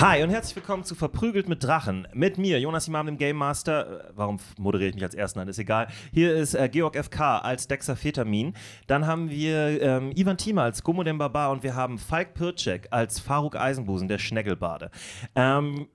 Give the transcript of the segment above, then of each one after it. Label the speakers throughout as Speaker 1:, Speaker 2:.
Speaker 1: Hi und herzlich willkommen zu Verprügelt mit Drachen. Mit mir, Jonas Imam, dem Game Master. Äh, Warum f- moderiere ich mich als Ersten an? Ist egal. Hier ist äh, Georg FK als Dexafetamin. Dann haben wir ähm, Ivan Thieme als Gummo dem Barbar und wir haben Falk Pircek als Faruk Eisenbusen, der Schneggelbade. Ähm,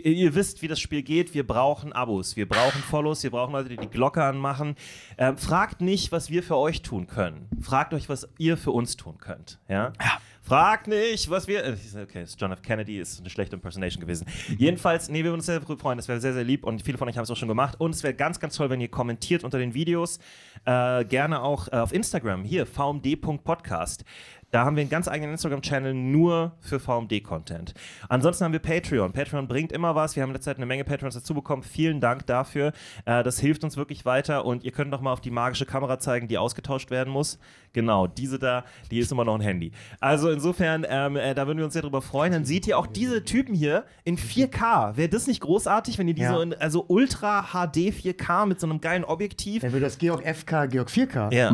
Speaker 1: Ihr wisst, wie das Spiel geht. Wir brauchen Abos, wir brauchen Follows, wir brauchen Leute, die die Glocke anmachen. Ähm, fragt nicht, was wir für euch tun können. Fragt euch, was ihr für uns tun könnt. Ja? Fragt nicht, was wir. äh, Okay, es ist John F. Kennedy ist eine schlechte Impersonation gewesen. Jedenfalls, nee, wir würden uns sehr freuen. Das wäre sehr, sehr lieb und viele von euch haben es auch schon gemacht. Und es wäre ganz, ganz toll, wenn ihr kommentiert unter den Videos. Äh, gerne auch äh, auf Instagram, hier, vmd.podcast. Da haben wir einen ganz eigenen Instagram-Channel nur für VMD-Content. Ansonsten haben wir Patreon. Patreon bringt immer was. Wir haben in letzter Zeit eine Menge Patreons dazu bekommen. Vielen Dank dafür. Äh, das hilft uns wirklich weiter. Und ihr könnt nochmal auf die magische Kamera zeigen, die ausgetauscht werden muss. Genau, diese da, die ist immer noch ein Handy. Also insofern, ähm, äh, da würden wir uns sehr drüber freuen. Dann seht ihr auch diese Typen hier in 4K. Wäre das nicht großartig, wenn ihr die
Speaker 2: Ja.
Speaker 1: so in also Ultra HD 4K mit so einem geilen Objektiv.
Speaker 2: Dann würde das Georg FK, Georg 4K.
Speaker 1: Ja.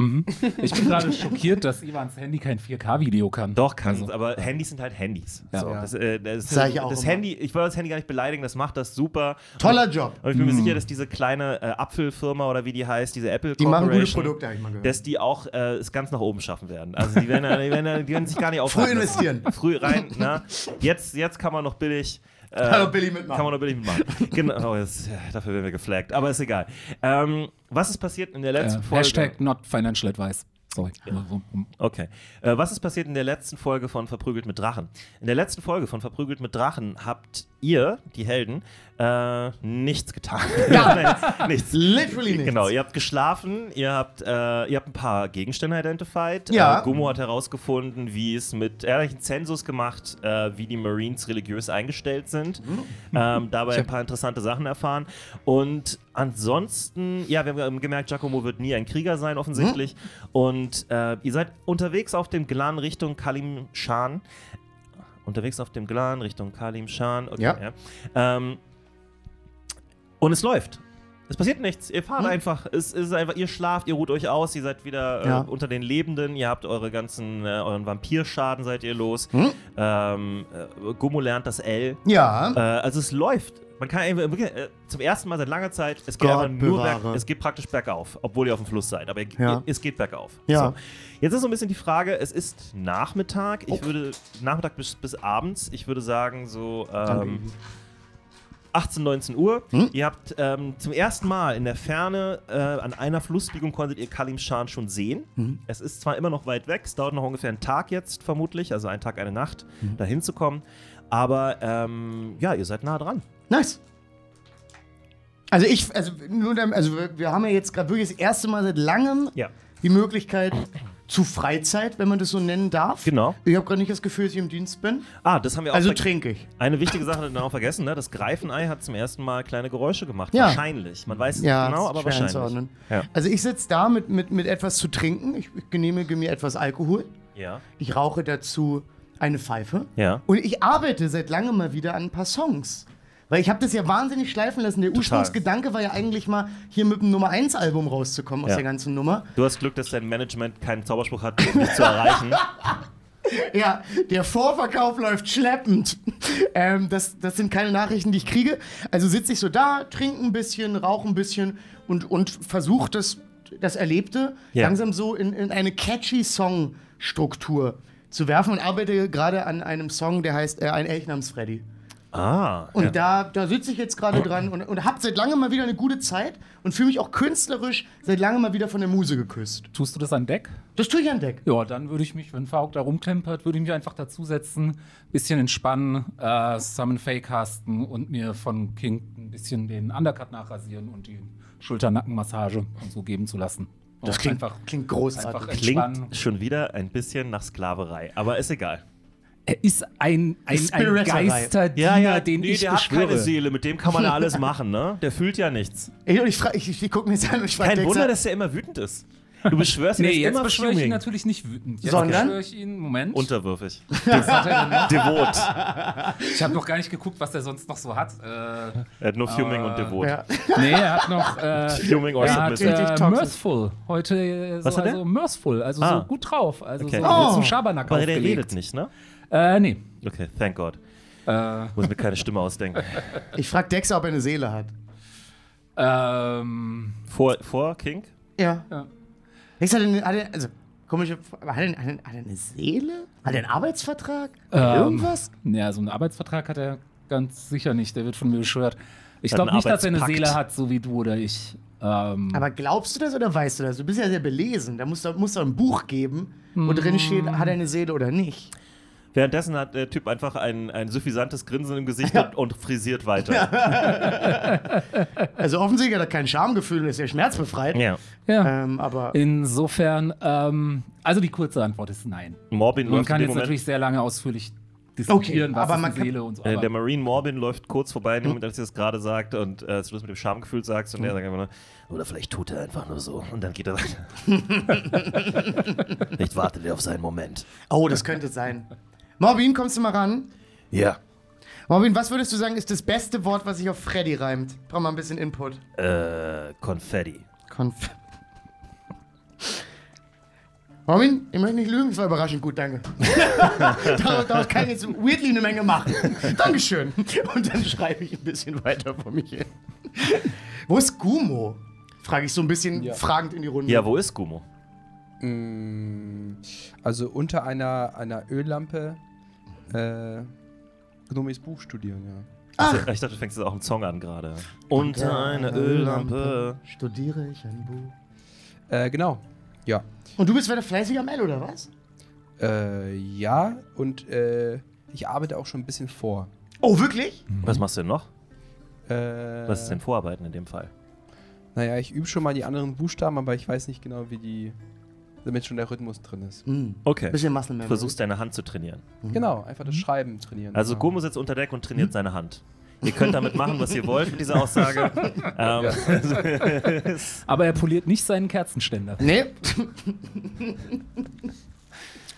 Speaker 3: Ich bin gerade schockiert, dass Ivans Handy kein 4K-Video kann. Also,
Speaker 1: Doch, kannst es, aber Handys sind halt Handys.
Speaker 3: Ja.
Speaker 1: So,
Speaker 3: Ja.
Speaker 1: das, äh, das,
Speaker 2: Sag ich auch
Speaker 1: das
Speaker 2: immer.
Speaker 1: Handy, ich will das Handy gar nicht beleidigen, das macht das super.
Speaker 2: Toller Job.
Speaker 1: Und ich bin mir
Speaker 3: Mhm.
Speaker 1: sicher, dass diese kleine äh, Apfelfirma oder wie die heißt, diese Apple
Speaker 2: Die machen
Speaker 1: Corporation,
Speaker 2: gute Produkte, habe ich mal gehört.
Speaker 1: dass die auch äh, es ganz nach oben schaffen werden. Also die werden, die werden, die werden sich gar nicht aufhalten. lassen.
Speaker 2: investieren.
Speaker 1: Früh rein, ne? Jetzt, jetzt kann man noch billig. äh,
Speaker 2: Kann man noch billig mitmachen.
Speaker 1: Kann man noch billig mitmachen. Genau, oh, jetzt, ja, dafür werden wir geflaggt. Aber ist egal. Ähm, was ist passiert in der
Speaker 3: Äh,
Speaker 1: letzten Folge?
Speaker 3: Hashtag not financial advice. Sorry. Also, um,
Speaker 1: Okay. Äh, was ist passiert in der letzten Folge von Verprügelt mit Drachen? In der letzten Folge von Verprügelt mit Drachen habt ihr, die Helden, äh, nichts getan. Nein, nichts.
Speaker 2: Literally nichts.
Speaker 1: Genau, ihr habt geschlafen, ihr habt, äh, ihr habt ein paar Gegenstände identified.
Speaker 2: Ja.
Speaker 1: Äh, Gummo hat herausgefunden, wie es mit, er hat eigentlich einen Zensus gemacht, äh, wie die Marines religiös eingestellt sind.
Speaker 2: Mhm.
Speaker 1: Ähm, dabei ein paar interessante Sachen erfahren. Und ansonsten, ja, wir haben gemerkt, Giacomo wird nie ein Krieger sein, offensichtlich.
Speaker 2: Mhm.
Speaker 1: Und äh, ihr seid unterwegs auf dem Glan Richtung Kalim Shan. Unterwegs auf dem Glan Richtung Kalim Shan. Okay,
Speaker 2: Ja.
Speaker 1: ja. Ähm, und es läuft. Es passiert nichts. Ihr
Speaker 2: Hm?
Speaker 1: fahrt einfach. Es ist einfach. Ihr schlaft, ihr ruht euch aus. Ihr seid wieder
Speaker 2: Ja.
Speaker 1: äh, unter den Lebenden. Ihr habt eure ganzen äh, euren Vampirschaden seid ihr los.
Speaker 2: Hm?
Speaker 1: Ähm, äh, Gummo lernt das L.
Speaker 2: Ja.
Speaker 1: Äh, also es läuft. Man kann einfach- wirklich, äh, zum ersten Mal seit langer Zeit. Es geht,
Speaker 2: Gott
Speaker 1: einfach nur
Speaker 2: bewahre.
Speaker 1: berg, es geht praktisch bergauf, obwohl ihr auf dem Fluss seid. Aber ihr,
Speaker 2: Ja.
Speaker 1: ihr, es geht bergauf.
Speaker 2: Ja.
Speaker 1: So. Jetzt ist so ein bisschen die Frage. Es ist Nachmittag. Ich würde Nachmittag bis, bis abends. Ich würde sagen so. Ähm, 18, 19 Uhr.
Speaker 2: Hm?
Speaker 1: Ihr habt ähm, zum ersten Mal in der Ferne äh, an einer Flussbiegung konntet ihr Kalim Shan schon sehen.
Speaker 2: Hm.
Speaker 1: Es ist zwar immer noch weit weg, es dauert noch ungefähr einen Tag jetzt vermutlich, also einen Tag, eine Nacht,
Speaker 2: Hm.
Speaker 1: dahin zu kommen. Aber ähm, ja, ihr seid nah dran.
Speaker 2: Nice. Also ich, also nur, dam- also wir, wir haben ja jetzt gerade wirklich das erste Mal seit langem
Speaker 1: Ja.
Speaker 2: die Möglichkeit zu Freizeit, wenn man das so nennen darf.
Speaker 1: Genau.
Speaker 2: Ich habe gerade nicht das Gefühl, dass ich im Dienst bin.
Speaker 1: Ah, das haben wir auch
Speaker 2: Also
Speaker 1: verge-
Speaker 2: trinke ich.
Speaker 1: Eine wichtige Sache dann auch vergessen, ne? das Greifenei hat zum ersten Mal kleine Geräusche gemacht.
Speaker 2: Ja.
Speaker 1: Wahrscheinlich. Man weiß es
Speaker 2: Ja,
Speaker 1: nicht genau,
Speaker 2: ist
Speaker 1: aber
Speaker 2: schwer
Speaker 1: wahrscheinlich.
Speaker 2: einzuordnen.
Speaker 1: Ja.
Speaker 2: Also ich sitze da mit, mit, mit etwas zu trinken. Ich, ich genehmige mir etwas Alkohol.
Speaker 1: ja.
Speaker 2: Ich rauche dazu eine Pfeife.
Speaker 1: Ja.
Speaker 2: Und ich arbeite seit langem mal wieder an ein paar Songs. Weil ich habe das ja wahnsinnig schleifen lassen. Der Ursprungsgedanke war ja eigentlich mal, hier mit dem Nummer 1 Album rauszukommen aus
Speaker 1: Ja.
Speaker 2: der ganzen Nummer.
Speaker 1: Du hast Glück, dass dein Management keinen Zauberspruch hat, um dich zu erreichen.
Speaker 2: Ja, der Vorverkauf läuft schleppend. Ähm, das, das sind keine Nachrichten, die ich kriege. Also sitze ich so da, trinke ein bisschen, rauche ein bisschen und, und versuche das, das Erlebte
Speaker 1: Ja.
Speaker 2: langsam so in, in eine catchy Song-Struktur zu werfen und arbeite gerade an einem Song, der heißt äh, Ein Elch namens Freddy.
Speaker 1: Ah.
Speaker 2: Und
Speaker 1: ja.
Speaker 2: da, da sitze ich jetzt gerade dran und, und habe seit langem mal wieder eine gute Zeit und fühle mich auch künstlerisch seit langem mal wieder von der Muse geküsst.
Speaker 3: tust du das an Deck?
Speaker 2: Das tue ich an Deck.
Speaker 3: Ja, dann würde ich mich, wenn Faruk da rumklempert, würde ich mich einfach dazusetzen, bisschen entspannen, äh, Summon Fay casten und mir von King ein bisschen den Undercut nachrasieren und die Schulter-Nacken-Massage und so geben zu lassen.
Speaker 2: Das
Speaker 3: Auch
Speaker 2: klingt,
Speaker 3: einfach,
Speaker 2: klingt großartig.
Speaker 3: einfach entspannen.
Speaker 1: Klingt schon wieder ein bisschen nach Sklaverei, aber ist egal.
Speaker 3: Er ist ein, ein, ein
Speaker 2: Spiritterei.
Speaker 3: Geisterdiener, den
Speaker 1: nee,
Speaker 3: ich
Speaker 1: der
Speaker 3: beschwöre.
Speaker 1: hat keine Seele, mit dem kann man ja alles machen, ne? Der fühlt ja nichts.
Speaker 2: Ich, ich, frag- ich, ich gucke mir das an und ich frage
Speaker 1: Kein Wunder, dass der immer wütend ist. Du beschwörst ihn
Speaker 3: Nee,
Speaker 1: jetzt
Speaker 3: jetzt
Speaker 1: immer
Speaker 3: beschwöre ich ihn
Speaker 1: fuming.
Speaker 3: natürlich nicht wütend. Jetzt
Speaker 2: Sondern?
Speaker 3: beschwöre ich ihn, Moment.
Speaker 1: Unterwürfig.
Speaker 3: Was hat er denn noch?
Speaker 1: Devot.
Speaker 3: ich habe noch gar nicht geguckt, was er sonst noch so hat. Äh,
Speaker 1: Er hat nur Fuming und Devot.
Speaker 2: ja.
Speaker 3: nee, er hat noch. Äh,
Speaker 1: Fuming or
Speaker 3: er hat
Speaker 1: Submissive.
Speaker 2: Richtig
Speaker 3: äh,
Speaker 2: toxisch.
Speaker 3: Mirthful. Heute äh, so,
Speaker 1: Was hat er?
Speaker 3: also Mirthful, also
Speaker 1: Ah.
Speaker 3: so gut drauf. Also
Speaker 1: Okay.
Speaker 3: so
Speaker 1: Oh.
Speaker 3: zum Schabernack
Speaker 1: Aber der
Speaker 3: aufgelegt.
Speaker 1: redet nicht, ne?
Speaker 3: Äh, nee.
Speaker 1: Okay, thank God.
Speaker 3: Äh,
Speaker 1: Muss mir keine Stimme ausdenken.
Speaker 2: Ich frage Dexter, ob er eine Seele hat.
Speaker 3: ähm,
Speaker 1: Vor, vor King?
Speaker 2: Ja.
Speaker 3: Ja.
Speaker 2: Dexter hat eine, hat er, also, komische, F- hat er, hat er, hat er eine Seele? Hat er einen Arbeitsvertrag?
Speaker 3: Ähm.
Speaker 2: Irgendwas?
Speaker 3: ja, so einen Arbeitsvertrag hat er ganz sicher nicht. Der wird von mir bescheuert. Ich
Speaker 1: Hat
Speaker 3: glaube
Speaker 1: einen
Speaker 3: nicht, dass er eine
Speaker 1: Arbeitspakt.
Speaker 3: Seele hat, so wie du oder ich. Ähm,
Speaker 2: Aber glaubst du das oder weißt du das? Du bist ja sehr belesen. Da muss da muss da ein Buch geben, wo drin steht, hat er eine Seele oder nicht.
Speaker 1: Währenddessen hat der Typ einfach ein, ein suffisantes Grinsen im Gesicht und, und frisiert weiter.
Speaker 2: Also offensichtlich hat er kein Schamgefühl, ist ja schmerzbefreit.
Speaker 1: Ja.
Speaker 3: ja.
Speaker 2: Ähm, aber
Speaker 3: Insofern, ähm, also die kurze Antwort ist nein.
Speaker 1: Morbin
Speaker 3: Man
Speaker 1: läuft in
Speaker 3: kann
Speaker 1: dem
Speaker 3: jetzt
Speaker 1: Moment,
Speaker 3: natürlich sehr lange ausführlich diskutieren,
Speaker 2: Okay,
Speaker 3: was
Speaker 2: aber
Speaker 3: ist
Speaker 2: man
Speaker 3: eine
Speaker 2: kann-
Speaker 3: Seele und so.
Speaker 1: äh,
Speaker 3: Aber
Speaker 1: der Marine Morbin läuft kurz vorbei, in dem Moment, als sie das gerade sagt und äh, als du das mit dem Schamgefühl sagst und er sagt einfach nur, oder vielleicht tut er einfach nur so und dann geht er weiter. vielleicht wartet er auf seinen Moment.
Speaker 2: oh, das könnte es sein. Morbin, kommst du mal ran?
Speaker 1: Ja.
Speaker 2: Morbin, was würdest du sagen, ist das beste Wort, was sich auf Freddy reimt? Brauch mal ein bisschen Input.
Speaker 1: Äh, Konfetti.
Speaker 2: Konf. Morbin, ich möchte nicht lügen, es war überraschend gut, danke. daraus, daraus kann ich jetzt weirdly eine Menge machen. Dankeschön. Und dann schreibe ich ein bisschen weiter vor mich hin. Wo ist Gumo? Frage ich so ein bisschen
Speaker 4: Ja.
Speaker 2: fragend in die Runde.
Speaker 1: Ja, wo ist Gummo?
Speaker 4: Mm, Also unter einer, einer Öllampe äh, Gnomis um Buch studieren, ja.
Speaker 1: Ach. Ich dachte, du fängst jetzt auch einen Song an gerade. Unter einer Öllampe.
Speaker 2: studiere ich ein Buch.
Speaker 4: Äh, genau. Ja.
Speaker 2: Und du bist wieder fleißig am L, oder was?
Speaker 4: Äh, ja, und äh, ich arbeite auch schon ein bisschen vor.
Speaker 2: Oh, wirklich?
Speaker 1: Was machst du denn noch?
Speaker 4: Äh,
Speaker 1: Was ist denn Vorarbeiten in dem Fall?
Speaker 4: Naja, ich übe schon mal die anderen Buchstaben, aber ich weiß nicht genau, wie die. damit schon der Rhythmus drin ist.
Speaker 2: Hm.
Speaker 1: Okay.
Speaker 2: Bisschen Muscle Memory.
Speaker 1: Du versuchst deine Hand zu trainieren.
Speaker 4: Genau, einfach das Schreiben trainieren.
Speaker 1: Also
Speaker 4: genau.
Speaker 1: Gomo sitzt unter Deck und trainiert seine Hand. Ihr könnt damit machen, was ihr wollt mit dieser Aussage. ähm,
Speaker 3: aber er poliert nicht seinen Kerzenständer.
Speaker 2: Nee.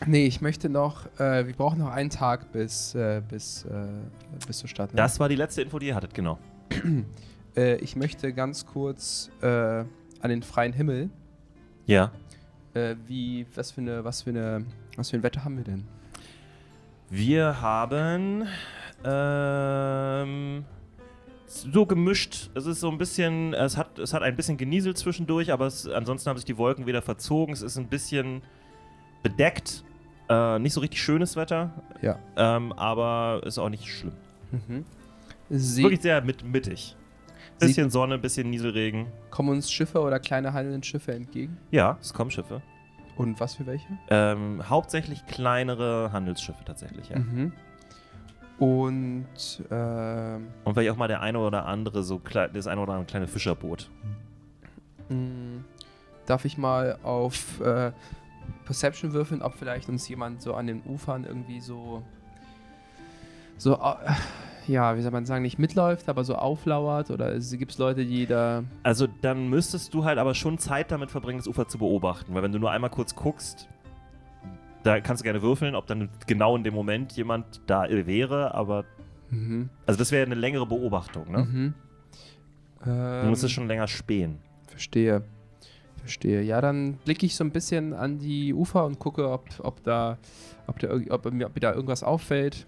Speaker 4: Nee, ich möchte noch. Äh, wir brauchen noch einen Tag bis, äh, bis, äh, bis zur Stadt. Ne?
Speaker 1: Das war die letzte Info, die ihr hattet, genau.
Speaker 4: Äh, ich möchte ganz kurz äh, an den freien Himmel.
Speaker 1: Ja.
Speaker 4: Äh, wie, was für eine, was für eine, was für ein Wetter haben wir denn?
Speaker 1: Wir haben ähm, so gemischt. Es ist so ein bisschen, es hat, es hat ein bisschen genieselt zwischendurch, aber es, ansonsten haben sich die Wolken wieder verzogen. Es ist ein bisschen bedeckt. Äh, nicht so richtig schönes Wetter,
Speaker 4: Ja.
Speaker 1: ähm, aber ist auch nicht schlimm.
Speaker 4: See
Speaker 1: Mhm. Wirklich sehr mit, mittig. Bisschen Sonne, bisschen Nieselregen.
Speaker 4: kommen uns Schiffe oder kleine handelnde Schiffe entgegen?
Speaker 1: Ja, es kommen Schiffe.
Speaker 4: Und was für welche?
Speaker 1: Ähm, hauptsächlich kleinere Handelsschiffe tatsächlich, ja.
Speaker 4: Mhm. Und ähm,
Speaker 1: Und vielleicht auch mal der eine oder andere so klein, das eine oder andere kleine Fischerboot.
Speaker 4: mh, hm, darf ich mal auf äh, Perception würfeln, ob vielleicht uns jemand so an den Ufern irgendwie so so äh, ja, wie soll man sagen, nicht mitläuft, aber so auflauert oder gibt es Leute, die da
Speaker 1: Also dann müsstest du halt aber schon Zeit damit verbringen, das Ufer zu beobachten, weil wenn du nur einmal kurz guckst, da kannst du gerne würfeln, ob dann genau in dem Moment jemand da wäre, aber
Speaker 4: mhm.
Speaker 1: also das wäre eine längere Beobachtung, ne?
Speaker 4: Mhm.
Speaker 1: Du
Speaker 4: Ähm,
Speaker 1: müsstest schon länger spähen.
Speaker 4: Verstehe. Verstehe. Ja, dann blicke ich so ein bisschen an die Ufer und gucke, ob, ob, da, ob, da, irg- ob, mir, ob mir da irgendwas auffällt.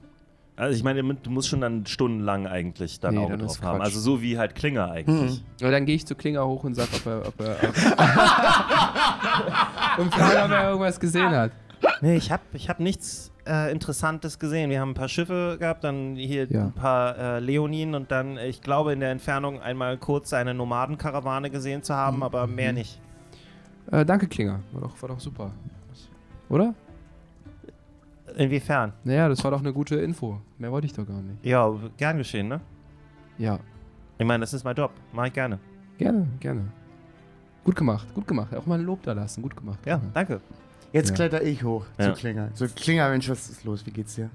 Speaker 1: Also ich meine, du musst schon dann stundenlang eigentlich dann
Speaker 4: Nee,
Speaker 1: Augen
Speaker 4: dann ist
Speaker 1: drauf haben.
Speaker 4: Quatsch. Hm.
Speaker 1: Also so wie halt Klinger eigentlich.
Speaker 4: Ja, dann gehe ich zu Klinger hoch und sage, ob er. Ob er ob und frage, ob er irgendwas gesehen hat.
Speaker 1: Nee, ich habe ich hab nichts äh, Interessantes gesehen. Wir haben ein paar Schiffe gehabt, dann hier
Speaker 4: Ja.
Speaker 1: ein paar äh, Leoninen und dann, äh, ich glaube, in der Entfernung einmal kurz eine Nomadenkarawane gesehen zu haben, aber
Speaker 4: Mhm.
Speaker 1: mehr nicht.
Speaker 4: Äh, danke, Klinger. War doch, war doch super. Oder?
Speaker 1: Inwiefern?
Speaker 4: Naja, das war doch eine gute Info. Mehr wollte ich doch gar nicht.
Speaker 1: Ja, gern geschehen, ne?
Speaker 4: Ja,
Speaker 1: Ich meine, das ist mein Job. Mach ich gerne.
Speaker 4: gerne, gerne. Gut gemacht, gut gemacht. Auch mal ein Lob da lassen. Gut gemacht.
Speaker 1: Ja,
Speaker 4: Klinger.
Speaker 1: danke.
Speaker 2: Jetzt
Speaker 4: Ja.
Speaker 2: kletter ich hoch
Speaker 1: Ja.
Speaker 2: zu Klinger. So, Klinger, Mensch, was ist los? Wie geht's dir?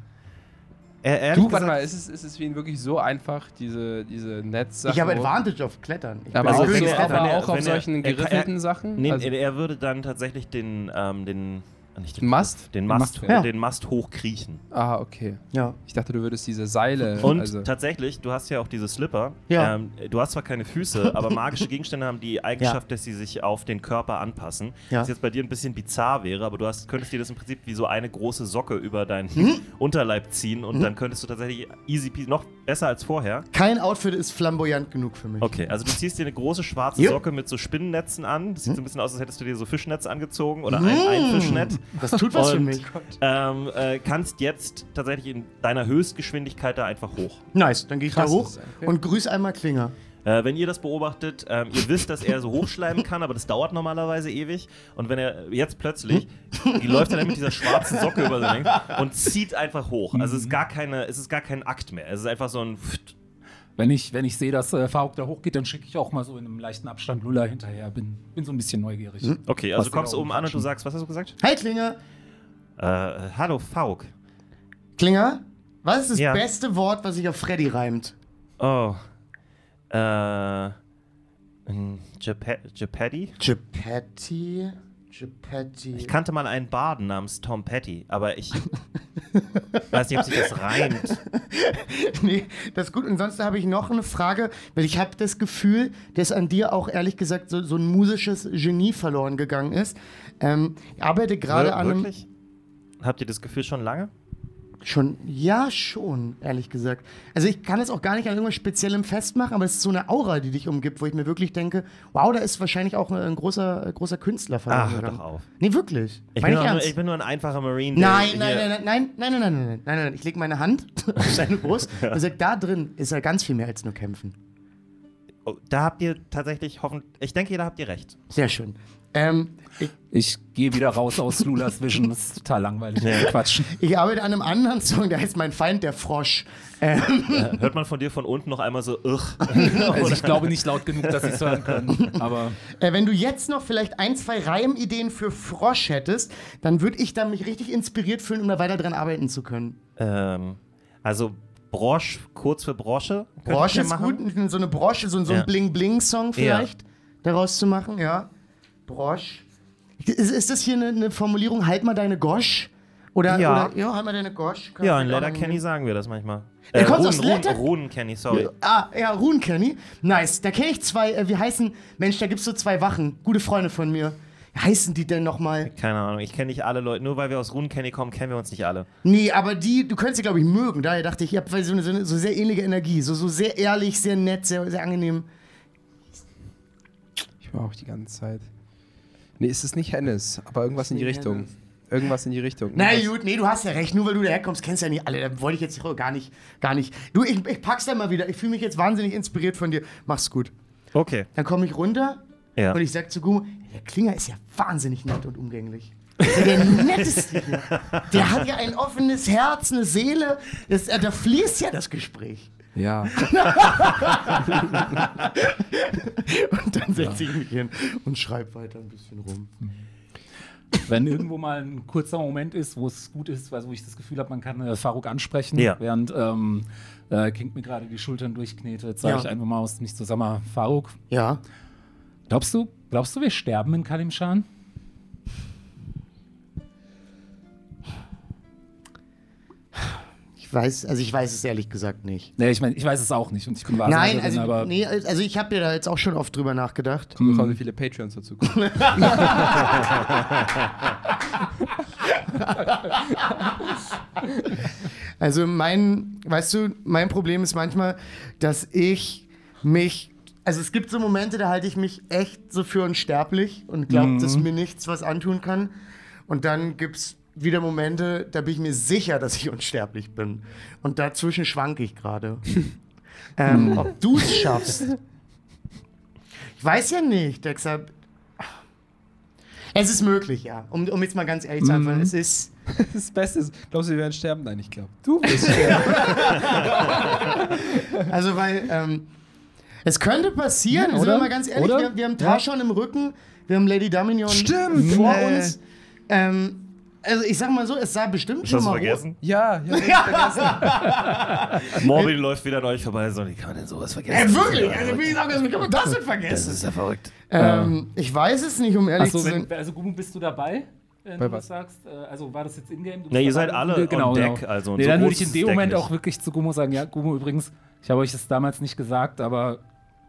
Speaker 1: Äh, ehrlich
Speaker 4: Du, warte
Speaker 1: gesagt-
Speaker 4: mal, ist es, ist es für ihn wirklich so einfach, diese, diese Netzsache?
Speaker 2: Ich habe Advantage auf Klettern. Ich
Speaker 4: Aber
Speaker 2: bin
Speaker 4: auch,
Speaker 1: Also wenn
Speaker 2: König
Speaker 1: er-
Speaker 2: der
Speaker 1: wenn
Speaker 4: aber
Speaker 1: er-
Speaker 4: auch
Speaker 1: wenn
Speaker 4: auf
Speaker 1: er-
Speaker 4: solchen Also
Speaker 1: er kann-
Speaker 4: geriffelten
Speaker 1: er-
Speaker 4: Sachen?
Speaker 1: Nee,
Speaker 4: also,
Speaker 1: er würde dann tatsächlich den, ähm, den Nicht
Speaker 4: Den Mast?
Speaker 1: Den Mast,
Speaker 4: Mast,
Speaker 2: ja.
Speaker 1: den Mast hochkriechen.
Speaker 4: Ah, okay.
Speaker 2: Ja.
Speaker 4: Ich dachte, du würdest diese Seile.
Speaker 1: Und
Speaker 4: also,
Speaker 1: tatsächlich, du hast ja auch diese Slipper.
Speaker 2: Ja.
Speaker 1: Ähm, du hast zwar keine Füße, aber magische Gegenstände haben die Eigenschaft, dass sie sich auf den Körper anpassen.
Speaker 2: Ja.
Speaker 1: Was jetzt bei dir ein bisschen bizarr wäre, aber du hast, könntest dir das im Prinzip wie so eine große Socke über deinen
Speaker 2: Hm?
Speaker 1: Unterleib ziehen und dann könntest du tatsächlich easy peasy, noch besser als vorher.
Speaker 2: Kein Outfit ist flamboyant genug für mich.
Speaker 1: Okay, also du ziehst dir eine große schwarze
Speaker 2: Jupp. Hm?
Speaker 1: Socke mit so Spinnennetzen an. Das sieht so ein bisschen aus, als hättest du dir so Fischnetze angezogen oder ein, ein Fischnetz.
Speaker 2: Mm. Das tut Hm. was für
Speaker 1: Und-
Speaker 2: mich.
Speaker 1: Ähm, äh, kannst jetzt tatsächlich in deiner Höchstgeschwindigkeit da einfach hoch.
Speaker 2: Nice, dann gehe ich da
Speaker 4: Krass,
Speaker 2: hoch
Speaker 4: das ist okay.
Speaker 2: und grüß einmal Klinger.
Speaker 1: Äh, wenn ihr das beobachtet, ähm, ihr wisst, dass er so hochschleimen kann, aber das dauert normalerweise ewig. Und wenn er jetzt plötzlich, die läuft er dann mit dieser schwarzen Socke über seinen Lenk und zieht einfach hoch. Also es ist gar keine, es ist gar kein Akt mehr. Es ist einfach so ein Pft.
Speaker 3: Wenn ich, wenn ich sehe, dass äh, Faruk da hochgeht, dann schicke ich auch mal so in einem leichten Abstand Lula hinterher. Bin, bin so ein bisschen neugierig.
Speaker 2: Hm?
Speaker 1: Okay,
Speaker 3: Was
Speaker 1: also du kommst
Speaker 3: die da
Speaker 1: oben an und du
Speaker 3: rumquatschen.
Speaker 1: sagst, was hast du gesagt?
Speaker 2: Hi Klinger!
Speaker 1: Äh, hallo, Fauk.
Speaker 2: Klinger, was ist das
Speaker 1: Ja.
Speaker 2: beste Wort, was sich auf Freddy reimt?
Speaker 1: Oh. Äh. Gepetti?
Speaker 2: Gepetti? Gepetti.
Speaker 1: Ich kannte mal einen Baden namens Tom Petty, aber ich weiß nicht, ob sich das reimt.
Speaker 2: Nee, das ist gut. Und sonst habe ich noch eine Frage, weil ich habe das Gefühl, dass an dir auch ehrlich gesagt so, so ein musisches Genie verloren gegangen ist. Ähm, ich arbeite gerade
Speaker 1: Wir-
Speaker 2: an einem.
Speaker 1: Wirklich? Habt ihr das Gefühl schon lange?
Speaker 2: Schon, ja, schon, ehrlich gesagt. Also ich kann es auch gar nicht an irgendwas Speziellem festmachen, aber es ist so eine Aura, die dich umgibt, wo ich mir wirklich denke, wow, da ist wahrscheinlich auch ein großer, ein großer Künstler verloren
Speaker 1: Ach, Ah, hör
Speaker 2: gegangen.
Speaker 1: doch auf.
Speaker 2: Nee, wirklich.
Speaker 1: Ich bin,
Speaker 2: Meine ich
Speaker 1: nur,
Speaker 2: ernst.
Speaker 1: ich bin nur ein einfacher Marine. der
Speaker 2: Nein,
Speaker 1: hier-
Speaker 2: nein, nein, nein, nein, nein, nein, nein, nein, nein, nein, nein. Ich lege meine Hand auf seine Brust und sage, da drin ist ja ganz viel mehr als nur kämpfen.
Speaker 1: Oh, da habt ihr tatsächlich hoffentlich. Ich denke, da habt ihr recht.
Speaker 2: Sehr schön. Ähm, ich,
Speaker 3: Ich gehe wieder raus aus Lulas Vision. Das ist total langweilig. Quatsch.
Speaker 2: ich arbeite an einem anderen Song, der heißt Mein Feind, der Frosch. Ähm,
Speaker 1: Äh, Hört man von dir von unten noch einmal so, ugh.
Speaker 3: Also ich glaube nicht laut genug, dass sie es hören können. Aber
Speaker 2: äh, wenn du jetzt noch vielleicht ein, zwei Reimideen für Frosch hättest, dann würde ich da mich richtig inspiriert fühlen, um da weiter dran arbeiten zu können.
Speaker 1: ähm, also Brosch, kurz für Brosche. könnt ihr
Speaker 2: Brosche ist
Speaker 1: machen.
Speaker 2: gut, so eine Brosche, so, so
Speaker 1: Ja.
Speaker 2: ein Bling-Bling-Song vielleicht daraus zu machen, ja. Brosch. Ist, ist das hier eine, eine Formulierung, halt mal deine Gosch? Oder,
Speaker 1: Ja.
Speaker 2: oder ja, halt mal deine Gosch. Kann
Speaker 1: Ja,
Speaker 2: man
Speaker 1: in
Speaker 2: vielleicht auch
Speaker 1: Leather
Speaker 2: noch
Speaker 1: Kenny sagen wir das manchmal.
Speaker 2: Ähm,
Speaker 1: Äh,
Speaker 2: Er kommt aus
Speaker 1: Runen-
Speaker 2: Leather-
Speaker 1: Runen- Runen Kenny, sorry.
Speaker 2: Ah, ja, Rune Kenny. Nice. Da kenne ich zwei, äh, wie heißen, Mensch, da gibt's so zwei Wachen. Gute Freunde von mir. Wie heißen die denn nochmal?
Speaker 1: Keine Ahnung, ich kenne nicht alle Leute. Nur weil wir aus Runen Kenny kommen, kennen wir uns nicht alle.
Speaker 2: Nee, aber die, du könntest sie, glaube ich, mögen. Daher dachte ich, ihr habt so eine, so eine so sehr ähnliche Energie. So, so sehr ehrlich, sehr nett, sehr, sehr angenehm.
Speaker 4: ich war auch die ganze Zeit. Nee, ist es nicht Hennis, aber irgendwas in die
Speaker 2: nicht
Speaker 4: Richtung.
Speaker 2: Hennes.
Speaker 4: Irgendwas in die Richtung.
Speaker 2: Na
Speaker 4: Irgendwas-
Speaker 2: gut, nee, du hast ja recht. Nur weil du daherkommst, kennst du ja nicht alle. Da wollte ich jetzt gar nicht, gar nicht. Du, ich, ich pack's da mal wieder. Ich fühle mich jetzt wahnsinnig inspiriert von dir. Mach's gut.
Speaker 1: Okay.
Speaker 2: Dann komme ich runter
Speaker 1: Ja.
Speaker 2: und ich sag zu Gumo, der Klinger ist ja wahnsinnig nett und umgänglich. Das ist ja Der netteste hier. Der hat ja ein offenes Herz, eine Seele. Das, äh, da fließt ja das Gespräch.
Speaker 4: Ja.
Speaker 2: Und dann setze ich mich hin und schreibe weiter ein bisschen rum.
Speaker 3: wenn irgendwo mal ein kurzer Moment ist, wo es gut ist, also wo ich das Gefühl habe, man kann äh, Faruk ansprechen,
Speaker 1: Ja.
Speaker 3: während ähm, äh, King mir gerade die Schultern durchknetet, sage
Speaker 2: Ja.
Speaker 3: ich einfach mal aus mich zusammen, mal, Faruk,
Speaker 2: Ja.
Speaker 3: glaubst du, glaubst du, wir sterben in Kalimshan?
Speaker 2: Ich weiß, also ich weiß es ehrlich gesagt nicht.
Speaker 3: Nee, ich meine, ich weiß es auch nicht und ich bin
Speaker 2: Nein,
Speaker 3: Wahrsagerin,
Speaker 2: also,
Speaker 3: aber
Speaker 2: nee, also ich habe ja da jetzt auch schon oft drüber nachgedacht.
Speaker 4: Guck mal, wie viele Patreons dazu kommen.
Speaker 2: Also mein, weißt du, mein Problem ist manchmal, dass ich mich, also es gibt so Momente, da halte ich mich echt so für unsterblich und glaube, dass mir nichts was antun kann. Und dann gibt es wieder Momente, da bin ich mir sicher, dass ich unsterblich bin. Und dazwischen schwanke ich gerade. ähm, ob du es schaffst. Ich weiß ja nicht, deshalb. Es ist möglich, ja. Um, um jetzt mal ganz ehrlich zu sein, es ist.
Speaker 4: Das Beste ist, glaubst du, wir werden sterben? Nein, ich glaube. Du bist.
Speaker 2: Also, weil ähm, es könnte passieren,
Speaker 3: Ja,
Speaker 2: sind
Speaker 3: oder?
Speaker 2: wir mal ganz ehrlich,
Speaker 3: Oder?
Speaker 2: wir, wir haben Taschon im Rücken, wir haben Lady Dominion
Speaker 4: Stimmt,
Speaker 2: vor
Speaker 4: ey.
Speaker 2: uns. Ähm, also ich sag mal so, es sah bestimmt schon
Speaker 1: Hast du
Speaker 2: mal
Speaker 1: vergessen?
Speaker 4: ja, ja, ja.
Speaker 1: Morbin läuft wieder an euch vorbei, so, wie kann denn sowas vergessen?
Speaker 2: Ey, wirklich, also wie gesagt, wie kann man das denn vergessen?
Speaker 1: Das ist ja verrückt.
Speaker 2: Ähm, ich weiß es nicht, um ehrlich
Speaker 3: Achso,
Speaker 2: zu sein.
Speaker 3: wenn, also Gumu, bist du dabei? wenn
Speaker 4: Bei
Speaker 3: du
Speaker 4: was?
Speaker 3: was sagst? Äh, Also war das jetzt in-game? Du
Speaker 1: Na,
Speaker 3: bist
Speaker 1: ihr seid
Speaker 3: dabei?
Speaker 1: alle
Speaker 3: Äh,
Speaker 1: on deck, also
Speaker 3: nee,
Speaker 1: so
Speaker 3: dann
Speaker 1: groß
Speaker 3: würde ich
Speaker 1: ist das
Speaker 3: in dem
Speaker 1: Deck
Speaker 3: Moment
Speaker 1: nicht.
Speaker 3: auch wirklich zu Gummo sagen, ja, Gummo übrigens, ich habe euch das damals nicht gesagt, aber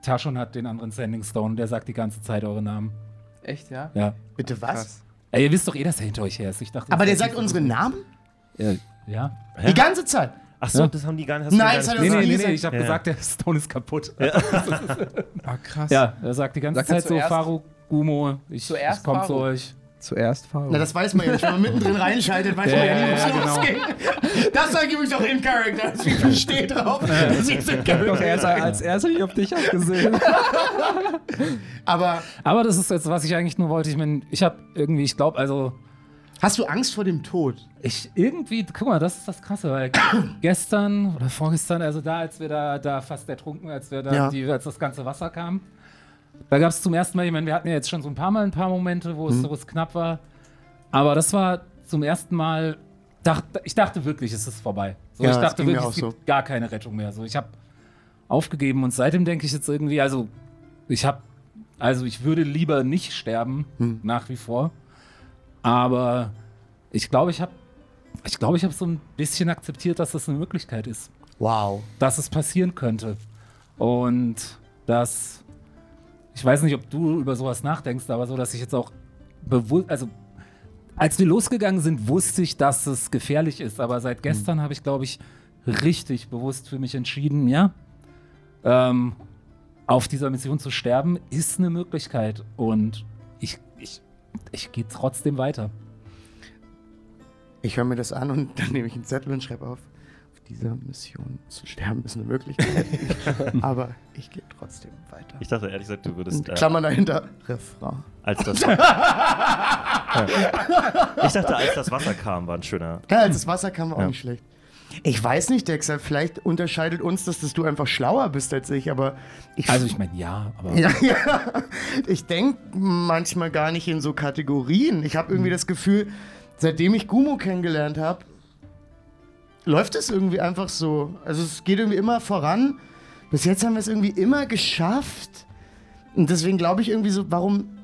Speaker 3: Tashon hat den anderen Sending Stone, der sagt die ganze Zeit eure Namen.
Speaker 4: Echt, ja?
Speaker 3: Ja.
Speaker 2: Bitte was?
Speaker 4: Krass.
Speaker 3: Ey, ihr wisst doch eh, dass er hinter euch her ist. Ich dachte,
Speaker 2: Aber der
Speaker 3: das
Speaker 2: sagt unsere Namen?
Speaker 3: Ja. ja.
Speaker 1: Hä?
Speaker 2: Die ganze Zeit.
Speaker 1: Ach so,
Speaker 3: Ja.
Speaker 1: das haben die gar nicht. hast du
Speaker 2: Nein,
Speaker 1: gar
Speaker 2: das
Speaker 1: nicht
Speaker 2: hat er
Speaker 3: Nee,
Speaker 2: uns
Speaker 3: nee,
Speaker 2: nie
Speaker 3: nee, nee,
Speaker 2: gesagt.
Speaker 3: ich habe
Speaker 1: Ja.
Speaker 3: gesagt, der Stone ist kaputt. Ja,
Speaker 4: Ah, krass.
Speaker 3: er sagt die ganze
Speaker 4: Sagt er
Speaker 3: Zeit so,
Speaker 4: zuerst-
Speaker 3: Faro, Gummo, ich,
Speaker 4: Zuerst
Speaker 3: ich komme zu
Speaker 4: Faro.
Speaker 3: euch.
Speaker 4: Zuerst Faro.
Speaker 2: Na, das weiß man ja nicht. Wenn man mittendrin reinschaltet, weiß man
Speaker 3: Ja,
Speaker 2: ja
Speaker 3: ja,
Speaker 2: nie, was
Speaker 3: ja, genau.
Speaker 2: losgeht. Das sage ich übrigens auch in Character. Ich stehe drauf, dass ich es in Character sage.
Speaker 4: als erster nicht auf dich abgesehen.
Speaker 2: Aber
Speaker 3: Aber das ist jetzt, was ich eigentlich nur wollte. Ich meine, ich habe irgendwie, ich glaube, also
Speaker 2: hast du Angst vor dem Tod?
Speaker 3: Ich irgendwie, guck mal, das ist das Krasse, weil gestern oder vorgestern, also da, als wir da, da fast ertrunken, als wir da,
Speaker 2: Ja.
Speaker 3: die, als das ganze Wasser kam, da gab es zum ersten Mal, ich meine, wir hatten ja jetzt schon so ein paar Mal ein paar Momente,
Speaker 4: Mhm.
Speaker 3: wo, es, wo es knapp war, aber das war zum ersten Mal, dacht, ich dachte wirklich, es ist vorbei. So,
Speaker 2: Ja,
Speaker 3: ich
Speaker 2: das
Speaker 3: dachte
Speaker 2: ging mir
Speaker 3: wirklich, es
Speaker 2: auch
Speaker 3: gibt gar keine Rettung mehr. So, ich habe aufgegeben und seitdem denke ich jetzt irgendwie, also ich habe, also ich würde lieber nicht sterben,
Speaker 2: Hm.
Speaker 3: nach wie vor, aber ich glaube, ich habe ich glaube, ich habe so ein bisschen akzeptiert, dass das eine Möglichkeit ist,
Speaker 2: Wow.
Speaker 3: dass es passieren könnte. Und dass ich weiß nicht, ob du über sowas nachdenkst, aber so, dass ich jetzt auch bewusst, also als wir losgegangen sind, wusste ich, dass es gefährlich ist, aber
Speaker 2: Mhm.
Speaker 3: seit gestern habe ich, glaube ich, richtig bewusst für mich entschieden, ja, ähm, auf dieser Mission zu sterben, ist eine Möglichkeit und ich, ich, ich gehe trotzdem weiter.
Speaker 2: Ich höre mir das an und dann nehme ich einen Zettel und schreibe auf. Auf dieser Mission zu sterben ist eine Möglichkeit. Aber ich gehe trotzdem weiter.
Speaker 1: Ich dachte ehrlich gesagt, du würdest.
Speaker 2: Und
Speaker 1: Äh,
Speaker 2: Klammern dahinter. Refrain.
Speaker 1: als das. Ja. ich dachte, als das Wasser kam, war ein schöner.
Speaker 2: Ja, als das Wasser kam, war auch
Speaker 1: Ja.
Speaker 2: nicht schlecht. Ich weiß nicht, Dexter, vielleicht unterscheidet uns das, dass du einfach schlauer bist als ich, aber ich
Speaker 3: Also ich meine, ja, aber...
Speaker 2: Ja, ja. Ich denke manchmal gar nicht in so Kategorien. Ich habe
Speaker 3: Hm.
Speaker 2: irgendwie das Gefühl, seitdem ich Gumo kennengelernt habe, läuft es irgendwie einfach so. Also es geht irgendwie immer voran. Bis jetzt haben wir es irgendwie immer geschafft. Und deswegen glaube ich irgendwie so, warum,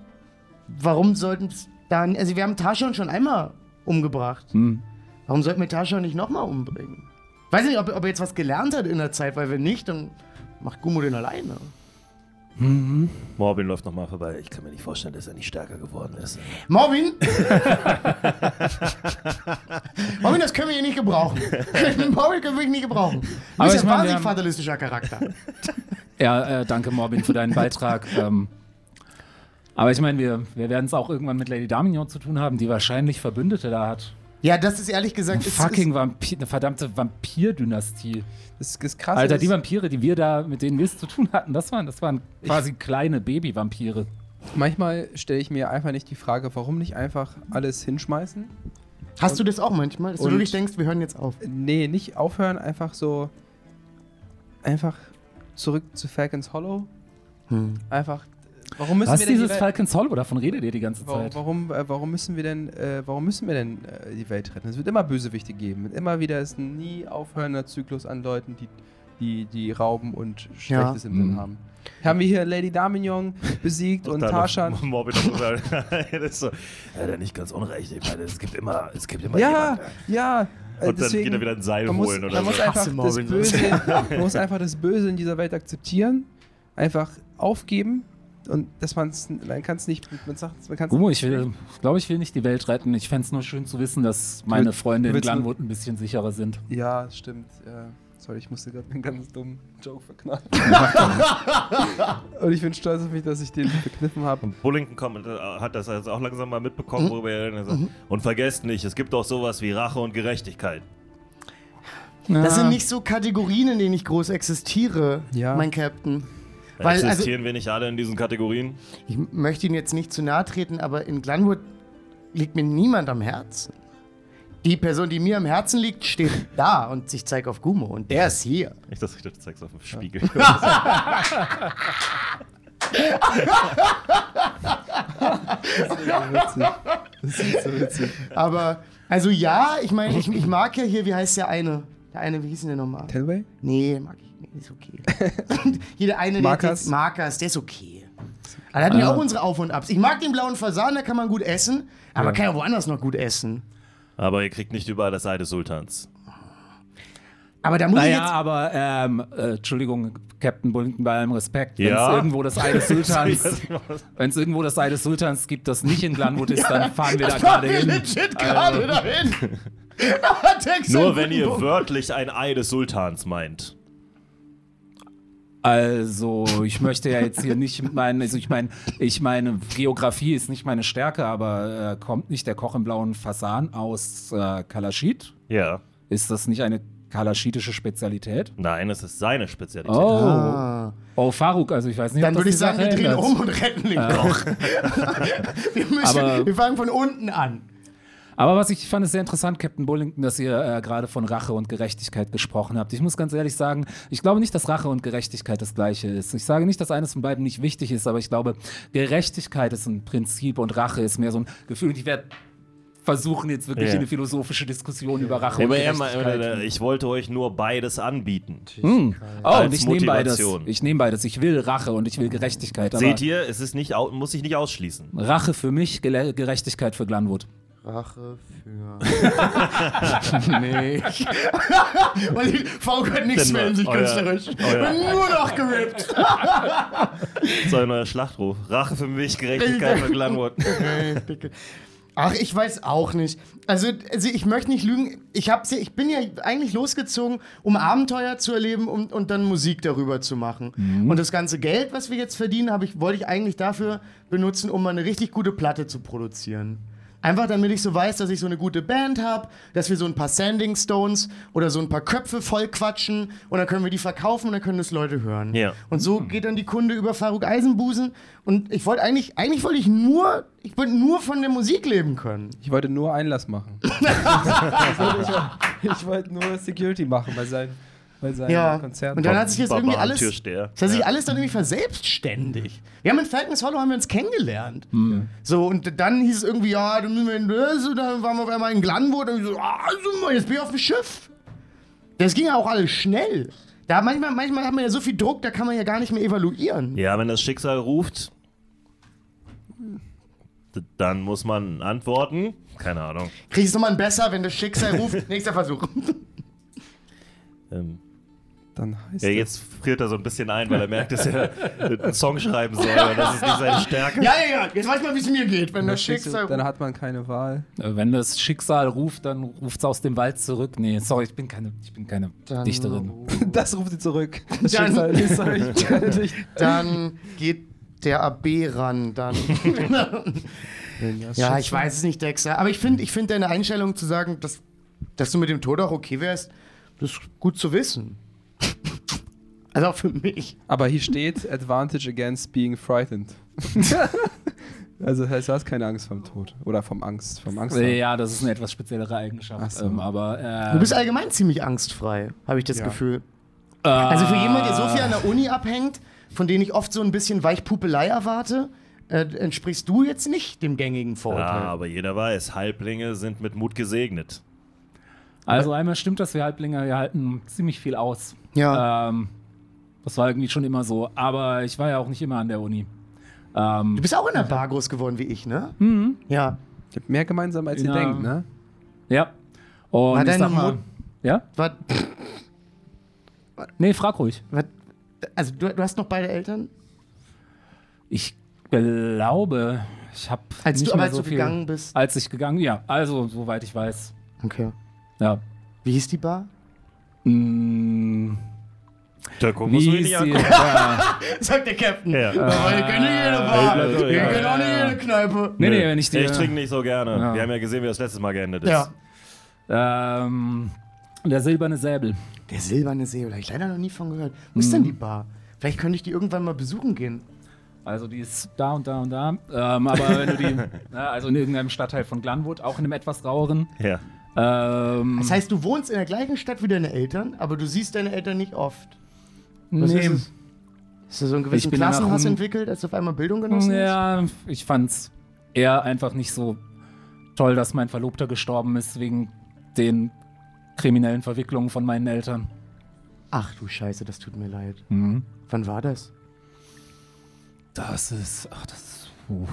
Speaker 2: warum sollten es dann. Also wir haben Taschon schon einmal umgebracht.
Speaker 3: Hm.
Speaker 2: Warum sollten wir Taschon nicht nochmal umbringen? Weiß nicht, ob, ob er jetzt was gelernt hat in der Zeit, weil wenn nicht, dann macht Gumo den alleine.
Speaker 1: Morbin läuft nochmal vorbei. Ich kann mir nicht vorstellen, dass er nicht stärker geworden ist.
Speaker 2: Marvin! Marvin, das können wir hier nicht gebrauchen. Marvin können wir nicht gebrauchen. Du
Speaker 3: Aber
Speaker 2: bist
Speaker 3: ich
Speaker 2: ein
Speaker 3: meine, wir
Speaker 2: wahnsinnig
Speaker 3: haben-
Speaker 2: fatalistischer Charakter.
Speaker 3: Ja, äh, danke Morbin für deinen Beitrag. ähm, aber ich meine, wir, wir werden es auch irgendwann mit Lady Damignon zu tun haben, die wahrscheinlich Verbündete da hat.
Speaker 2: Ja, das ist ehrlich gesagt. es
Speaker 3: Fucking Vampir, eine verdammte Vampir-Dynastie.
Speaker 4: Das ist krass.
Speaker 3: Alter,
Speaker 4: das
Speaker 3: die Vampire, die wir da, mit denen wir es zu tun hatten, das waren, das waren quasi kleine Baby-Vampire.
Speaker 4: Manchmal stelle ich mir einfach nicht die Frage, warum nicht einfach alles hinschmeißen?
Speaker 2: Ist, hast du das auch manchmal, dass du
Speaker 4: Und-
Speaker 2: wirklich denkst, wir hören jetzt auf?
Speaker 4: Nee, nicht aufhören, einfach so. Einfach zurück zu Falcons Hollow. Einfach. Warum müssen
Speaker 3: Was
Speaker 4: wir
Speaker 3: ist
Speaker 4: denn die
Speaker 3: dieses
Speaker 4: Welt-
Speaker 3: Falcons Hollow? Davon redet ihr die ganze
Speaker 4: Warum,
Speaker 3: Zeit.
Speaker 4: warum, äh, warum müssen wir denn, äh, warum müssen wir denn äh, die Welt retten? Es wird immer Bösewichte geben. Und immer wieder ist ein nie aufhörender Zyklus an Leuten, die, die, die rauben und
Speaker 2: Ja.
Speaker 4: Schlechtes im Sinn
Speaker 3: Mhm.
Speaker 4: haben. Haben wir hier Lady Damignon besiegt und
Speaker 1: Dann
Speaker 4: Tarshan.
Speaker 1: noch Morbin noch so- das ist so. Ja, der nicht ganz unrecht. Ich meine, es gibt immer, es gibt immer
Speaker 4: Ja,
Speaker 1: jemanden.
Speaker 4: ja. äh,
Speaker 1: Und dann geht er wieder ein Seil
Speaker 4: man
Speaker 1: holen
Speaker 4: muss,
Speaker 1: oder so.
Speaker 4: man muss einfach
Speaker 2: Hasse
Speaker 4: das
Speaker 2: Marvin.
Speaker 4: Böse, Man muss einfach das Böse in dieser Welt akzeptieren, einfach aufgeben und dass man's, man kann es nicht, man sagt, man kann's
Speaker 3: Gumo, ich will, ich glaube, ich will nicht die Welt retten. Ich fände es nur schön zu wissen, dass meine
Speaker 4: willst-
Speaker 3: Freunde
Speaker 4: du
Speaker 3: in
Speaker 4: willst nur-
Speaker 3: Glanwood ein bisschen sicherer sind.
Speaker 4: Ja, stimmt. Ja. Sorry, ich musste gerade einen ganz dummen Joke verknallen. und ich bin stolz auf mich, dass ich den begriffen habe.
Speaker 1: Bullington kommt, äh, hat das also auch langsam mal mitbekommen, worüber er dann sagt. Und vergesst nicht, es gibt auch sowas wie Rache und Gerechtigkeit.
Speaker 2: Das
Speaker 3: Ah.
Speaker 2: sind nicht so Kategorien, in denen ich groß existiere,
Speaker 4: Ja.
Speaker 2: mein Captain.
Speaker 1: Da
Speaker 2: Weil, also,
Speaker 1: existieren wir nicht alle in diesen Kategorien?
Speaker 2: ich möchte Ihnen jetzt nicht zu nahe treten, aber in Glenwood liegt mir niemand am Herzen. Die Person, die mir am Herzen liegt, steht da und ich zeige auf Gumo und der ist hier.
Speaker 1: Nicht, dass ich das zeig's auf dem Spiegel.
Speaker 4: Witzig. Das ist so witzig.
Speaker 2: Aber, also ja, ich meine, ich, ich mag ja hier, wie heißt der eine? Der eine, wie hieß denn der nochmal?
Speaker 4: Tenway?
Speaker 2: Nee, mag ich nicht, ist okay. Jeder eine,
Speaker 4: Markus?
Speaker 2: der Markers, der ist okay. Aber da hatten wir
Speaker 3: Ah.
Speaker 2: auch unsere Auf- und Abs. Ich mag den blauen Fasan, da kann man gut essen, aber man kann ja woanders noch gut essen.
Speaker 1: Aber ihr kriegt nicht überall das Ei des Sultans.
Speaker 2: Aber da muss
Speaker 3: Naja, aber ähm, äh, Entschuldigung, Captain Bullington, bei allem Respekt, wenn
Speaker 1: Ja.
Speaker 3: es irgendwo das Ei des Sultans, wenn es irgendwo das Ei des Sultans gibt, das nicht in Glenwood ist, dann fahren wir
Speaker 2: ich
Speaker 3: da
Speaker 2: jetzt. Fahren
Speaker 3: gerade
Speaker 2: wir
Speaker 3: hin.
Speaker 2: legit gerade dahin. Aber Texan
Speaker 1: Nur wenn ihr
Speaker 2: Gutenberg-
Speaker 1: wörtlich ein Ei des Sultans meint.
Speaker 3: Also, ich möchte ja jetzt hier nicht mit meinen, also ich meine, ich meine, Geografie ist nicht meine Stärke, aber äh, kommt nicht der Koch im blauen Fasan aus äh, Kalaschid?
Speaker 1: Ja.
Speaker 3: Ist das nicht eine kalaschitische Spezialität?
Speaker 1: Nein, es ist seine Spezialität.
Speaker 3: Oh,
Speaker 2: Ah.
Speaker 3: oh Faruk, also ich weiß nicht,
Speaker 2: Dann
Speaker 3: ob das
Speaker 2: würde ich
Speaker 3: die
Speaker 2: sagen, wir
Speaker 3: Sache
Speaker 2: drehen
Speaker 3: ändert.
Speaker 2: um und retten den Koch. wir, müssen,
Speaker 3: aber-
Speaker 2: wir fangen von unten an.
Speaker 3: Aber was ich fand, ist sehr interessant, Captain Bullington, dass ihr äh, gerade von Rache und Gerechtigkeit gesprochen habt. Ich muss ganz ehrlich sagen, ich glaube nicht, dass Rache und Gerechtigkeit das gleiche ist. Ich sage nicht, dass eines von beiden nicht wichtig ist, aber ich glaube, Gerechtigkeit ist ein Prinzip und Rache ist mehr so ein Gefühl. Und ich werde versuchen, jetzt wirklich
Speaker 1: Ja.
Speaker 3: in eine philosophische Diskussion über Rache und
Speaker 1: Aber er meint, äh,
Speaker 3: Gerechtigkeit.
Speaker 1: ich wollte euch nur beides anbieten.
Speaker 3: Hm. Oh, und
Speaker 1: Als
Speaker 3: ich nehme beides.
Speaker 1: Motivation.
Speaker 3: Ich nehme beides. Ich will Rache und ich will Gerechtigkeit. Aber
Speaker 1: Seht ihr, es ist nicht, au- muss ich nicht ausschließen.
Speaker 3: Rache für mich, Gele Gerechtigkeit für Glanwood.
Speaker 2: Rache für. nee. Weil die Frau hat nichts
Speaker 1: Denn äh,
Speaker 2: mehr in sich
Speaker 1: euer-
Speaker 2: künstlerisch.
Speaker 1: euer-
Speaker 2: Nur noch gerippt.
Speaker 1: So ein neuer Schlachtruf. Rache für mich, Gerechtigkeit für Glanwood.
Speaker 2: Äh, Ach, ich weiß auch nicht. Also, also ich möchte nicht lügen. Ich, hab's ja, ich bin ja eigentlich losgezogen, um Abenteuer zu erleben und, und dann Musik darüber zu machen.
Speaker 1: Mhm.
Speaker 2: Und das ganze Geld, was wir jetzt verdienen, hab ich, wollte ich eigentlich dafür benutzen, um mal eine richtig gute Platte zu produzieren. Einfach damit ich so weiß, dass ich so eine gute Band habe, dass wir so ein paar Sanding Stones oder so ein paar Köpfe voll quatschen und dann können wir die verkaufen und dann können das Leute hören.
Speaker 1: Ja.
Speaker 2: Und so geht dann die Kunde über Faruk Eisenbusen. Und ich wollte eigentlich, eigentlich wollte ich nur, ich wollte nur von der Musik leben können.
Speaker 4: Ich wollte nur Einlass machen. ich, ich wollte nur Security machen bei seinem, bei seinem
Speaker 2: Ja.
Speaker 4: Konzert.
Speaker 2: Und dann hat sich jetzt irgendwie
Speaker 1: Barbaren
Speaker 2: alles.
Speaker 1: Türsteher.
Speaker 2: Das hat sich alles dann irgendwie verselbstständig. Wir haben in Falcons Hollow haben wir uns kennengelernt.
Speaker 1: Hm.
Speaker 2: So, und dann hieß es irgendwie, ja, dann müssen wir in das, und dann waren wir auf einmal in Glanwood und ich so, ah, super, jetzt bin ich auf dem Schiff. Das ging ja auch alles schnell. Da manchmal, manchmal hat man ja so viel Druck, da kann man ja gar nicht mehr evaluieren.
Speaker 1: Ja, wenn das Schicksal ruft, d- dann muss man antworten. Keine Ahnung.
Speaker 2: Kriegst du nochmal ein besser, wenn das Schicksal ruft? Nächster Versuch.
Speaker 1: Ähm,
Speaker 4: Dann heißt
Speaker 1: ja, jetzt friert er so ein bisschen ein, weil er merkt, dass er einen Song schreiben soll. Und das ist nicht seine Stärke.
Speaker 2: Ja, ja, ja. Jetzt weiß man, wie es mir geht, wenn
Speaker 4: das,
Speaker 2: das Schicksal.
Speaker 4: dann hat man keine Wahl.
Speaker 3: Äh, Wenn das Schicksal ruft, dann ruft's aus dem Wald zurück. Nee, sorry, ich bin keine, ich bin keine Dichterin.
Speaker 4: Das ruft sie zurück. Das
Speaker 2: Dann-
Speaker 4: Schicksal ist euch
Speaker 2: dann geht der AB ran. Dann. ja, ich weiß es nicht, Dexter. Aber ich finde ich find deine Einstellung zu sagen, dass, dass du mit dem Tod auch okay wärst, das ist gut zu wissen. Also auch für mich.
Speaker 4: Aber hier steht Advantage against being frightened. also das heißt, du hast keine Angst vom Tod. Oder vom Angst. Vom Angst.
Speaker 3: Äh, Ja, das ist eine etwas speziellere Eigenschaft.
Speaker 4: Ach so.
Speaker 3: Ähm, aber äh,
Speaker 2: Du bist allgemein ziemlich angstfrei, habe ich das
Speaker 4: Ja.
Speaker 2: Gefühl.
Speaker 3: äh,
Speaker 2: Also für jemanden, der so viel an der Uni abhängt, von denen ich oft so ein bisschen Weichpupelei erwarte, äh, entsprichst du jetzt nicht dem gängigen
Speaker 1: Ja,
Speaker 2: Vorurteil.
Speaker 4: Ähm.
Speaker 1: aber jeder weiß, Halblinge sind mit Mut gesegnet.
Speaker 3: Also einmal stimmt das, wir Halblinge, wir halten ziemlich viel aus.
Speaker 2: Ja.
Speaker 3: Ähm, das war irgendwie schon immer so. Aber ich war ja auch nicht immer an der Uni.
Speaker 2: Du
Speaker 3: Ähm,
Speaker 2: bist auch in der Bar groß geworden wie ich, ne? Mhm. Ja.
Speaker 4: Ich hab mehr gemeinsam, als
Speaker 3: Ja.
Speaker 4: ihr denkt, ne?
Speaker 3: ja. Und
Speaker 2: War
Speaker 3: ich
Speaker 2: deine
Speaker 3: sag
Speaker 2: Nummer?
Speaker 3: mal- Ja?
Speaker 2: Was,
Speaker 3: Nee, frag ruhig.
Speaker 2: was, also du, du hast noch beide Eltern?
Speaker 3: Ich glaube, ich habe
Speaker 2: Als du-
Speaker 3: nicht
Speaker 2: aber
Speaker 3: mehr
Speaker 2: als
Speaker 3: so
Speaker 2: du
Speaker 3: viel,
Speaker 2: gegangen bist?
Speaker 3: Als ich gegangen, ja. Also soweit ich weiß,
Speaker 2: Okay.
Speaker 3: ja.
Speaker 2: Wie hieß die Bar?
Speaker 3: Mm,
Speaker 1: Töko muss
Speaker 3: wie
Speaker 1: mich
Speaker 3: ist
Speaker 1: nicht
Speaker 3: sie?
Speaker 1: angucken.
Speaker 3: Ja.
Speaker 2: Sagt der Captain.
Speaker 1: Ja.
Speaker 2: Aber wir können nicht jede Bar.
Speaker 1: Ey, bleib- ja,
Speaker 3: Ah, ja, ja.
Speaker 2: Kneipe.
Speaker 3: Nee, nee, wenn ich die.
Speaker 1: Ich trinke nicht so gerne.
Speaker 3: Ja.
Speaker 1: Wir haben ja gesehen, wie das letztes Mal geendet ist.
Speaker 2: Ja.
Speaker 3: Ähm, der silberne Säbel.
Speaker 2: Der silberne See, habe ich leider noch nie von gehört. Wo ist denn die Bar? Vielleicht könnte ich die irgendwann mal besuchen gehen.
Speaker 3: Also die ist da und da und da. Ähm, aber wenn du die, na, also in irgendeinem Stadtteil von Glanwood, auch in einem etwas raueren.
Speaker 1: Ja.
Speaker 3: Ähm,
Speaker 2: Das heißt, du wohnst in der gleichen Stadt wie deine Eltern, aber du siehst deine Eltern nicht oft. Was
Speaker 3: nee.
Speaker 2: ist es? Hast du so einen gewissen
Speaker 3: bin danach
Speaker 2: Klassenhass
Speaker 3: un-
Speaker 2: entwickelt, als du auf einmal Bildung genossen hast?
Speaker 3: mm, ja, ich fand's eher einfach nicht so toll, dass mein Verlobter gestorben ist wegen den kriminellen Verwicklungen von meinen Eltern. Hm.
Speaker 2: Mhm. Ach du Scheiße, das tut mir leid. Wann war das?
Speaker 3: Das ist. Ach, das ist. Uh,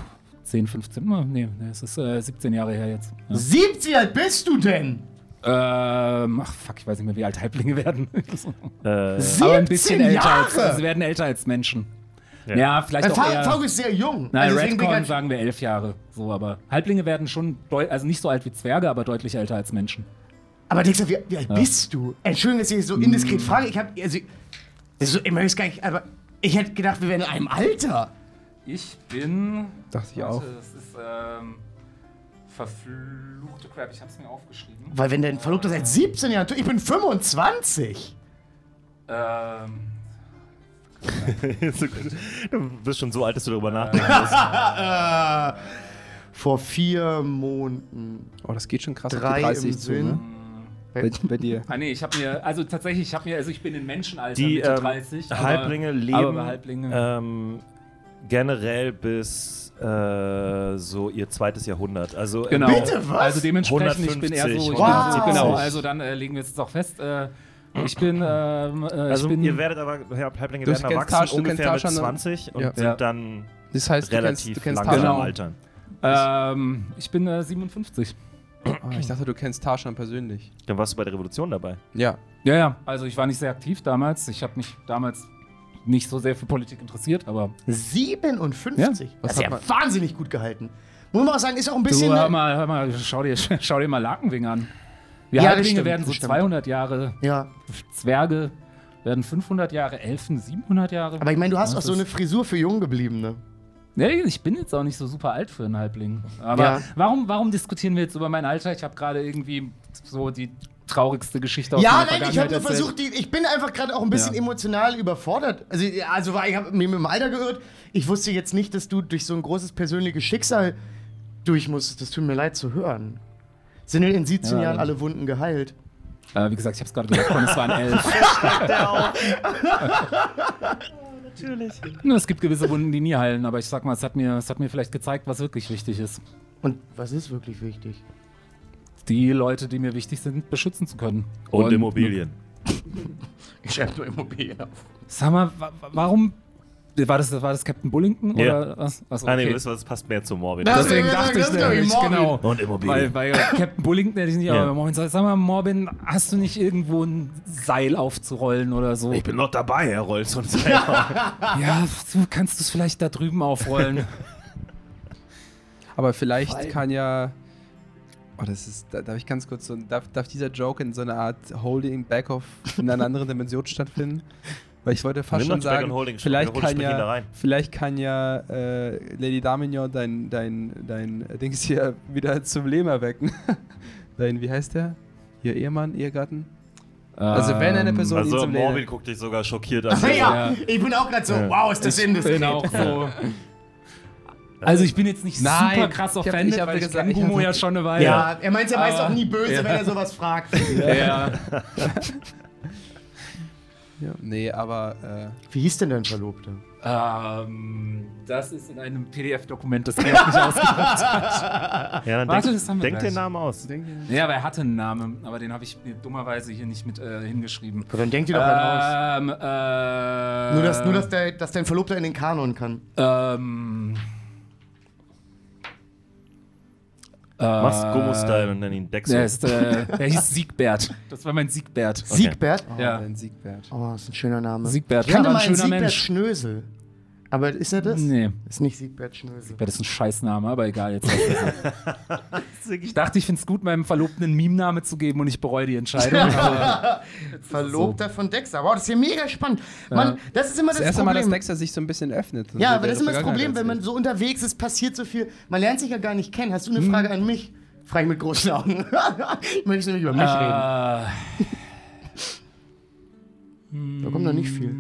Speaker 3: 10, 15. Mal? oh, Nee, nee, es ist äh, 17 Jahre her jetzt. Ja.
Speaker 2: 70, wie alt bist du denn?
Speaker 3: Ähm, ach, fuck, ich weiß nicht mehr, wie alt Halblinge werden.
Speaker 1: Äh,
Speaker 2: 17
Speaker 3: Aber ein bisschen älter. Als,
Speaker 2: Jahre!
Speaker 3: sie werden älter als Menschen.
Speaker 1: Ja.
Speaker 3: Ja,
Speaker 2: Äh,
Speaker 3: vielleicht auch
Speaker 2: Fa-
Speaker 3: eher.
Speaker 2: Faug ist sehr jung.
Speaker 3: Nein,
Speaker 2: also deswegen bin ich
Speaker 3: Redcon
Speaker 2: halt,
Speaker 3: sagen wir elf Jahre. So, aber Halblinge werden schon, deu- also nicht so alt wie Zwerge, aber deutlich älter als Menschen.
Speaker 2: aber Dexter, wie, wie alt bist du? Entschuldigung, dass ich so indiskret frage. Ich habe, also, das ist so, ich möchte es gar nicht, aber ich hätte gedacht, wir wären in einem Alter.
Speaker 3: Ich bin.
Speaker 4: Dachte ich auch.
Speaker 3: Das ist, ähm. Verfluchte Crap, ich hab's mir aufgeschrieben.
Speaker 2: Weil wenn dein Verlobter seit 17 Jahren, ich bin 25.
Speaker 3: Ähm.
Speaker 1: so gut. du bist schon so alt, dass du darüber nachdenkst.
Speaker 2: Vor vier Monaten.
Speaker 4: Oh, das geht schon krass auf
Speaker 2: Drei
Speaker 4: die 30
Speaker 2: im
Speaker 4: zu,
Speaker 2: Sinn.
Speaker 4: ne? Bei, bei dir.
Speaker 3: Ah, nee, ich hab mir. Also tatsächlich, ich hab mir. Also ich bin in Menschenalter
Speaker 1: Die
Speaker 3: Mitte
Speaker 1: ähm,
Speaker 3: 30. Äh, aber-
Speaker 1: Halblinge leben
Speaker 3: aber bei Halblinge.
Speaker 1: Ähm, generell bis äh, so ihr zweites Jahrhundert. Also ähm,
Speaker 3: Genau.
Speaker 2: Bitte, was?
Speaker 3: Also dementsprechend, ich bin eher so.
Speaker 1: 150,
Speaker 3: Ich
Speaker 2: Wow.
Speaker 3: bin, genau, also dann äh, legen wir es jetzt auch fest. Äh, ich bin. Ähm, äh,
Speaker 1: Also
Speaker 3: ich bin,
Speaker 1: ihr werdet aber, Herr Halblinge
Speaker 4: Du
Speaker 1: werden
Speaker 4: kennst
Speaker 1: erwachsen
Speaker 4: Taschen, du
Speaker 1: ungefähr
Speaker 4: kennst
Speaker 1: mit
Speaker 4: Taschen, ne?
Speaker 1: 20 und
Speaker 4: Ja.
Speaker 1: sind
Speaker 3: Ja.
Speaker 1: dann
Speaker 4: Das heißt,
Speaker 1: relativ
Speaker 4: du kennst, du kennst
Speaker 1: langsam
Speaker 3: Taschen.
Speaker 4: Tarzan.
Speaker 1: altern.
Speaker 3: ähm, ich bin äh, 57.
Speaker 4: Ah, ich dachte, du kennst Tarzan persönlich.
Speaker 1: Dann warst du bei der Revolution dabei.
Speaker 4: Ja.
Speaker 3: Ja, ja. Also ich war nicht sehr aktiv damals. Ich habe mich damals nicht so sehr für Politik interessiert, aber
Speaker 2: 57.
Speaker 4: was
Speaker 2: das ist
Speaker 4: hat
Speaker 2: ja
Speaker 4: man-
Speaker 2: wahnsinnig gut gehalten. Muss man auch sagen, ist auch ein bisschen. ne-
Speaker 3: du, hör mal, hör mal, schau dir, schau dir mal Lakenwing an. Wir
Speaker 2: Ja, das
Speaker 3: Halblinge
Speaker 2: stimmt,
Speaker 3: werden so
Speaker 2: das stimmt.
Speaker 3: 200 Jahre,
Speaker 2: ja.
Speaker 3: Zwerge werden 500 Jahre, Elfen 700 Jahre.
Speaker 2: Aber ich meine, du hast auch
Speaker 3: Ja, das
Speaker 2: so eine
Speaker 3: ist-
Speaker 2: Frisur für jung geblieben, ne?
Speaker 3: Nee, ich bin jetzt auch nicht so super alt für einen Halbling. Aber
Speaker 2: Ja.
Speaker 3: warum, warum diskutieren wir jetzt über mein Alter? Ich habe gerade irgendwie so die traurigste Geschichte aus
Speaker 2: Ja,
Speaker 3: meiner
Speaker 2: nein, ich habe
Speaker 3: Vergangenheit
Speaker 2: nur
Speaker 3: erzählt.
Speaker 2: versucht, die, ich bin einfach gerade auch ein bisschen
Speaker 3: Ja.
Speaker 2: emotional überfordert. Also, ja, also war, ich habe mich mit dem Alter geirrt. Ich wusste jetzt nicht, dass du durch so ein großes persönliches Schicksal durch musstest. Das tut mir leid zu hören. Sind denn in 17
Speaker 3: Ja,
Speaker 2: Jahren
Speaker 3: ja.
Speaker 2: alle Wunden geheilt?
Speaker 3: Äh, wie gesagt, ich habe es gerade gesagt, Con, es waren elf.
Speaker 1: Natürlich.
Speaker 3: Nur es gibt gewisse Wunden, die nie heilen, aber ich sag mal, es hat mir, es hat mir vielleicht gezeigt, was wirklich wichtig ist.
Speaker 2: Und was ist wirklich wichtig?
Speaker 3: Die Leute, die mir wichtig sind, beschützen zu können.
Speaker 1: Und, Immobilien.
Speaker 2: Ich schreibe nur Immobilien auf.
Speaker 3: Sag mal, wa wa- warum. War das, war das Captain Bullington
Speaker 1: Ja.
Speaker 3: oder was? Achso,
Speaker 1: Ah, nee,
Speaker 3: okay.
Speaker 1: wisst ihr was, das passt mehr zu Morbid.
Speaker 2: Das-
Speaker 3: Deswegen
Speaker 2: Das
Speaker 3: dachte ich
Speaker 2: ist doch
Speaker 3: nämlich,
Speaker 2: Morbin.
Speaker 3: genau.
Speaker 1: und Immobilien.
Speaker 3: Weil, weil Captain Bullington hätte ich nicht,
Speaker 1: Ja.
Speaker 3: aber Morbin sagt, sag mal, Morbin, hast du nicht irgendwo ein Seil aufzurollen oder so?
Speaker 1: ich bin noch dabei, Herr Rolls und Seiler.
Speaker 3: Ja, du kannst es vielleicht da drüben aufrollen.
Speaker 4: Aber vielleicht kann ja. Oh, das ist. da- Darf ich ganz kurz so. ein- Darf, darf dieser Joke in so einer Art Holding Back of in einer anderen Dimension stattfinden? Weil ich wollte fast
Speaker 1: Nimm
Speaker 4: schon
Speaker 1: doch die Back
Speaker 4: sagen,
Speaker 1: und Holding,
Speaker 4: vielleicht,
Speaker 1: Holding
Speaker 4: kann
Speaker 1: springt ihn da
Speaker 4: ja,
Speaker 1: rein.
Speaker 4: vielleicht kann ja äh, Lady Damignon dein, dein, dein äh, Dings hier wieder zum Leben erwecken. dein, wie heißt der? Ihr Ehemann, Ehegatten? Also wenn eine
Speaker 3: Ähm,
Speaker 4: Person ihn
Speaker 1: Also
Speaker 4: zum Leben
Speaker 1: Morbid guckt dich sogar schockiert an.
Speaker 2: Ja, ja,
Speaker 3: Ja.
Speaker 2: ich bin auch gerade so, wow, ist das
Speaker 3: Ich
Speaker 2: indiskret.
Speaker 3: bin auch so. Also ich bin jetzt nicht
Speaker 4: Nein,
Speaker 3: super krass
Speaker 4: ich hab-
Speaker 3: offended,
Speaker 4: ich hab
Speaker 3: weil ich
Speaker 4: gesagt,
Speaker 3: kenne
Speaker 4: ich hab-
Speaker 3: Gummo ja schon eine Weile.
Speaker 2: Ja, er meint ja meist
Speaker 3: Aber-
Speaker 2: auch nie böse, wenn er sowas fragt.
Speaker 3: ja. ja.
Speaker 4: Ja. Nee, aber äh,
Speaker 2: Wie hieß denn dein Verlobter?
Speaker 3: Ähm, das ist in einem PDF-Dokument, das kann ich nicht ausgedacht.
Speaker 1: Ja, dann
Speaker 3: Warte,
Speaker 1: denk,
Speaker 3: das haben wir
Speaker 1: denk
Speaker 3: gleich.
Speaker 1: den Namen aus.
Speaker 4: äh,
Speaker 3: Ja, aber er hatte einen Namen, aber den habe ich mir dummerweise hier nicht mit äh, hingeschrieben.
Speaker 2: Dann denk dir doch einen aus.
Speaker 3: Ähm, äh,
Speaker 2: Nur, dass, nur dass, der, dass dein Verlobter in den Kanon kann.
Speaker 3: Ähm.
Speaker 1: Mach's Gummo-Style und nenn ihn Dexo.
Speaker 3: äh, Der, ist, äh, der hieß Siegbert. Das war mein Siegbert.
Speaker 2: Siegbert?
Speaker 4: oh,
Speaker 3: Ja.
Speaker 4: dein Siegbert.
Speaker 2: Oh, das ist ein schöner Name.
Speaker 3: Siegbert.
Speaker 2: Ich kannte
Speaker 3: Ja,
Speaker 2: mal
Speaker 3: war ein
Speaker 2: einen
Speaker 3: schöner
Speaker 2: Siegbert
Speaker 3: Mensch.
Speaker 2: Schnösel. Aber ist er das?
Speaker 3: Nee.
Speaker 2: Ist nicht Siegbert Schnösel.
Speaker 3: Ja, das ist ein Scheißname, aber egal. Jetzt ich dachte, ich finde es gut, meinem Verlobten einen Meme-Name zu geben und ich bereue die Entscheidung. aber
Speaker 2: Verlobter von Dexter. Wow, das ist ja mega spannend. Mann, das ist immer das,
Speaker 4: Das erste Mal, dass
Speaker 2: Problem.
Speaker 4: Dexter sich so ein bisschen öffnet.
Speaker 2: ja, aber das ist immer das Problem, wenn man so unterwegs ist, passiert so viel. Man lernt sich ja gar nicht kennen. Hast du eine
Speaker 3: Mhm.
Speaker 2: Frage an mich? Frage ich mit großen Augen. ich möchte nämlich über mich reden.
Speaker 3: äh,
Speaker 2: Da kommt noch nicht viel.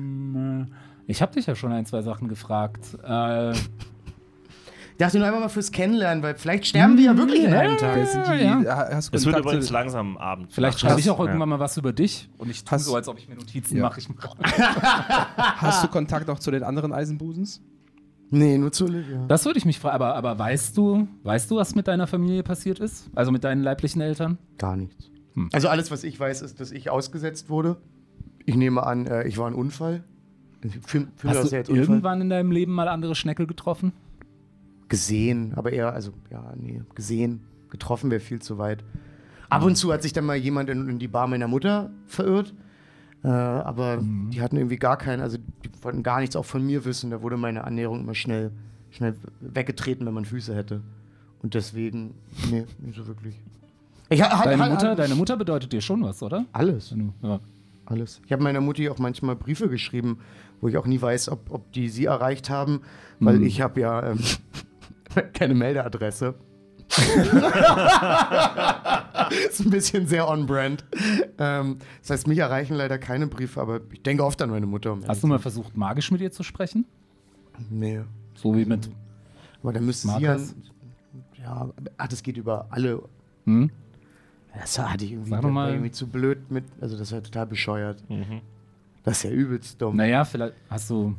Speaker 3: ich habe dich ja schon ein, zwei Sachen gefragt. Äh,
Speaker 2: Ich dachte nur einfach mal fürs Kennenlernen, weil vielleicht sterben wir ja wirklich in einem Tag.
Speaker 3: ja.
Speaker 4: Hast du
Speaker 1: Es wird
Speaker 4: Kontakt
Speaker 1: übrigens
Speaker 4: zu,
Speaker 1: langsam am Abend.
Speaker 3: vielleicht
Speaker 1: Ach,
Speaker 3: schreibe ich
Speaker 1: krass.
Speaker 3: auch irgendwann mal was über dich. Und ich tue
Speaker 4: Hast-
Speaker 3: so, als ob ich mir Notizen
Speaker 4: Ja.
Speaker 3: mache. Ich mach
Speaker 4: hast
Speaker 3: Ah.
Speaker 4: du Kontakt auch zu den anderen Eisenbusens?
Speaker 2: Nee, nur zu Olivia.
Speaker 3: Das würde ich mich fragen, aber, aber weißt du, weißt du, was mit deiner Familie passiert ist? Also mit deinen leiblichen Eltern?
Speaker 2: Gar nichts.
Speaker 3: Hm.
Speaker 2: Also alles, was ich weiß, ist, dass ich ausgesetzt wurde. Ich nehme an, äh, ich war ein Unfall. Für, für
Speaker 3: Hast
Speaker 2: das
Speaker 3: du
Speaker 2: ja jetzt Unfall.
Speaker 3: irgendwann in deinem Leben mal andere Schneckel getroffen?
Speaker 2: gesehen, aber eher, also ja, nee, gesehen. Getroffen wäre viel zu weit.
Speaker 3: Ah.
Speaker 2: Ab und zu hat sich dann mal jemand in, in die Bar meiner Mutter verirrt, äh, aber
Speaker 3: Mhm.
Speaker 2: die hatten irgendwie gar keinen, also die wollten gar nichts auch von mir wissen. Da wurde meine Annäherung immer schnell, schnell weggetreten, wenn man Füße hätte. Und deswegen, nee, nicht so wirklich. Ich, ha- ha-
Speaker 3: Deine
Speaker 2: ha-
Speaker 3: Mutter, deine Mutter bedeutet dir schon was, oder?
Speaker 2: Alles.
Speaker 3: Ja.
Speaker 2: Alles. Ich habe meiner Mutti auch manchmal Briefe geschrieben, wo ich auch nie weiß, ob, ob die sie erreicht haben,
Speaker 3: Hm.
Speaker 2: weil ich habe ja ähm, keine Meldeadresse. ist ein bisschen sehr on-brand. Ähm, das heißt, mich erreichen leider keine Briefe, aber ich denke oft an meine Mutter. um
Speaker 3: Hast du mal versucht, magisch mit ihr zu sprechen?
Speaker 2: ehrlich- Nee.
Speaker 3: So wie mit.
Speaker 2: Aber dann müsste sie
Speaker 3: Markus?
Speaker 2: an, ja. Ach, das geht über alle.
Speaker 3: Hm?
Speaker 2: Das hatte ich irgendwie,
Speaker 3: Sag
Speaker 2: das
Speaker 3: doch mal- Mhm.
Speaker 2: war irgendwie zu blöd mit. Also, das war total bescheuert. Das ist ja übelst dumm.
Speaker 3: Naja, vielleicht hast du.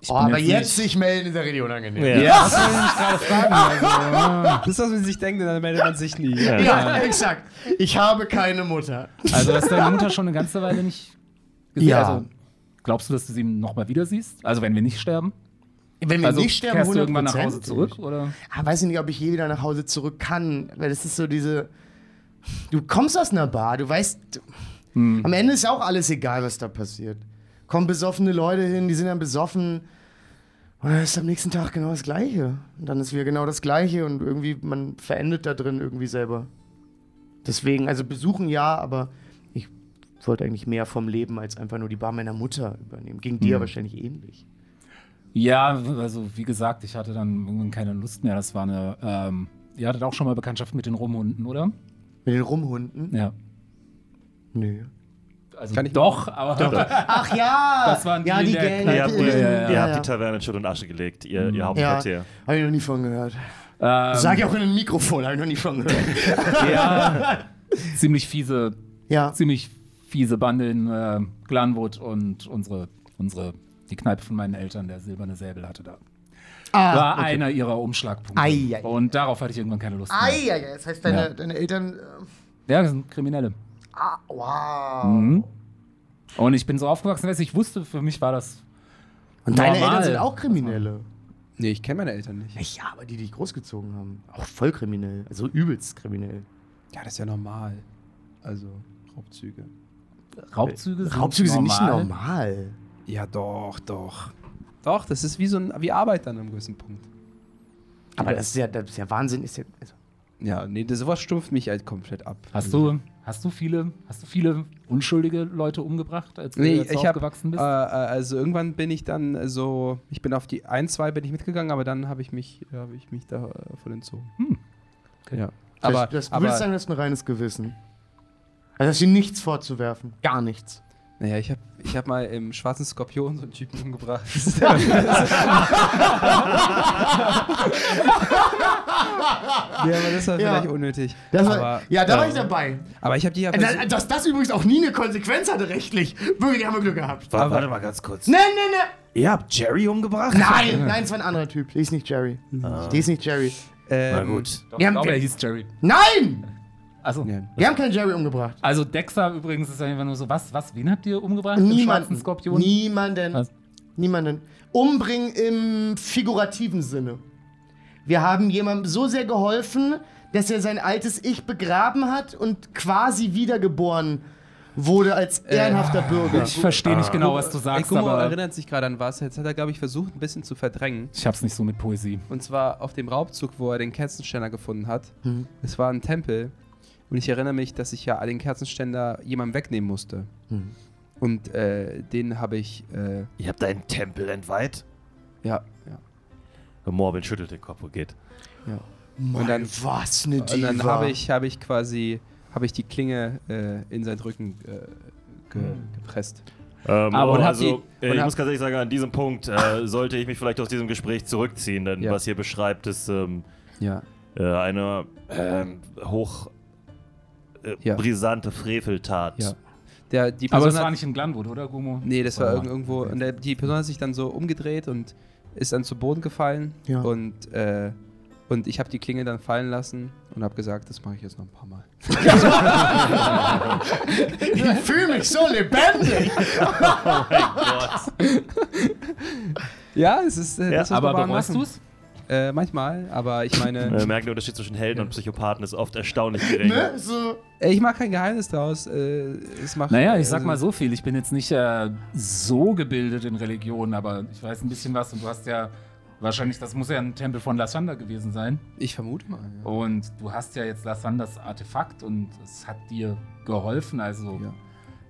Speaker 3: Ich
Speaker 2: oh,
Speaker 3: bin
Speaker 2: aber
Speaker 3: jetzt
Speaker 2: jetzt sich melden ist ja richtig unangenehm.
Speaker 1: Ja.
Speaker 3: Ja, das wollte ich gerade fragen. Also,
Speaker 4: Das ist, was man sich denkt, dann meldet man sich nie.
Speaker 1: Ja.
Speaker 2: Ja, exakt. Ich habe keine Mutter.
Speaker 3: äh, also, dass deine Mutter schon eine ganze Weile nicht gesehen
Speaker 2: Ja.
Speaker 3: Also, glaubst du, dass du sie nochmal wieder siehst? Also, wenn wir nicht sterben?
Speaker 2: Wenn wir
Speaker 3: also,
Speaker 2: nicht sterben,
Speaker 3: kehrst du irgendwann nach Hause
Speaker 2: 100%.
Speaker 3: zurück? Oder?
Speaker 2: Ah, weiß ich nicht, ob ich je wieder nach Hause zurück kann, weil das ist so diese. Du kommst aus einer Bar, du weißt. Du, Am Ende ist auch alles egal, was da passiert. Kommen besoffene Leute hin, die sind dann besoffen. Und dann ist am nächsten Tag genau das Gleiche. Und dann ist wieder genau das Gleiche und irgendwie, man verendet da drin irgendwie selber. Deswegen, also besuchen ja, aber ich wollte eigentlich mehr vom Leben als einfach nur die Bar meiner Mutter übernehmen. Ging dir wahrscheinlich ähnlich.
Speaker 3: Ja, also wie gesagt, ich hatte dann irgendwann keine Lust mehr. Das war eine. Ähm, ihr hattet auch schon mal Bekanntschaft mit den Rumhunden, oder?
Speaker 2: Mit den Rumhunden?
Speaker 3: Ja.
Speaker 2: Nö.
Speaker 3: Also
Speaker 4: Kann ich-
Speaker 3: doch, aber
Speaker 2: Ach ja!
Speaker 3: Das waren die
Speaker 2: ja,
Speaker 3: in
Speaker 2: die
Speaker 3: der
Speaker 2: Gang.
Speaker 3: Ja,
Speaker 1: Ihr habt, die,
Speaker 3: ja, ja, ja.
Speaker 1: ihr habt die Taverne in Schutt und Asche gelegt, ihr, ihr Hauptquartier.
Speaker 2: Hab ich noch nie von gehört.
Speaker 3: ähm,
Speaker 2: Sag ich auch in ein Mikrofon, hab ich noch nie von gehört.
Speaker 3: ja, ziemlich fiese,
Speaker 2: ja.
Speaker 3: ziemlich fiese Bande in äh, Glanwood und unsere, unsere, die Kneipe von meinen Eltern, der silberne Säbel hatte da.
Speaker 2: Ah,
Speaker 3: War einer ihrer Umschlagpunkte.
Speaker 2: Ei, ei, ei.
Speaker 3: und darauf hatte ich irgendwann keine Lust mehr.
Speaker 2: Ei, ei, ei, das heißt, deine,
Speaker 3: Ja.
Speaker 2: deine Eltern. äh,
Speaker 3: Ja, das sind Kriminelle. Mhm.
Speaker 2: ah, wow.
Speaker 3: Und ich bin so aufgewachsen, dass ich wusste, für mich war das.
Speaker 2: Und deine
Speaker 3: Normal.
Speaker 2: Eltern sind auch Kriminelle.
Speaker 4: Nee, ich kenne meine Eltern nicht.
Speaker 2: Ja, aber die, die dich großgezogen haben. Auch voll kriminell. Also übelst kriminell.
Speaker 4: Ja, das ist ja normal. Also, Raubzüge.
Speaker 3: Raubzüge sind
Speaker 2: Raubzüge sind
Speaker 3: normal.
Speaker 2: nicht normal.
Speaker 4: Ja, doch, doch. Doch, das ist wie so ein, wie Arbeit dann am gewissen Punkt.
Speaker 2: Aber das ist ja, das ist ja Wahnsinn. Ist ja, also,
Speaker 4: Ja, nee, das, sowas stumpft mich halt komplett ab.
Speaker 3: Hast du, hast du viele, hast du viele unschuldige Leute umgebracht, als du
Speaker 4: Nee,
Speaker 3: jetzt so
Speaker 4: ich hab,
Speaker 3: aufgewachsen
Speaker 4: äh, äh,
Speaker 3: bist?
Speaker 4: also irgendwann bin ich dann so, ich bin auf die 1, 2 bin ich mitgegangen, aber dann habe ich mich, habe ich mich da äh, von entzogen.
Speaker 3: Hm. Okay.
Speaker 4: Ja.
Speaker 2: das,
Speaker 4: Aber,
Speaker 2: das, du
Speaker 4: aber
Speaker 2: würdest sagen, das ist ein reines Gewissen. Also, dass dir nichts vorzuwerfen. Gar nichts.
Speaker 4: naja, ich habe ich hab mal im Schwarzen Skorpion so einen Typen umgebracht. Ja, aber das war
Speaker 2: Ja.
Speaker 4: vielleicht unnötig.
Speaker 2: Das war,
Speaker 4: aber,
Speaker 2: ja, da war
Speaker 4: äh,
Speaker 2: ich dabei.
Speaker 4: Aber ich habe die ja.
Speaker 2: Äh, da- Dass das übrigens auch nie eine Konsequenz hatte rechtlich. Wirklich, da haben wir Glück gehabt.
Speaker 1: Warte,
Speaker 4: Aber-
Speaker 1: warte mal ganz kurz.
Speaker 2: Nein, nein, nein.
Speaker 1: Ihr habt Jerry umgebracht?
Speaker 2: Nein, nein, es war ein anderer Typ. Die ist nicht Jerry. Die ist nicht Jerry.
Speaker 4: ähm,
Speaker 1: Na gut.
Speaker 3: Doch,
Speaker 2: wir
Speaker 3: ich
Speaker 2: haben-
Speaker 3: glaube, er hieß Jerry.
Speaker 2: Nein!
Speaker 3: Also,
Speaker 4: Ja.
Speaker 2: Wir haben keinen Jerry umgebracht.
Speaker 3: also Dexter übrigens ist einfach nur so, was, was, wen habt ihr umgebracht? Den schwarzen
Speaker 2: Niemanden.
Speaker 3: Skorpion?
Speaker 2: Niemanden.
Speaker 3: Was?
Speaker 2: Niemanden. Umbringen im figurativen Sinne. Wir haben jemandem so sehr geholfen, dass er sein altes Ich begraben hat und quasi wiedergeboren wurde als ehrenhafter Bürger.
Speaker 3: Ich verstehe nicht genau, was du sagst,
Speaker 4: Ah. Ey, Gummo
Speaker 3: aber
Speaker 4: erinnert sich gerade an was. Jetzt hat er, glaube ich, versucht, ein bisschen zu verdrängen.
Speaker 3: ich hab's nicht so mit Poesie.
Speaker 4: Und zwar auf dem Raubzug, wo er den Kerzenständer gefunden hat.
Speaker 2: Mhm.
Speaker 4: Es war ein Tempel. Und ich erinnere mich, dass ich ja den Kerzenständer jemandem wegnehmen musste.
Speaker 2: Mhm.
Speaker 4: Und äh, den habe ich. Äh,
Speaker 1: Ihr habt einen Tempel entweiht?
Speaker 4: ja, ja.
Speaker 1: Morbin schüttelt den Kopf und geht.
Speaker 2: Mann,
Speaker 4: und dann-
Speaker 2: Oh was eine
Speaker 4: Und
Speaker 2: Diva.
Speaker 4: dann habe ich, habe ich quasi habe ich die Klinge äh, in seinen Rücken äh, ge
Speaker 3: Hm.
Speaker 4: gepresst.
Speaker 1: Ähm,
Speaker 3: Aber und
Speaker 1: oh,
Speaker 3: hat
Speaker 1: also,
Speaker 3: die-
Speaker 1: äh,
Speaker 3: und
Speaker 1: ich
Speaker 3: hat-
Speaker 1: muss ganz ehrlich sagen, an diesem Punkt äh, sollte ich mich vielleicht aus diesem Gespräch zurückziehen, denn
Speaker 4: Ja.
Speaker 1: was ihr beschreibt, ist ähm,
Speaker 4: Ja.
Speaker 1: äh, eine ähm, hoch äh,
Speaker 4: Ja.
Speaker 1: brisante Freveltat.
Speaker 4: Ja. Der, die
Speaker 3: Aber
Speaker 4: Person
Speaker 3: das war
Speaker 4: hat-
Speaker 3: nicht in Glanwood, oder, Gummo?
Speaker 4: Also Nee, das war
Speaker 3: Oder
Speaker 4: irgend- irgendwo. Und der, die Person hat sich dann so umgedreht und ist dann zu Boden gefallen.
Speaker 2: Ja.
Speaker 4: Und äh, Und ich habe die Klinge dann fallen lassen und habe gesagt, das mache ich jetzt noch ein paar Mal.
Speaker 2: Ich fühle mich so lebendig.
Speaker 4: Ja, es ist. Äh,
Speaker 1: Ja,
Speaker 4: das, was
Speaker 3: Aber Ähm.
Speaker 4: Barbaren
Speaker 3: bereust
Speaker 4: machen.
Speaker 3: du es?
Speaker 4: Äh, manchmal, aber ich meine,
Speaker 1: Äh, merkt, der Unterschied zwischen Helden und Psychopathen ist oft erstaunlich gering.
Speaker 2: ne? so.
Speaker 4: äh, ich mache kein Geheimnis draus. Äh, es macht,
Speaker 3: Naja, ich
Speaker 4: also-
Speaker 3: sag mal so viel. Ich bin jetzt nicht äh, so gebildet in Religion, aber ich weiß ein bisschen was. Und du hast ja wahrscheinlich, das muss ja ein Tempel von Lassander gewesen sein.
Speaker 4: Ich vermute mal. Ja.
Speaker 3: Und du hast ja jetzt Lassanders Artefakt und es hat dir geholfen. Also
Speaker 4: Ja.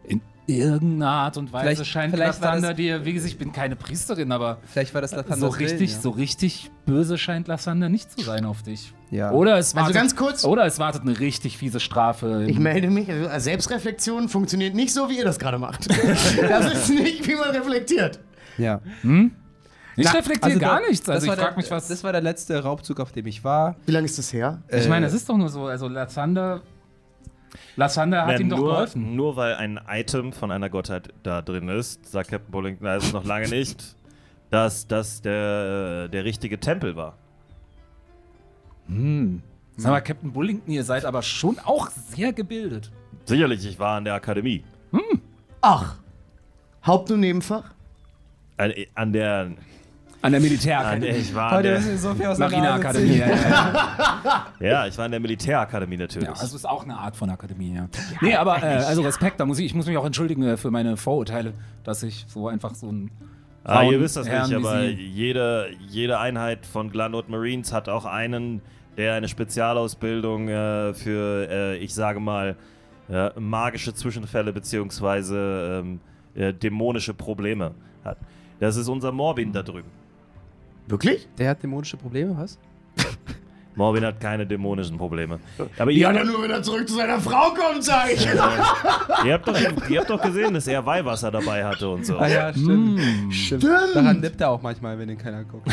Speaker 3: in irgendeiner Art und Weise
Speaker 4: Vielleicht-
Speaker 3: scheint
Speaker 4: vielleicht war
Speaker 3: Lassander
Speaker 4: das-
Speaker 3: dir, wie gesagt, ich bin keine Priesterin, aber
Speaker 4: Vielleicht war das Lathanders
Speaker 3: Äh, so richtig,
Speaker 4: Willen,
Speaker 3: so richtig böse scheint Lassander nicht zu sein auf dich.
Speaker 4: Ja.
Speaker 3: Oder es
Speaker 2: Also
Speaker 3: wartet,
Speaker 2: ganz kurz.
Speaker 3: oder es wartet eine richtig fiese Strafe. im-
Speaker 2: Ich melde mich. Also Selbstreflexion funktioniert nicht so, wie ihr das gerade macht. Das ist nicht, wie man reflektiert.
Speaker 4: ja. ja.
Speaker 3: ich
Speaker 2: Na,
Speaker 3: reflektiere gar
Speaker 4: da-
Speaker 3: nichts.
Speaker 4: das
Speaker 3: Also ich
Speaker 4: war der-
Speaker 3: frage mich, was.
Speaker 4: Das war der letzte Raubzug, auf dem ich war.
Speaker 2: Wie lange ist das her?
Speaker 4: Äh,
Speaker 3: ich meine, das ist doch nur so. Also Lassander. Lassander hat
Speaker 1: Nein,
Speaker 3: ihm doch
Speaker 1: nur,
Speaker 3: geholfen.
Speaker 1: nur weil ein Item von einer Gottheit da drin ist, sagt Captain Bowling, na, ist noch lange nicht, dass das der, der richtige Tempel war.
Speaker 3: Sag mal, Captain Bullington, ihr seid aber schon auch sehr gebildet.
Speaker 1: Sicherlich, ich war an der Akademie.
Speaker 2: Ach. Haupt- und Nebenfach?
Speaker 1: An, Äh, an der.
Speaker 3: An der
Speaker 1: An,
Speaker 3: Militärakademie.
Speaker 1: ich war an der
Speaker 4: so viel
Speaker 3: Also
Speaker 4: aus
Speaker 3: Marineakademie, ja, ja.
Speaker 1: ja, ich war an der Militärakademie natürlich.
Speaker 3: Ja, also ist auch eine Art von Akademie, ja. nee, aber äh, also Respekt, da muss ich, ich muss mich auch entschuldigen äh, für meine Vorurteile, dass ich so einfach so ein
Speaker 1: ah, ihr
Speaker 3: Frauen-
Speaker 1: wisst das
Speaker 3: Herren
Speaker 1: nicht,
Speaker 3: wie
Speaker 1: aber
Speaker 3: Sie-
Speaker 1: jede, jede Einheit von Glanot Marines hat auch einen, der eine Spezialausbildung äh, für, äh, ich sage mal, äh, magische Zwischenfälle beziehungsweise ähm, äh, dämonische Probleme hat. Das ist unser Morbin da drüben.
Speaker 2: Wirklich?
Speaker 4: Der hat dämonische Probleme, was?
Speaker 1: Morbin hat keine dämonischen Probleme. Aber ihr,
Speaker 2: Ja, dann nur, wenn er zurück zu seiner Frau kommt, sag ich.
Speaker 1: ihr, habt doch, ihr habt doch gesehen, dass er Weihwasser dabei hatte und so.
Speaker 4: Ah ja, stimmt. stimmt.
Speaker 2: Stimmt.
Speaker 4: Daran nippt er auch manchmal, wenn ihn keiner guckt.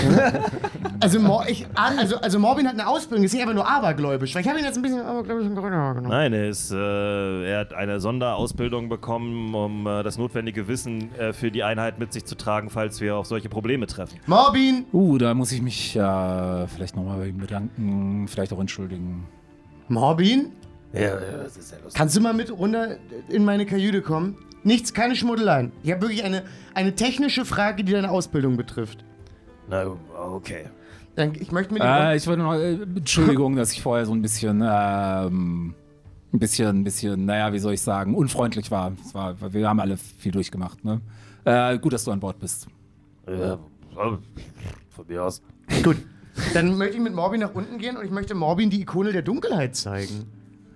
Speaker 2: Also, Mor ich, also, also Morbin hat eine Ausbildung, ist nicht einfach nur abergläubisch. Weil ich habe ihn jetzt ein bisschen abergläubisch in Gründer genommen.
Speaker 1: Nein, er, ist, äh, er hat eine Sonderausbildung bekommen, um äh, das notwendige Wissen äh, für die Einheit mit sich zu tragen, falls wir auf solche Probleme treffen.
Speaker 2: Morbin!
Speaker 3: Uh, da muss ich mich äh, vielleicht nochmal bei ihm bedanken, vielleicht auch entschuldigen.
Speaker 2: Morbin?
Speaker 1: Ja, das ist ja lustig.
Speaker 2: Kannst du mal mit runter in meine Kajüte kommen? Nichts, keine Schmuddeleien. Ich habe wirklich eine, eine technische Frage, die deine Ausbildung betrifft.
Speaker 1: Na, okay.
Speaker 2: Dann, ich möchte mit
Speaker 3: Äh, ich wollte noch, äh, Entschuldigung, dass ich vorher so ein bisschen, ähm, ein bisschen, ein bisschen, naja, wie soll ich sagen, unfreundlich war. Es war wir haben alle viel durchgemacht, ne? Äh, gut, dass du an Bord bist.
Speaker 1: Ja, äh, von mir aus.
Speaker 2: Gut. Dann möchte ich mit Morbin nach unten gehen und ich möchte Morbin die Ikone der Dunkelheit zeigen.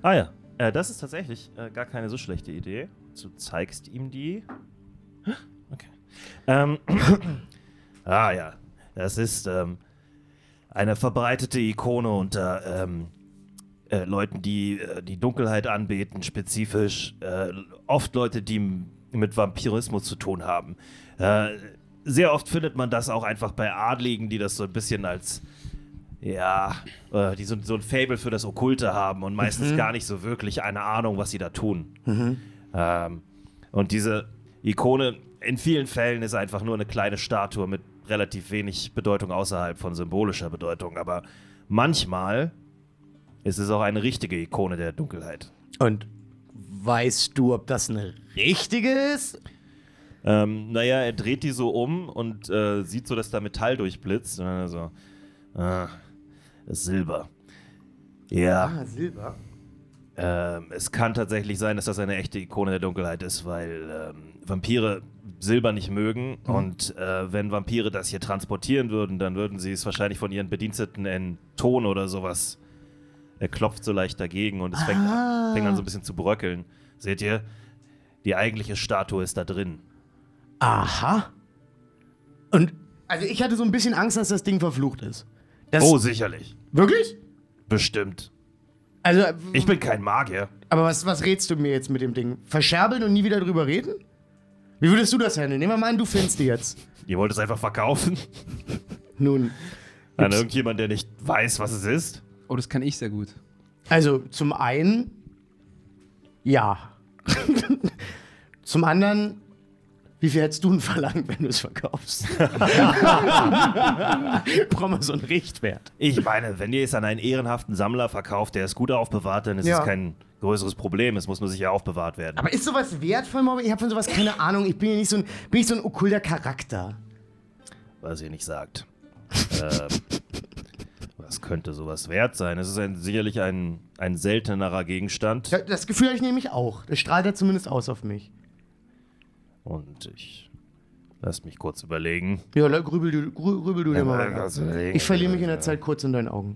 Speaker 1: Ah ja, äh, das ist tatsächlich äh, gar keine so schlechte Idee. Du zeigst ihm die. Okay. Ähm, ah ja, das ist ähm, eine verbreitete Ikone unter ähm, äh, Leuten, die äh, die Dunkelheit anbeten, spezifisch äh, oft Leute, die m- mit Vampirismus zu tun haben. Äh, sehr oft findet man das auch einfach bei Adligen, die das so ein bisschen als ja, äh, die so, so ein Fable für das Okkulte haben und meistens gar nicht so wirklich eine Ahnung, was sie da tun. Ähm, und diese Ikone in vielen Fällen ist einfach nur eine kleine Statue mit relativ wenig Bedeutung außerhalb von symbolischer Bedeutung. Aber manchmal ist es auch eine richtige Ikone der Dunkelheit.
Speaker 2: Und weißt du, ob das eine richtige ist?
Speaker 1: Ähm, naja, er dreht die so um und äh, sieht so, dass da Metall durchblitzt. Und dann so, ah, das Silber. Ja.
Speaker 2: Ah, Silber.
Speaker 1: Ähm, es kann tatsächlich sein, dass das eine echte Ikone der Dunkelheit ist, weil ähm, Vampire Silber nicht mögen.
Speaker 2: Mhm.
Speaker 1: Und äh, wenn Vampire das hier transportieren würden, dann würden sie es wahrscheinlich von ihren Bediensteten in Ton oder sowas. Er klopft so leicht dagegen und es fängt,
Speaker 2: Ah.
Speaker 1: fängt an so ein bisschen zu bröckeln. Seht ihr? Die eigentliche Statue ist da drin.
Speaker 2: Aha. Und also ich hatte so ein bisschen Angst, dass das Ding verflucht ist. Das,
Speaker 1: oh, sicherlich.
Speaker 2: Wirklich?
Speaker 1: Bestimmt.
Speaker 2: Also,
Speaker 1: Ich bin kein Magier.
Speaker 2: aber was, was rätst du mir jetzt mit dem Ding? Verscherbeln und nie wieder drüber reden? Wie würdest du das handeln? Nehmen wir mal an, du findest die jetzt.
Speaker 1: Ihr wollt es einfach verkaufen
Speaker 2: Nun,
Speaker 1: an irgendjemand, der nicht weiß, was es ist.
Speaker 4: Oh, das kann ich sehr gut.
Speaker 2: also zum einen, ja. zum anderen, Wie viel hättest du denn verlangt, wenn du es verkaufst? Brauchen wir so einen Richtwert.
Speaker 1: Ich meine, wenn ihr es an einen ehrenhaften Sammler verkauft, der es gut aufbewahrt, dann ist
Speaker 2: Ja.
Speaker 1: es kein größeres Problem. Es muss nur sicher aufbewahrt werden.
Speaker 2: Aber ist sowas wertvoll, Mom? Ich habe von sowas keine Ahnung. Ich bin ja nicht so ein, bin ich so ein okkulter Charakter.
Speaker 1: was ihr nicht sagt. ähm, was könnte sowas wert sein? Es ist ein, sicherlich ein, ein seltenerer Gegenstand.
Speaker 2: Ja, Das Gefühl habe ich nämlich auch. Das strahlt ja zumindest aus auf mich.
Speaker 1: Und ich. Lass mich kurz überlegen.
Speaker 2: Ja, la- grübel du, grü- grübel du dir mal
Speaker 1: Ja, lass mich
Speaker 2: weiter.
Speaker 1: überlegen.
Speaker 2: Ich verliere mich in der Zeit kurz in deinen Augen.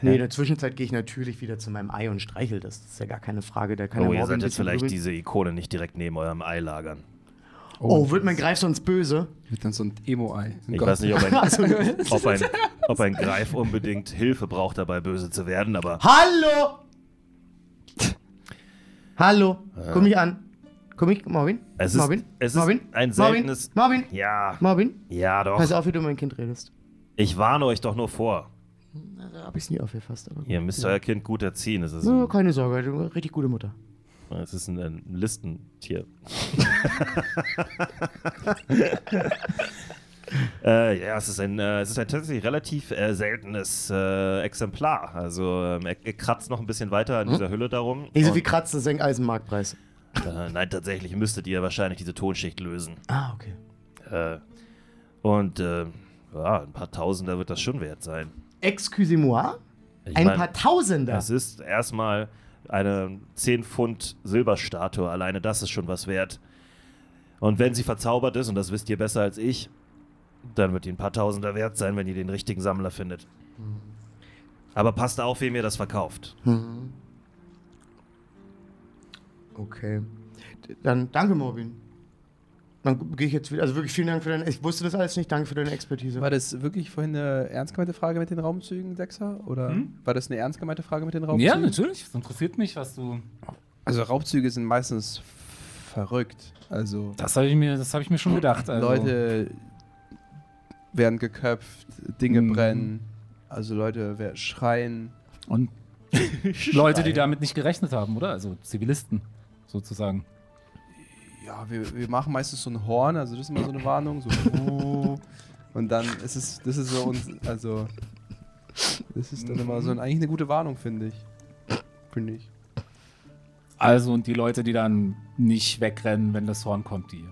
Speaker 2: nee, in der Zwischenzeit gehe ich natürlich wieder zu meinem Ei und streichel das. Das ist ja gar keine Frage. Da kann
Speaker 1: Oh,
Speaker 2: der
Speaker 1: ihr
Speaker 2: Morbin ein
Speaker 1: solltet jetzt
Speaker 2: bisschen
Speaker 1: vielleicht
Speaker 2: grübeln.
Speaker 1: diese Ikone nicht direkt neben eurem Ei lagern.
Speaker 2: Oh, wird mein Greif sonst böse? Also,
Speaker 4: Wird dann so ein Oh Emo-Ei.
Speaker 1: Ich weiß nicht, ob ein, ob, ein, ob ein Greif unbedingt Hilfe braucht, dabei böse zu werden, aber
Speaker 2: Hallo! Hallo, guck mich an. Guck mich, Marvin.
Speaker 1: Äh. es ist,
Speaker 2: Marvin.
Speaker 1: es ist
Speaker 2: Marvin.
Speaker 1: ein
Speaker 2: Marvin.
Speaker 1: seltenes.
Speaker 2: Marvin.
Speaker 1: Ja,
Speaker 2: Marvin.
Speaker 1: ja
Speaker 2: Pass
Speaker 1: doch.
Speaker 2: auf, wie du mein Kind redest.
Speaker 1: Ich warne euch doch nur vor.
Speaker 2: Na, Da hab ich's nie aufgefasst. Aber
Speaker 1: Ihr müsst euer Kind gut erziehen. Es ist
Speaker 2: Na,
Speaker 1: ein,
Speaker 2: keine Sorge, du bist eine richtig gute Mutter.
Speaker 1: es ist ein, ein Listentier. äh, ja, es ist ein, äh, es ist ein tatsächlich relativ äh, seltenes äh, Exemplar. Also ähm, er, er kratzt noch ein bisschen weiter an dieser Hülle darum.
Speaker 2: Nicht Hm? so
Speaker 1: Und,
Speaker 2: viel kratzen, senkt Eisenmarktpreis.
Speaker 1: äh, nein, tatsächlich müsstet ihr wahrscheinlich diese Tonschicht lösen.
Speaker 2: Ah, okay.
Speaker 1: Äh, und äh, ja, ein paar Tausender wird das schon wert sein.
Speaker 2: Excusez-moi?
Speaker 1: Ich
Speaker 2: Ein
Speaker 1: mein,
Speaker 2: paar Tausender?
Speaker 1: Es ist erstmal eine 10 Pfund Silberstatue. Alleine das ist schon was wert. Und wenn sie verzaubert ist, und das wisst ihr besser als ich, dann wird die ein paar Tausender wert sein, wenn ihr den richtigen Sammler findet.
Speaker 4: Mhm.
Speaker 1: Aber passt auf, wem ihr das verkauft.
Speaker 2: Okay. D- Dann danke, Morbin. Dann gehe ich jetzt wieder. Also wirklich vielen Dank für deine. Ich wusste das alles nicht. Danke für deine Expertise.
Speaker 4: War das wirklich vorhin eine ernst gemeinte Frage mit den Raumzügen, Dexter? Oder war das eine ernst gemeinte Frage mit den Raumzügen?
Speaker 3: Ja, natürlich. Es interessiert mich, was du.
Speaker 4: Also Raubzüge sind meistens verrückt. Also
Speaker 3: Das habe ich mir, das habe ich mir schon gedacht. Also.
Speaker 4: Leute werden geköpft, Dinge
Speaker 3: Mhm.
Speaker 4: brennen, also Leute wer- schreien.
Speaker 3: Und Leute, die damit nicht gerechnet haben, oder? Also Zivilisten sozusagen.
Speaker 4: Ja, wir, wir machen meistens so ein Horn, also das ist immer so eine Warnung, so uh, und dann ist es, das ist so uns, also das ist dann immer so ein, eigentlich eine gute Warnung, finde ich. Finde ich.
Speaker 3: Also und die Leute, die dann nicht wegrennen, wenn das Horn kommt, die,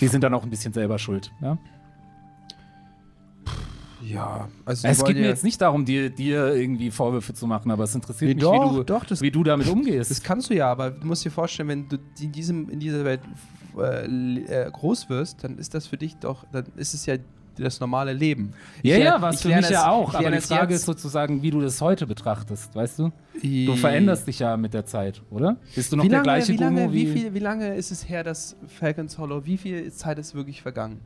Speaker 3: die sind dann auch ein bisschen selber schuld. ne? Ja?
Speaker 4: Ja, also
Speaker 3: Es
Speaker 4: wollt
Speaker 3: geht mir
Speaker 4: ihr-
Speaker 3: jetzt nicht darum, dir, dir irgendwie Vorwürfe zu machen, aber es interessiert
Speaker 4: Nee,
Speaker 3: mich,
Speaker 4: doch,
Speaker 3: wie, du,
Speaker 4: doch, das-
Speaker 3: wie du damit
Speaker 4: Das
Speaker 3: umgehst.
Speaker 4: kannst du ja, aber du musst dir vorstellen, wenn du in, diesem, in dieser Welt äh, le- äh, groß wirst, dann ist das für dich doch, dann ist es ja das normale Leben.
Speaker 3: Ja,
Speaker 4: lerne-
Speaker 3: ja, was
Speaker 4: ich
Speaker 3: für
Speaker 4: lerne
Speaker 3: mich
Speaker 4: es-
Speaker 3: ja auch.
Speaker 4: ich
Speaker 3: Aber
Speaker 4: lerne
Speaker 3: die
Speaker 4: es
Speaker 3: Frage
Speaker 4: jetzt.
Speaker 3: ist sozusagen, wie du das heute betrachtest, weißt du? Du
Speaker 4: I-
Speaker 3: veränderst dich ja mit der Zeit, oder? Bist du noch
Speaker 4: wie
Speaker 3: der
Speaker 4: lange,
Speaker 3: gleiche
Speaker 4: wie lange,
Speaker 3: Gummo
Speaker 4: wie, viel, wie lange ist es her, dass Falcons Hollow, wie viel Zeit ist wirklich vergangen?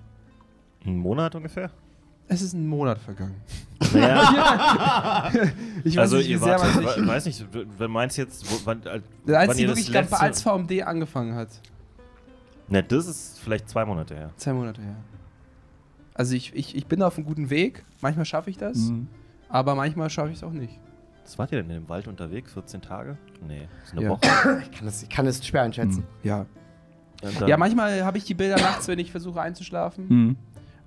Speaker 1: Ein Monat ungefähr?
Speaker 4: Es ist ein Monat vergangen.
Speaker 1: Naja,
Speaker 4: Ich
Speaker 1: also
Speaker 4: nicht, wie
Speaker 1: ihr
Speaker 4: sehr
Speaker 1: wart,
Speaker 4: man sich-
Speaker 1: we- weiß nicht, w- wann meinst du jetzt, wo, wann, äh,
Speaker 4: als
Speaker 1: wann
Speaker 4: sie
Speaker 1: ihr das
Speaker 4: wirklich ganz-
Speaker 1: letzte...
Speaker 4: als VMD angefangen hat.
Speaker 1: Ne, das ist vielleicht zwei Monate her.
Speaker 4: Zwei Monate her. Also ich, ich, ich bin auf einem guten Weg. Manchmal schaffe ich das,
Speaker 3: Mhm.
Speaker 4: aber manchmal schaffe ich es auch nicht.
Speaker 1: Was wart ihr denn im Wald unterwegs? 14 Tage? Nee, ist eine
Speaker 4: Ja.
Speaker 1: Woche.
Speaker 2: Ich kann das, ich kann das schwer
Speaker 1: Hm.
Speaker 2: einschätzen.
Speaker 4: Ja.
Speaker 1: Und dann-
Speaker 4: Ja, manchmal habe ich die Bilder nachts, wenn ich versuche einzuschlafen.
Speaker 3: Mhm.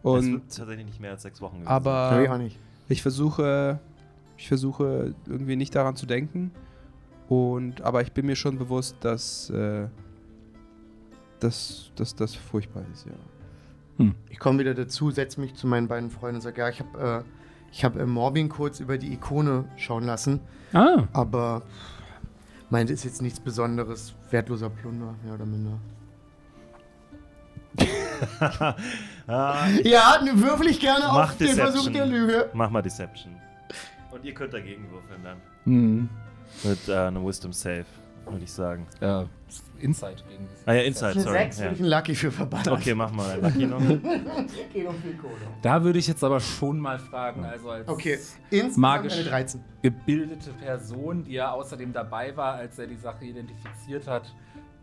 Speaker 1: Es
Speaker 4: Und
Speaker 1: wird tatsächlich nicht mehr als sechs Wochen gewesen.
Speaker 2: Glaub ich auch
Speaker 4: aber
Speaker 2: nicht.
Speaker 4: ich versuche, ich versuche irgendwie nicht daran zu denken. Und aber ich bin mir schon bewusst, dass äh, dass, dass das furchtbar ist, ja.
Speaker 2: Ich komme wieder dazu, setze mich zu meinen beiden Freunden und sage, ja, ich habe äh, ich hab, äh, Morbin kurz über die Ikone schauen lassen,
Speaker 3: Ah,
Speaker 2: aber meint ist jetzt nichts Besonderes, wertloser Plunder, mehr oder minder. ja, ne, würfel ich gerne
Speaker 1: Mach
Speaker 2: auf den
Speaker 1: Deception.
Speaker 2: Versuch der Lüge.
Speaker 1: Mach mal Deception. Und ihr könnt dagegen würfeln dann.
Speaker 4: Hm.
Speaker 3: mhm.
Speaker 1: Mit äh, einem Wisdom Save, würde ich sagen.
Speaker 3: äh, Insight gegen das.
Speaker 1: Ah ja, Insight,
Speaker 2: Eine
Speaker 1: sorry.
Speaker 2: sechs
Speaker 1: Ja.
Speaker 2: würde ich einen Lucky für verballert.
Speaker 1: Okay, mach mal ein Lucky noch.
Speaker 2: Geht um viel Kohle.
Speaker 3: Da würde ich jetzt aber schon mal fragen, also als
Speaker 2: Okay, insgesamt
Speaker 3: Magisch.
Speaker 2: eine 13.
Speaker 3: gebildete Person, die ja außerdem dabei war, als er die Sache identifiziert hat,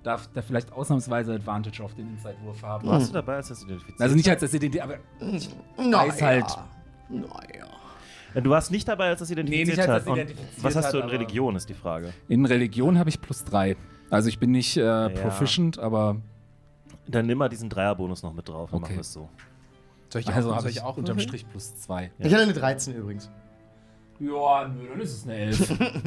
Speaker 3: darf da vielleicht ausnahmsweise Advantage auf den Inside-Wurf haben.
Speaker 1: Warst du dabei, als das identifiziert
Speaker 3: Also nicht als das Identi aber
Speaker 2: Na
Speaker 3: Weiß halt.
Speaker 2: Naja.
Speaker 1: wurde? Äh, Du warst nicht dabei, als das
Speaker 3: Nee,
Speaker 1: identifiziert
Speaker 3: nicht als das
Speaker 1: hat. Und
Speaker 3: identifiziert
Speaker 1: was hast du
Speaker 3: hat,
Speaker 1: in
Speaker 3: aber-
Speaker 1: Religion, ist die Frage.
Speaker 3: in Religion habe ich plus drei. Also ich bin nicht äh, proficient, aber
Speaker 1: Dann nimm mal diesen Dreierbonus noch mit drauf, dann
Speaker 3: Okay.
Speaker 1: machen wir es so.
Speaker 4: Soll ich
Speaker 3: also
Speaker 4: auch,
Speaker 3: habe
Speaker 4: soll
Speaker 3: ich auch
Speaker 2: Mhm.
Speaker 3: unterm Strich plus zwei.
Speaker 1: Ja.
Speaker 2: Ich hatte eine 13 übrigens.
Speaker 3: Ja, nö, dann ist es eine Elf.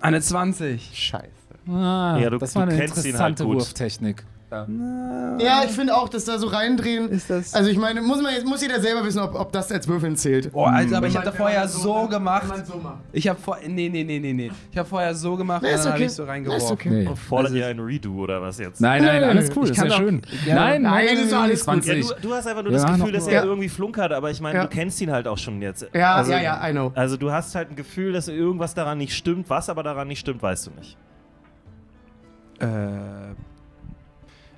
Speaker 4: Eine 20.
Speaker 2: Scheiße.
Speaker 3: Ah,
Speaker 1: Ja, du-
Speaker 3: das
Speaker 1: du
Speaker 3: war eine
Speaker 1: kennst ihn halt
Speaker 3: interessante
Speaker 1: gut.
Speaker 3: Wurftechnik.
Speaker 2: Ja, ich finde auch, dass da so reindrehen.
Speaker 4: Ist das-
Speaker 2: Also ich meine, muss man jetzt muss jeder selber wissen, ob, ob das als Würfeln zählt.
Speaker 4: Boah, also, aber ich
Speaker 2: Wenn
Speaker 4: habe
Speaker 2: man-
Speaker 4: da vorher
Speaker 2: wenn man
Speaker 4: so
Speaker 2: wenn
Speaker 4: gemacht.
Speaker 2: man so macht.
Speaker 4: Ich habe vor. Nee, nee, nee, nee, nee. Ich habe vorher so gemacht
Speaker 2: Nee,
Speaker 4: und
Speaker 2: ist
Speaker 4: dann habe
Speaker 2: okay.
Speaker 4: ich so reingeworfen.
Speaker 2: Ist okay.
Speaker 3: Nee.
Speaker 1: Fordert ihr ein Redo oder was jetzt?
Speaker 3: Nein, nein, alles cool,
Speaker 4: Ich
Speaker 3: ist
Speaker 4: kann
Speaker 3: ja
Speaker 4: doch-
Speaker 3: schön.
Speaker 4: Ja.
Speaker 3: Nein,
Speaker 2: Nein, ist doch alles gut.
Speaker 1: Ja,
Speaker 3: 20.
Speaker 1: du, du hast einfach nur
Speaker 3: Ja,
Speaker 1: das
Speaker 3: noch
Speaker 1: Gefühl, dass
Speaker 3: mal.
Speaker 1: er
Speaker 2: Ja.
Speaker 1: irgendwie flunkert, aber ich meine,
Speaker 2: Ja.
Speaker 1: du kennst ihn halt auch schon jetzt.
Speaker 2: Ja,
Speaker 1: also,
Speaker 2: ja, ja, I know.
Speaker 1: Also du hast halt ein Gefühl, dass irgendwas daran nicht stimmt. Was aber daran nicht stimmt, weißt du nicht.
Speaker 4: Äh,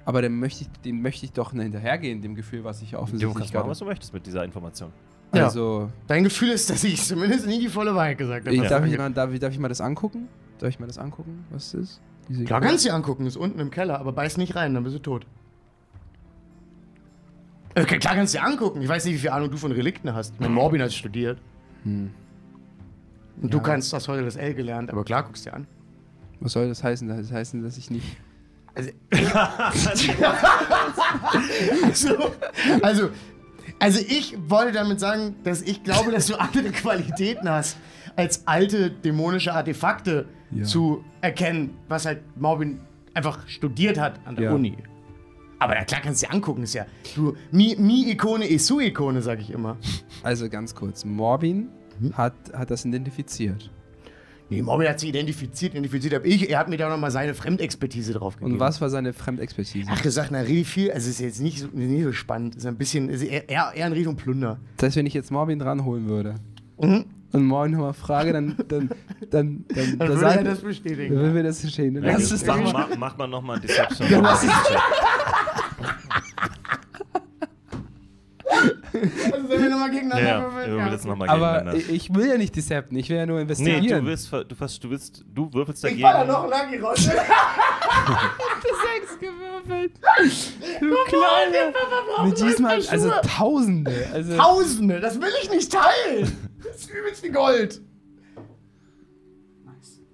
Speaker 4: aber dem möchte ich, dem möchte ich doch hinterhergehen, dem Gefühl, was ich
Speaker 1: Du
Speaker 4: offensichtlich
Speaker 1: kannst machen,
Speaker 4: gerade.
Speaker 1: was du möchtest mit dieser Information.
Speaker 2: Ja.
Speaker 4: Also,
Speaker 2: Dein Gefühl ist, dass ich zumindest nie die volle Wahrheit gesagt habe.
Speaker 4: ich,
Speaker 2: was
Speaker 4: darf,
Speaker 2: das
Speaker 4: ich
Speaker 2: angeht.
Speaker 4: mal, darf, ich- darf ich mal das angucken? Darf ich mal das angucken, was das ist? Diese
Speaker 2: Klar kannst du dir angucken, ist unten im Keller, aber beiß nicht rein, dann bist du tot. Okay, klar kannst du dir angucken. Ich weiß nicht, wie viel Ahnung du von Relikten hast. Ich meine, Morbin hat studiert. Und du
Speaker 4: Ja.
Speaker 2: kannst, hast heute das L gelernt, aber klar guckst dir an.
Speaker 4: Was soll das heißen? Das heißt, dass ich nicht.
Speaker 2: Also, also, also, also ich wollte damit sagen, dass ich glaube, dass du andere Qualitäten hast, als alte dämonische Artefakte
Speaker 4: Ja.
Speaker 2: zu erkennen, was halt Morbin einfach studiert hat an der
Speaker 4: Ja.
Speaker 2: Uni. Aber ja, klar kannst du dir angucken, ist ja du Mi- Mi-Ikone, Esu-Ikone, sag ich immer.
Speaker 4: Also ganz kurz. Morbin
Speaker 2: Mhm.
Speaker 4: hat, hat das identifiziert.
Speaker 2: Nee, Morbin hat sie identifiziert, identifiziert habe ich. Er hat mir da nochmal seine Fremdexpertise drauf gegeben.
Speaker 4: Und was war seine Fremdexpertise?
Speaker 2: Ach, gesagt, na, really viel. Also, es ist jetzt nicht so, nicht so spannend. Ist ein bisschen, ist eher, eher eher in Richtung Plunder.
Speaker 4: Das heißt, wenn ich jetzt Morbin dranholen würde und Morbin nochmal frage, dann. Dann, dann, dann,
Speaker 2: Mhm. Dann
Speaker 4: dann
Speaker 2: würde er
Speaker 4: sagt-
Speaker 2: das
Speaker 4: dann
Speaker 2: bestätigen.
Speaker 4: würden wir das verstehen. Dann
Speaker 1: Ja,
Speaker 4: lass es
Speaker 1: mach, mach, mach mal nochmal einen Deception.
Speaker 2: Also, wenn wir nochmal gegeneinander
Speaker 1: ja,
Speaker 2: würfeln,
Speaker 1: wir jetzt nochmal
Speaker 4: Aber
Speaker 1: gegeneinander.
Speaker 4: ich, ich will ja nicht decepten, ich will ja nur
Speaker 1: Nee,
Speaker 4: investieren.
Speaker 1: du, wirst, ver- du, fast, du, wirst, du würfelst
Speaker 2: Ich
Speaker 1: dagegen.
Speaker 2: war da noch ein Lucky raus.
Speaker 4: sechs gewürfelt. Du kleine. Mit diesmal, also Tausende. Also,
Speaker 2: Tausende, das will ich nicht teilen. Das ist übelst wie Gold.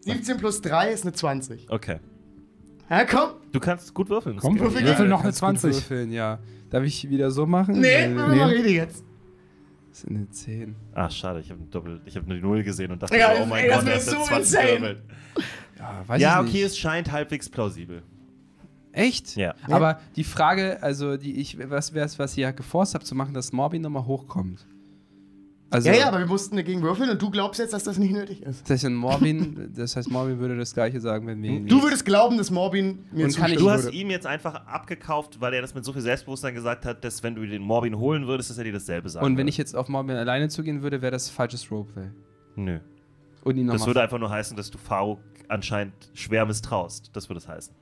Speaker 2: 17 plus 3 ist eine 20.
Speaker 1: Okay.
Speaker 2: Ja, komm.
Speaker 1: Du kannst gut würfeln. das
Speaker 3: Komm,
Speaker 1: geht.
Speaker 2: würfel
Speaker 3: würfel
Speaker 2: gerne.
Speaker 3: noch eine
Speaker 4: Kannst gut
Speaker 3: 20.
Speaker 4: Würfeln, ja. Darf ich wieder so machen?
Speaker 2: Nee,
Speaker 4: Weil-
Speaker 2: wir nee. reden jetzt.
Speaker 4: Das ist eine 10.
Speaker 1: Ah, schade, ich habe doppel, ich habe eine Null gesehen und dachte,
Speaker 2: Ja,
Speaker 1: oh mein
Speaker 2: ey, das
Speaker 1: Gott,
Speaker 2: wär
Speaker 1: das sind
Speaker 2: so
Speaker 1: 20
Speaker 2: insane.
Speaker 1: Würfel.
Speaker 4: Ja, Ah, weiß
Speaker 1: Ja,
Speaker 4: ich
Speaker 1: okay,
Speaker 4: nicht.
Speaker 1: es scheint halbwegs plausibel.
Speaker 4: Echt?
Speaker 1: Ja.
Speaker 4: Aber die Frage, also die ich, was wär's, was ihr ja geforst habt zu machen, dass Morbin nochmal hochkommt. Also,
Speaker 2: Ja, ja, aber wir mussten dagegen würfeln und du glaubst jetzt, dass das nicht nötig ist.
Speaker 4: das heißt, wenn Morbin, das heißt, Morbin würde das gleiche sagen, wenn wir ihn
Speaker 2: Du würdest glauben, dass Morbin mir
Speaker 4: Und kann ich-
Speaker 1: Du
Speaker 2: zustimmen
Speaker 1: hast
Speaker 2: würde.
Speaker 1: ihm jetzt einfach abgekauft, weil er das mit so viel Selbstbewusstsein gesagt hat, dass wenn du den Morbin holen würdest, dass er dir dasselbe sagt.
Speaker 4: Und wenn ich jetzt auf Morbin alleine zugehen würde, wäre das falsches Roleplay.
Speaker 1: Nö.
Speaker 4: Und ihn
Speaker 1: Das
Speaker 4: nochmal
Speaker 1: würde einfach nur heißen, dass du Faruk anscheinend schwer misstraust. Das würde es heißen.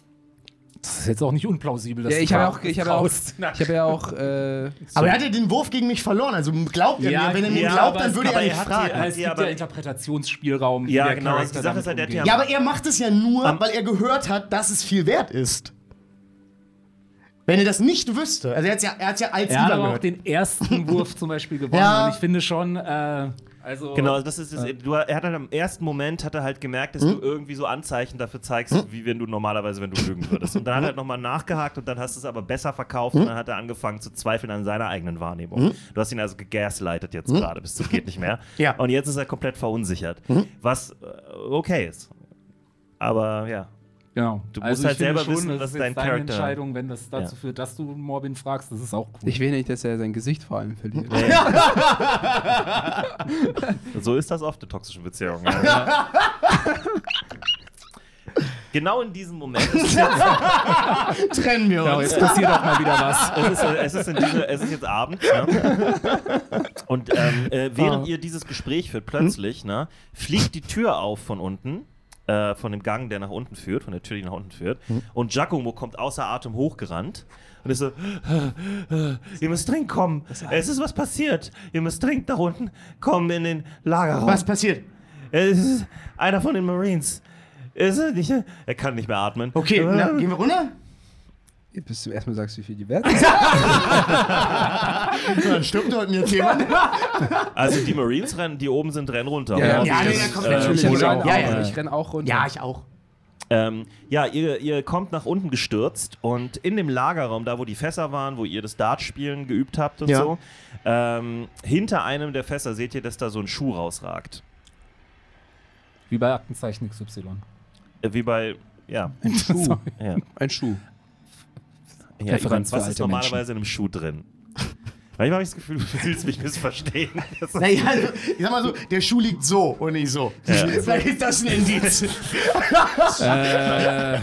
Speaker 3: Das ist jetzt auch nicht unplausibel, dass
Speaker 4: Ja, ich
Speaker 3: du
Speaker 4: habe
Speaker 3: da
Speaker 4: ja auch, ich habe ja auch,
Speaker 3: raus-
Speaker 4: ich habe ja auch, äh,
Speaker 2: Aber er hat ja den Wurf gegen mich verloren, also glaubt er
Speaker 3: Ja,
Speaker 2: mir. Wenn er mir
Speaker 1: ja,
Speaker 2: glaubt,
Speaker 1: aber
Speaker 2: dann
Speaker 1: es-
Speaker 2: würde er
Speaker 1: aber
Speaker 2: nicht
Speaker 1: er hat die-
Speaker 2: fragen.
Speaker 1: hat
Speaker 3: Es gibt
Speaker 1: aber-
Speaker 3: ja Interpretationsspielraum. wie
Speaker 1: Ja,
Speaker 3: der
Speaker 1: genau,
Speaker 3: Charakter
Speaker 1: die Sache ist halt,
Speaker 3: damit
Speaker 1: der hat ja-
Speaker 3: umgeht.
Speaker 2: Ja, aber er macht es ja nur,
Speaker 1: Am-
Speaker 2: weil er gehört hat, dass es viel wert ist. Wenn er das nicht wüsste, also er hat ja, er hat's ja als
Speaker 3: Er hat
Speaker 2: Ivan
Speaker 3: aber auch
Speaker 2: gehört.
Speaker 3: den ersten Wurf zum Beispiel gewonnen.
Speaker 2: Ja.
Speaker 3: Und ich finde schon, äh, also.
Speaker 1: Genau, das ist das, du, er hat halt am ersten Moment hat er halt gemerkt, dass du irgendwie so Anzeichen dafür zeigst, wie wenn du normalerweise, wenn du lügen würdest. Und dann hat er halt nochmal nachgehakt und dann hast du es aber besser verkauft und dann hat er angefangen zu zweifeln an seiner eigenen Wahrnehmung. Du hast ihn also gegaslightet jetzt gerade, bis zum geht nicht mehr.
Speaker 2: Ja.
Speaker 1: Und jetzt ist er komplett verunsichert, was äh, okay ist. Aber ja,
Speaker 3: Genau.
Speaker 1: Du musst
Speaker 3: also ich
Speaker 1: halt
Speaker 3: finde
Speaker 1: selber
Speaker 3: schon,
Speaker 1: wissen,
Speaker 3: das
Speaker 1: was
Speaker 3: ist jetzt
Speaker 1: dein
Speaker 3: deine
Speaker 1: Charakter-
Speaker 3: Entscheidung, wenn das dazu
Speaker 1: Ja.
Speaker 3: führt, dass du Morbin fragst, das ist auch cool.
Speaker 4: ich will nicht, dass er sein Gesicht vor allem verliert.
Speaker 1: So ist das oft in toxischen Beziehungen. Ja. genau in diesem Moment. Es ist, jetzt,
Speaker 2: Trennen wir
Speaker 3: Genau,
Speaker 2: uns.
Speaker 3: jetzt passiert auch mal wieder was.
Speaker 1: es ist, äh, es ist, in diese, es ist jetzt Abend. Ne? Und ähm, äh,
Speaker 2: Ah.
Speaker 1: während ihr dieses Gespräch führt,
Speaker 2: Hm?
Speaker 1: plötzlich ne, fliegt die Tür auf von unten. Äh, von dem Gang, der nach unten führt, von der Tür, die nach unten führt.
Speaker 2: Hm?
Speaker 1: Und Giacomo kommt außer Atem hochgerannt und ist so: Ihr müsst dringend kommen. Es ist was passiert. Ihr müsst dringend nach unten kommen in den Lagerraum.
Speaker 2: Was passiert?
Speaker 1: Es ist einer von den Marines. Ist er nicht? Er kann nicht mehr atmen.
Speaker 2: Okay, na, gehen wir runter?
Speaker 5: Bis zum ersten Mal sagst, wie viel die wert sind.
Speaker 2: Dann stimmt dort jetzt jemand.
Speaker 1: Also die Marines rennen, die oben sind, rennen runter.
Speaker 5: Ja,
Speaker 1: oder?
Speaker 5: ja,
Speaker 1: Das
Speaker 2: nee, da kommt
Speaker 1: ist,
Speaker 2: natürlich
Speaker 1: äh,
Speaker 4: Ich
Speaker 1: Pole
Speaker 4: renn
Speaker 1: auch.
Speaker 2: Ja, ja.
Speaker 4: auch- Ich renn auch runter.
Speaker 2: Ja, ich auch.
Speaker 1: Ähm, ja, ihr, ihr kommt nach unten gestürzt und in dem Lagerraum, da wo die Fässer waren, wo ihr das Dartspielen geübt habt und
Speaker 2: Ja.
Speaker 1: so, ähm, hinter einem der Fässer seht ihr, dass da so ein Schuh rausragt.
Speaker 3: Wie bei Aktenzeichen XY.
Speaker 1: Äh, wie bei, ja.
Speaker 4: Schuh.
Speaker 1: ja.
Speaker 4: Ein Schuh.
Speaker 1: ja
Speaker 3: Referenz
Speaker 1: was
Speaker 3: für
Speaker 1: ist
Speaker 3: alte
Speaker 1: normalerweise in einem Schuh drin? Manchmal habe ich das Gefühl, du willst mich missverstehen. Das ist-
Speaker 2: Naja, also, ich sag mal so, der Schuh liegt so und nicht so. Vielleicht ist das ein Indiz.
Speaker 3: äh,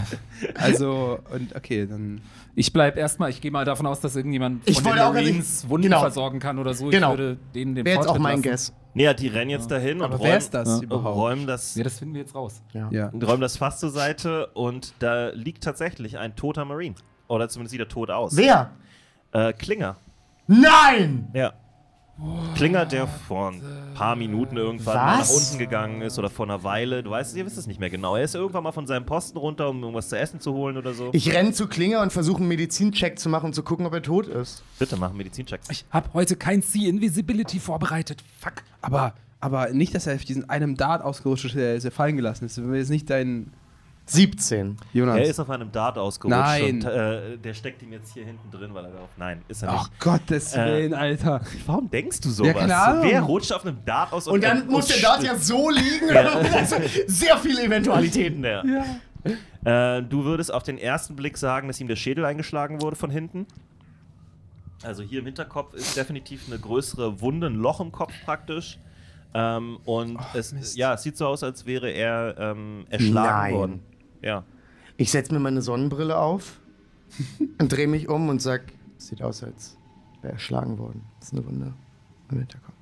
Speaker 4: Also, und okay, dann.
Speaker 3: ich bleib erstmal, ich gehe mal davon aus, dass irgendjemand
Speaker 2: Ich
Speaker 3: von den
Speaker 2: wollte auch-
Speaker 3: Marines Wunden
Speaker 2: genau.
Speaker 3: versorgen kann oder so.
Speaker 2: Genau.
Speaker 3: Ich würde denen den
Speaker 2: Wäre jetzt auch
Speaker 3: Vortritt
Speaker 2: mein
Speaker 3: lassen.
Speaker 2: Guess.
Speaker 1: Nee, ja, die rennen jetzt dahin und
Speaker 4: Aber
Speaker 1: räumen,
Speaker 4: wer ist das
Speaker 3: Ja.
Speaker 4: überhaupt?
Speaker 1: räumen das
Speaker 3: Ja, das finden wir jetzt raus.
Speaker 4: Ja.
Speaker 1: Und räumen das Fass zur Seite und da liegt tatsächlich ein toter Marine. Oder zumindest sieht er tot aus.
Speaker 2: Wer?
Speaker 1: Äh, Klinger.
Speaker 2: Nein!
Speaker 1: Ja. Klinger, der vor ein paar Minuten irgendwann mal nach
Speaker 2: Oh, Was?
Speaker 1: unten gegangen ist oder vor einer Weile. Du weißt, ihr wisst es nicht mehr genau. Er ist irgendwann mal von seinem Posten runter, um irgendwas zu essen zu holen oder so.
Speaker 2: Ich renn zu Klinger und versuche einen Medizincheck zu machen, um zu gucken, ob er tot ist.
Speaker 1: Bitte machen Medizincheck.
Speaker 3: Ich habe heute kein See Invisibility vorbereitet. Fuck.
Speaker 4: Aber, aber nicht, dass er auf diesen einem Dart ausgerutscht ist, der ist ja fallen gelassen ist. Wenn wir jetzt nicht deinen
Speaker 2: 17.
Speaker 4: Jonas.
Speaker 1: Er ist auf einem Dart ausgerutscht
Speaker 4: Nein.
Speaker 1: und äh, der steckt ihm jetzt hier hinten drin, weil er darauf. Nein, ist er
Speaker 4: Ach
Speaker 1: nicht.
Speaker 4: Gottes
Speaker 1: Äh,
Speaker 4: Willen, Alter.
Speaker 1: Warum denkst du sowas?
Speaker 4: keine Ahnung.
Speaker 1: Wer rutscht auf einem Dart aus
Speaker 2: Und dann muss der Dart ja so liegen. Also sehr viele Eventualitäten.
Speaker 1: Ja. Äh, du würdest auf den ersten Blick sagen, dass ihm der Schädel eingeschlagen wurde von hinten. Also hier im Hinterkopf ist definitiv eine größere Wunde, ein Loch im Kopf praktisch. Ähm, und es,
Speaker 4: Mist.
Speaker 1: ja, es sieht so aus, als wäre er ähm, erschlagen
Speaker 2: Nein.
Speaker 1: worden. Ja.
Speaker 2: Ich setze mir meine Sonnenbrille auf und drehe mich um und sag, sieht aus, als wäre erschlagen worden. Das ist eine Wunde im Hinterkopf.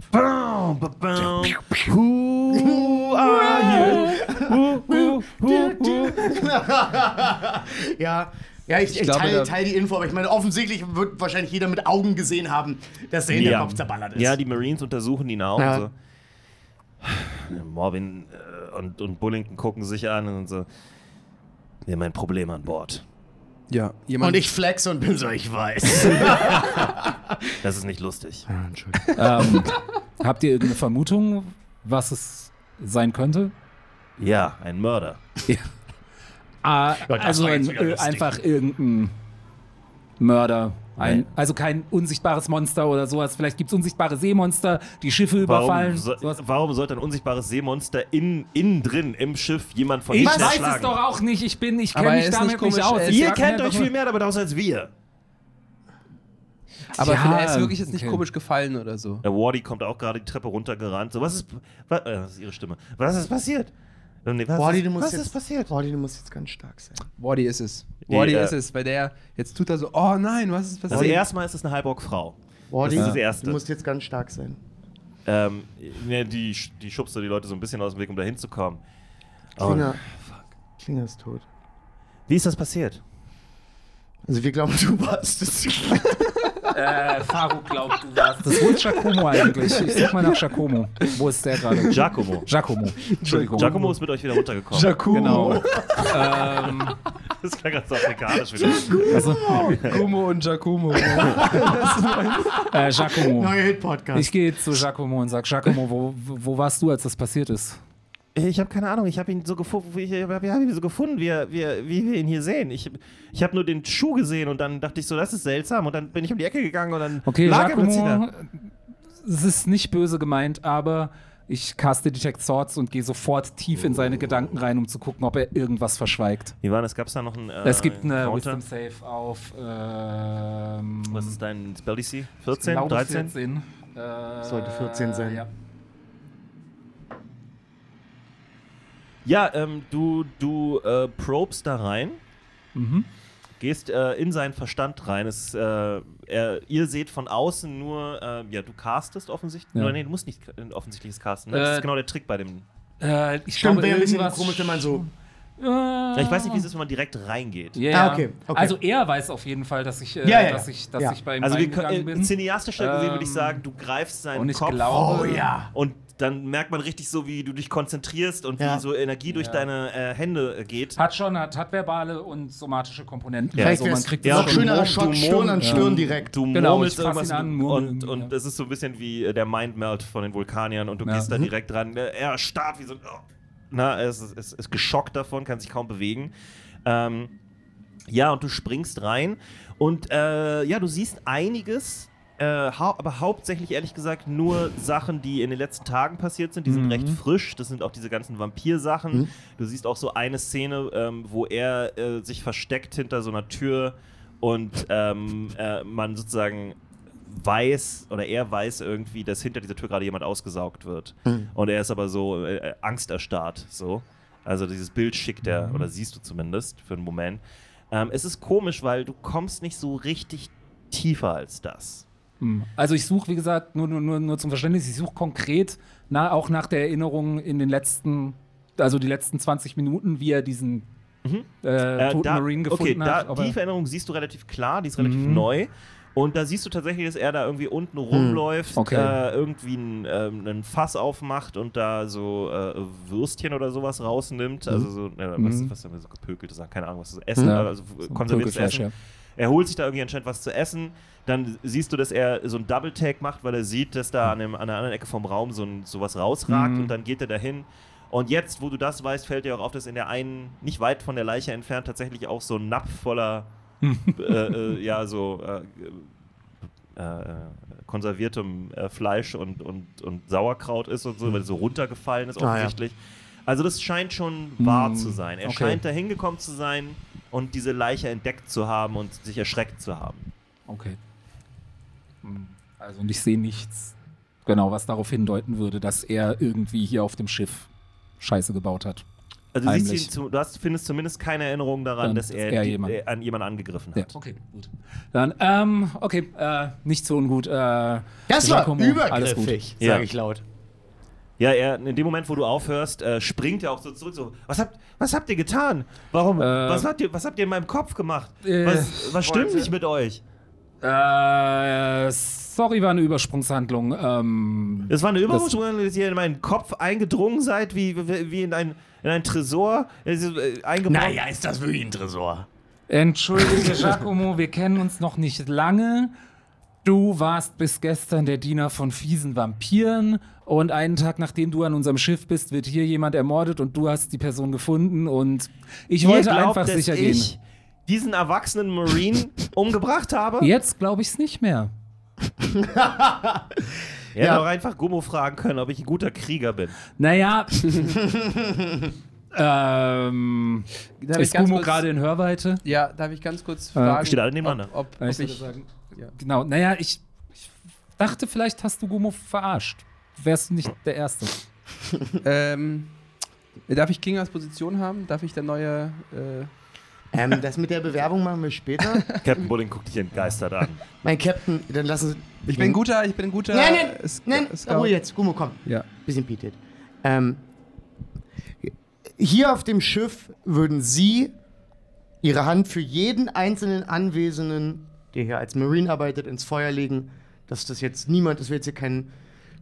Speaker 1: Who are you? Who, who, who, who?
Speaker 2: Ja, ja ich, ich,
Speaker 4: glaube,
Speaker 2: teile
Speaker 4: da-
Speaker 2: teil die Info, aber ich meine, offensichtlich wird wahrscheinlich jeder mit Augen gesehen haben, dass der Hinterkopf zerballert ist.
Speaker 1: Ja, die Marines untersuchen ihn auch.
Speaker 2: Ja.
Speaker 1: So. Morbin äh, und, und Bullington gucken sich an und so. Wir haben ein Problem an Bord.
Speaker 4: Ja, jemand.
Speaker 2: und ich flex und bin so, ich weiß.
Speaker 1: Das ist nicht lustig.
Speaker 2: Ah, Entschuldigung.
Speaker 3: Ähm, habt ihr irgendeine Vermutung, was es sein könnte?
Speaker 1: Ja, ein Mörder.
Speaker 3: Ah,
Speaker 2: das
Speaker 3: also
Speaker 2: war jetzt
Speaker 3: ein,
Speaker 2: wieder
Speaker 3: äh,
Speaker 2: lustig.
Speaker 3: einfach irgendein Mörder. Ein,
Speaker 1: Nee.
Speaker 3: Also kein unsichtbares Monster oder sowas. Vielleicht gibt es unsichtbare Seemonster, die Schiffe
Speaker 1: Warum,
Speaker 3: überfallen.
Speaker 1: so,
Speaker 3: sowas.
Speaker 1: warum sollte ein unsichtbares Seemonster in, innen drin im Schiff jemand von
Speaker 3: Ich
Speaker 1: hinten
Speaker 3: weiß es
Speaker 1: erschlagen?
Speaker 3: doch auch nicht. Ich bin, ich
Speaker 4: Aber
Speaker 3: kenne
Speaker 4: er
Speaker 3: mich
Speaker 4: ist
Speaker 3: damit
Speaker 4: nicht
Speaker 3: nicht,
Speaker 4: komisch,
Speaker 3: aus.
Speaker 4: er ist-
Speaker 3: Ich
Speaker 1: Ihr
Speaker 3: sag
Speaker 1: kennt
Speaker 3: mir
Speaker 1: euch
Speaker 3: doch-
Speaker 1: viel mehr damit aus als wir.
Speaker 4: aber
Speaker 3: Ja,
Speaker 4: vielleicht ist er wirklich jetzt nicht
Speaker 3: okay.
Speaker 4: komisch gefallen oder so.
Speaker 1: Äh, Wardy kommt auch gerade die Treppe runtergerannt. So, was ist. Was, äh, das ist ihre Stimme. Was ist passiert? Äh, nee, Was,
Speaker 2: Wardy,
Speaker 1: ist,
Speaker 2: du musst
Speaker 1: was
Speaker 2: jetzt,
Speaker 1: ist passiert?
Speaker 2: Wardy, du musst jetzt ganz stark sein.
Speaker 4: Wardy ist es.
Speaker 1: Die,
Speaker 4: Wardy
Speaker 1: äh,
Speaker 4: ist es, weil der jetzt tut er so, oh nein, was ist passiert?
Speaker 1: Also, erstmal ist es eine Halborg-Frau.
Speaker 2: Wardy,
Speaker 1: Das ist das Erste.
Speaker 2: du musst jetzt ganz stark sein.
Speaker 1: Ähm, ne, die, sch- die schubst du die Leute so ein bisschen aus dem Weg, um da hinzukommen. Oh,
Speaker 2: Klinger, Klinger ist tot.
Speaker 1: wie ist das passiert?
Speaker 2: Also wir glauben, du warst es.
Speaker 3: Äh, Faruk glaubt, du warst. Das wohl Giacomo eigentlich. Ich suche mal nach Giacomo. Wo ist der gerade?
Speaker 1: Giacomo.
Speaker 3: Giacomo. Entschuldigung.
Speaker 1: Giacomo ist mit euch wieder runtergekommen.
Speaker 3: Genau. ähm,
Speaker 1: das klang ganz so afrikanisch wieder.
Speaker 3: also,
Speaker 4: Kumo und Giacomo.
Speaker 3: äh, Giacomo.
Speaker 2: Neuer Hit-Podcast.
Speaker 3: Ich gehe zu Giacomo und sag, Giacomo, wo, wo warst du, als das passiert ist?
Speaker 1: Ich habe keine Ahnung, ich habe ihn so gefunden, ich hab, ich hab ihn so gefunden wie, er- wie, er- wie wir ihn hier sehen. Ich, ich habe nur den Schuh gesehen und dann dachte ich so, das ist seltsam und dann bin ich um die Ecke gegangen und dann
Speaker 3: Okay,
Speaker 1: lag er plötzlich da.
Speaker 3: Giacomo, es ist nicht böse gemeint, aber ich caste Detect Swords und gehe sofort tief in seine Gedanken rein, um zu gucken, ob er irgendwas verschweigt.
Speaker 1: Wie war das? Gab es da noch einen äh,
Speaker 3: es gibt eine
Speaker 1: Counter?
Speaker 3: Wisdom Save auf ähm,
Speaker 1: Was ist dein Spell DC? 14,
Speaker 3: glaube
Speaker 1: 13?
Speaker 3: 14. Äh,
Speaker 2: Sollte 14 sein.
Speaker 3: Ja.
Speaker 1: Ja, ähm, du, du äh, probst da rein,
Speaker 3: Mhm.
Speaker 1: gehst äh, in seinen Verstand rein. Es, äh, er, ihr seht von außen nur, äh, ja, du castest offensichtlich.
Speaker 3: Ja.
Speaker 1: Ja. Nee, du musst nicht k- ein offensichtliches casten. Ne? Das
Speaker 3: Äh,
Speaker 1: ist genau der Trick bei dem.
Speaker 3: Äh, ich
Speaker 2: Stimmt,
Speaker 3: glaube,
Speaker 2: wäre ein bisschen
Speaker 3: irgendwas-
Speaker 2: komisch, wenn man so.
Speaker 1: Ja, ich weiß nicht, wie es ist, wenn man direkt reingeht.
Speaker 3: Ja, ja.
Speaker 2: Ah, okay, okay.
Speaker 3: Also er weiß auf jeden Fall, dass ich, äh,
Speaker 2: Ja, ja, ja.
Speaker 3: dass ich, dass
Speaker 2: Ja.
Speaker 3: ich bei ihm
Speaker 1: Also wir
Speaker 3: reingegangen
Speaker 1: können, äh,
Speaker 3: bin.
Speaker 1: cineastischer gesehen würde ich
Speaker 3: Ähm,
Speaker 1: sagen, du greifst seinen
Speaker 3: Und ich
Speaker 1: Kopf
Speaker 3: glaube,
Speaker 2: Oh ja.
Speaker 1: und dann merkt man richtig so, wie du dich konzentrierst und
Speaker 2: Ja.
Speaker 1: wie so Energie durch
Speaker 3: Ja.
Speaker 1: deine äh, Hände äh, geht.
Speaker 3: Hat schon, hat, hat verbale und somatische Komponenten.
Speaker 1: Ja.
Speaker 2: Vielleicht
Speaker 3: also man
Speaker 2: wär's
Speaker 3: kriegt
Speaker 1: ja,
Speaker 2: noch
Speaker 3: das schon.
Speaker 1: schön-
Speaker 2: schönerer
Speaker 1: du
Speaker 2: Shot,
Speaker 1: murmelst,
Speaker 2: Stirn an
Speaker 1: ja.
Speaker 2: Stirn direkt.
Speaker 1: Du
Speaker 3: Genau,
Speaker 1: murmelst
Speaker 3: ich fass
Speaker 1: irgendwas
Speaker 3: ihn an,
Speaker 1: mit-
Speaker 3: murmel
Speaker 1: und, und
Speaker 3: irgendwie, ja.
Speaker 1: das ist so ein bisschen wie äh, der Mindmelt von den Vulkaniern und du
Speaker 3: Ja.
Speaker 1: gehst da
Speaker 3: Mhm.
Speaker 1: direkt dran. Äh, Er starrt wie so ein. Oh. Na, er ist, ist, ist geschockt davon, kann sich kaum bewegen. Ähm, ja, und du springst rein und äh, ja, du siehst einiges, äh, hau aber hauptsächlich ehrlich gesagt nur Sachen, die in den letzten Tagen passiert sind. Die sind
Speaker 3: Mhm.
Speaker 1: recht frisch. Das sind auch diese ganzen Vampirsachen.
Speaker 2: Mhm.
Speaker 1: Du siehst auch so eine Szene, ähm, wo er äh, sich versteckt hinter so einer Tür und ähm, äh, man sozusagen weiß oder er weiß irgendwie, dass hinter dieser Tür gerade jemand ausgesaugt wird. Und er ist aber so äh, äh, angsterstarrt. So. Also dieses Bild schickt er, oder siehst du zumindest für einen Moment. Ähm, es ist komisch, weil du kommst nicht so richtig tiefer als das.
Speaker 3: Hm. Also ich suche, wie gesagt, nur, nur, nur, nur zum Verständnis, ich suche konkret na, auch nach der Erinnerung in den letzten, also die letzten 20 Minuten, wie er diesen
Speaker 1: Mhm.
Speaker 3: äh,
Speaker 1: Äh,
Speaker 3: toten
Speaker 1: da-
Speaker 3: Marine
Speaker 1: okay,
Speaker 3: gefunden
Speaker 1: da,
Speaker 3: hat. aber-
Speaker 1: die Veränderung siehst du relativ klar, die ist relativ
Speaker 3: Mhm. Hm,
Speaker 1: neu. Und da siehst du tatsächlich, dass er da irgendwie unten rumläuft,
Speaker 3: Okay.
Speaker 1: äh, irgendwie ein, ähm, ein Fass aufmacht und da so äh, Würstchen oder sowas rausnimmt. Also so, äh, was,
Speaker 3: Mhm. Hm?
Speaker 1: was haben wir so gepökelte Sachen, keine Ahnung, was das Essen,
Speaker 3: Ja.
Speaker 1: aber also äh,
Speaker 3: So ein
Speaker 1: konserviertes
Speaker 3: Vögelfleisch,
Speaker 1: Essen. Er holt sich da irgendwie anscheinend was zu essen. Dann siehst du, dass er so einen Double-Tag macht, weil er sieht, dass da an, dem, an der anderen Ecke vom Raum so ein, sowas rausragt
Speaker 3: Mhm.
Speaker 1: und dann geht er dahin. Und jetzt, wo du das weißt, fällt dir auch auf, dass in der einen, nicht weit von der Leiche entfernt, tatsächlich auch so ein Napf voller, äh, äh, ja, so äh, äh, konserviertem äh, Fleisch und, und, und Sauerkraut ist und
Speaker 3: Mhm.
Speaker 1: so, weil es so runtergefallen ist
Speaker 2: Ah, ja.
Speaker 1: offensichtlich. Also das scheint schon wahr
Speaker 3: Mhm.
Speaker 1: zu sein. Er
Speaker 3: Okay.
Speaker 1: scheint da hingekommen zu sein und diese Leiche entdeckt zu haben und sich erschreckt zu haben.
Speaker 3: ja. Okay. Hm. Also und ich sehe nichts, genau, was darauf hindeuten würde, dass er irgendwie hier auf dem Schiff Scheiße gebaut hat.
Speaker 1: Also du, siehst
Speaker 3: Heimlich.
Speaker 1: ihn, zu- du hast, findest zumindest keine Erinnerung daran,
Speaker 3: Dann
Speaker 1: dass
Speaker 3: ist
Speaker 1: er,
Speaker 3: er
Speaker 1: die,
Speaker 3: jemand.
Speaker 1: äh, an jemanden angegriffen
Speaker 3: Ja.
Speaker 1: hat.
Speaker 3: Okay, gut. Dann, ähm, okay, äh, nicht so ungut. Äh,
Speaker 2: Das war
Speaker 3: Giacomo, alles gut.
Speaker 2: übergriffig,
Speaker 1: Ja.
Speaker 2: sage ich laut.
Speaker 1: Ja, er, in dem Moment, wo du aufhörst, äh, springt er auch so zurück. So, was habt, was habt ihr getan? Warum?
Speaker 3: Äh,
Speaker 1: was, habt ihr, was habt ihr in meinem Kopf gemacht?
Speaker 3: Äh,
Speaker 1: was was stimmt nicht mit euch?
Speaker 3: Äh, sorry, war eine Übersprungshandlung. Ähm,
Speaker 1: Es war eine Überraschung, dass ihr in meinen Kopf eingedrungen seid, wie, wie wie in ein, in ein Tresor äh, äh, eingebaut.
Speaker 2: Naja, ist das wirklich ein Tresor.
Speaker 3: Entschuldige, Giacomo, wir kennen uns noch nicht lange. Du warst bis gestern der Diener von fiesen Vampiren und einen Tag nachdem du an unserem Schiff bist, wird hier jemand ermordet und du hast die Person gefunden und ich
Speaker 1: Ihr
Speaker 3: wollte
Speaker 1: glaubt,
Speaker 3: einfach
Speaker 1: dass
Speaker 3: sicher
Speaker 1: ich
Speaker 3: gehen.
Speaker 1: diesen erwachsenen Marine umgebracht habe?
Speaker 3: Jetzt glaube ich es nicht mehr.
Speaker 1: Ihr hättet
Speaker 2: Ja.
Speaker 1: auch einfach Gummo fragen können, ob ich ein guter Krieger bin.
Speaker 3: Naja. ähm,
Speaker 4: Darf ich
Speaker 3: ist
Speaker 4: ganz
Speaker 3: Gummo
Speaker 4: kurz-
Speaker 3: gerade in Hörweite?
Speaker 4: Ja, darf ich ganz
Speaker 2: Äh,
Speaker 4: kurz fragen?
Speaker 1: steht alle nebeneinander.
Speaker 4: Ob, ob, ob
Speaker 3: Ich-
Speaker 4: ich, ja.
Speaker 3: Genau. Naja, ich, ich dachte, vielleicht hast du Gummo verarscht. Wärst du nicht der Erste.
Speaker 4: ähm, darf ich King als Position haben? Darf ich der neue. Äh,
Speaker 2: Ähm, das mit der Bewerbung machen wir später.
Speaker 1: Captain Bulling guckt dich entgeistert an.
Speaker 2: mein Captain, dann lassen Sie.
Speaker 4: ich bin ein guter, ich bin ein guter.
Speaker 2: Hm. Nein, nein,
Speaker 4: äh, Sc-
Speaker 2: nein,
Speaker 4: Scout.
Speaker 2: Ruhe jetzt, Gummo, komm.
Speaker 4: Ja.
Speaker 2: bisschen bietet. Ähm, hier auf dem Schiff würden Sie Ihre Hand für jeden einzelnen Anwesenden, der hier als Marine arbeitet, ins Feuer legen, dass das jetzt niemand, dass wir jetzt hier keinen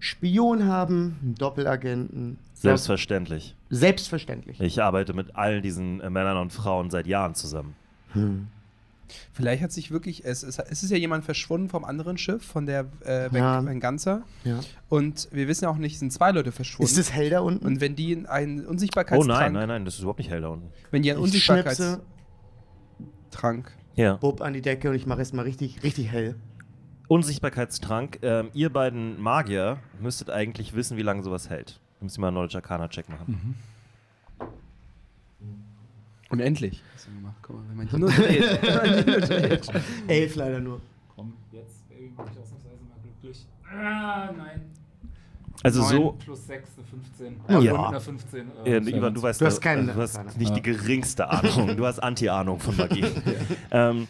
Speaker 2: Spion haben, einen Doppelagenten.
Speaker 1: Selbstverständlich.
Speaker 2: Selbstverständlich.
Speaker 1: Ich arbeite mit all diesen äh, Männern und Frauen seit Jahren zusammen.
Speaker 2: Hm.
Speaker 4: Vielleicht hat sich wirklich. Es, es, es ist ja jemand verschwunden vom anderen Schiff, von der äh,
Speaker 2: Ja.
Speaker 4: Ganzer.
Speaker 2: Ja.
Speaker 4: Und wir wissen ja auch nicht, sind zwei Leute verschwunden.
Speaker 2: Ist es hell da unten?
Speaker 4: und wenn die in einen
Speaker 1: Oh
Speaker 4: Unsichtbarkeitstrank.
Speaker 1: nein, nein, nein, das ist überhaupt nicht hell da unten.
Speaker 4: Wenn die einen
Speaker 2: ich schnipse
Speaker 4: Unsichtbarkeitstrank.
Speaker 1: Ja.
Speaker 2: Bob an die Decke und ich mache es mal richtig, richtig hell.
Speaker 1: Unsichtbarkeitstrank. Ähm, ihr beiden Magier müsstet eigentlich wissen, wie lange sowas hält. Ihr müsst mal einen Knowledge Arcana-Check machen.
Speaker 4: Unendlich. Was haben wir gemacht? Guck mal, wenn man hier nur dreht. wenn man hier nur dreht.
Speaker 2: Elf leider nur.
Speaker 3: Komm, jetzt bin ich ausnahmsweise mal glücklich. Ah, nein.
Speaker 1: Also so,
Speaker 3: plus 6, eine 15.
Speaker 2: Ja.
Speaker 3: Äh, unter 15. äh,
Speaker 1: Ja,
Speaker 3: Servants.
Speaker 1: Ivan, du weißt,
Speaker 2: Du hast keinen-
Speaker 1: äh, du hast
Speaker 2: keine.
Speaker 1: nicht die geringste Ahnung. Du hast Anti-Ahnung von Magie. ähm,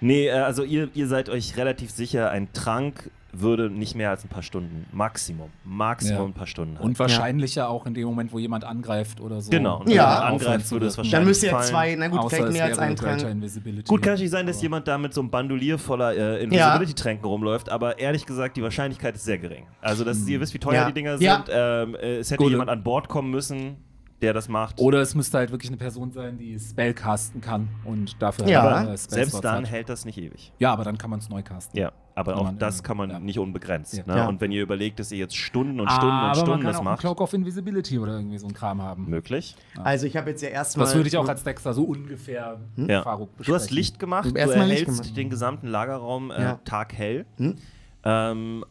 Speaker 1: nee, äh, also ihr, ihr seid euch relativ sicher, ein Trank würde nicht mehr als ein paar Stunden, Maximum, Maximum
Speaker 3: Ja.
Speaker 1: ein paar Stunden halten.
Speaker 3: Und wahrscheinlicher auch in dem Moment, wo jemand angreift oder so.
Speaker 1: Genau. Und wenn
Speaker 2: Ja.
Speaker 1: jemand angreift, würde es wahrscheinlich
Speaker 2: Dann müsst ihr ja
Speaker 1: fallen.
Speaker 2: zwei, na gut,
Speaker 3: Außer
Speaker 2: vielleicht
Speaker 3: es
Speaker 2: mehr als
Speaker 3: wäre eine
Speaker 2: einen
Speaker 3: Greater
Speaker 2: tragen.
Speaker 3: Invisibility.
Speaker 1: Gut, kann natürlich sein, dass jemand da mit so einem Bandolier voller äh,
Speaker 2: Ja.
Speaker 1: Invisibility-Tränken rumläuft, aber ehrlich gesagt, die Wahrscheinlichkeit ist sehr gering. Also, dass ihr wisst, wie teuer
Speaker 2: Ja.
Speaker 1: die Dinger
Speaker 2: Ja.
Speaker 1: sind. Ähm, äh, es hätte
Speaker 3: Hm. Gute.
Speaker 1: jemand an Bord kommen müssen, der das macht.
Speaker 3: Oder es müsste halt wirklich eine Person sein, die Spell casten kann und dafür
Speaker 2: Ja.
Speaker 3: halt,
Speaker 1: aber
Speaker 3: äh, Spell
Speaker 1: selbst
Speaker 3: Slots
Speaker 1: dann
Speaker 3: hat.
Speaker 1: hält das nicht ewig.
Speaker 3: Ja, aber dann kann man es neu casten.
Speaker 1: Ja, aber
Speaker 3: Kann
Speaker 1: auch
Speaker 3: man
Speaker 1: das
Speaker 3: irgendwie-
Speaker 1: kann man
Speaker 3: ja.
Speaker 1: nicht unbegrenzt.
Speaker 3: Ja. Ah,
Speaker 1: Ne?
Speaker 2: Ja.
Speaker 1: Und wenn ihr überlegt, dass ihr jetzt Stunden und Stunden und
Speaker 3: aber man
Speaker 1: Stunden
Speaker 3: kann
Speaker 1: das
Speaker 3: auch einen
Speaker 1: macht,
Speaker 3: Cloak of Invisibility oder irgendwie so einen Kram haben.
Speaker 1: möglich.
Speaker 2: Also ich habe jetzt ja erstmal.
Speaker 3: Das würde ich auch als Dexter so ungefähr mit
Speaker 1: Hm? Ja.
Speaker 3: Faruk besprechen.
Speaker 1: Du hast Licht gemacht, du
Speaker 2: Erstmal Licht
Speaker 1: erhältst
Speaker 2: gemacht.
Speaker 1: den gesamten Lagerraum äh,
Speaker 2: Ja.
Speaker 1: taghell.
Speaker 2: Hm?
Speaker 1: Ähm,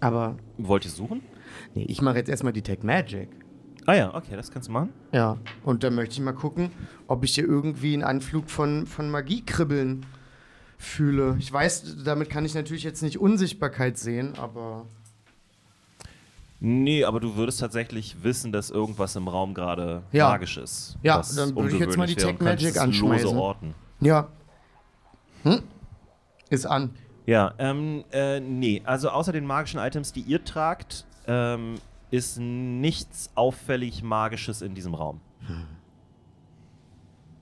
Speaker 2: Aber
Speaker 1: wollt ihr suchen?
Speaker 2: nee, ich mache jetzt erstmal Detect Magic.
Speaker 1: Ah ja, okay, das kannst du machen.
Speaker 2: Ja. Und dann möchte ich mal gucken, ob ich hier irgendwie einen Anflug von, von Magie kribbeln fühle. Ich weiß, damit kann ich natürlich jetzt nicht Unsichtbarkeit sehen, aber.
Speaker 1: Nee, aber du würdest tatsächlich wissen, dass irgendwas im Raum gerade
Speaker 2: Ja.
Speaker 1: magisch ist.
Speaker 2: Ja,
Speaker 1: was
Speaker 2: dann würde ich
Speaker 1: ungewöhnlich
Speaker 2: jetzt mal die
Speaker 1: wäre und
Speaker 2: Tech Magic
Speaker 1: kannst es
Speaker 2: anschmeißen.
Speaker 1: Lose orten.
Speaker 2: Ja. Hm? Ist an.
Speaker 1: Ja, ähm, äh, nee, also außer den magischen Items, die ihr tragt, ähm, ist nichts auffällig Magisches in diesem Raum.
Speaker 4: Hm.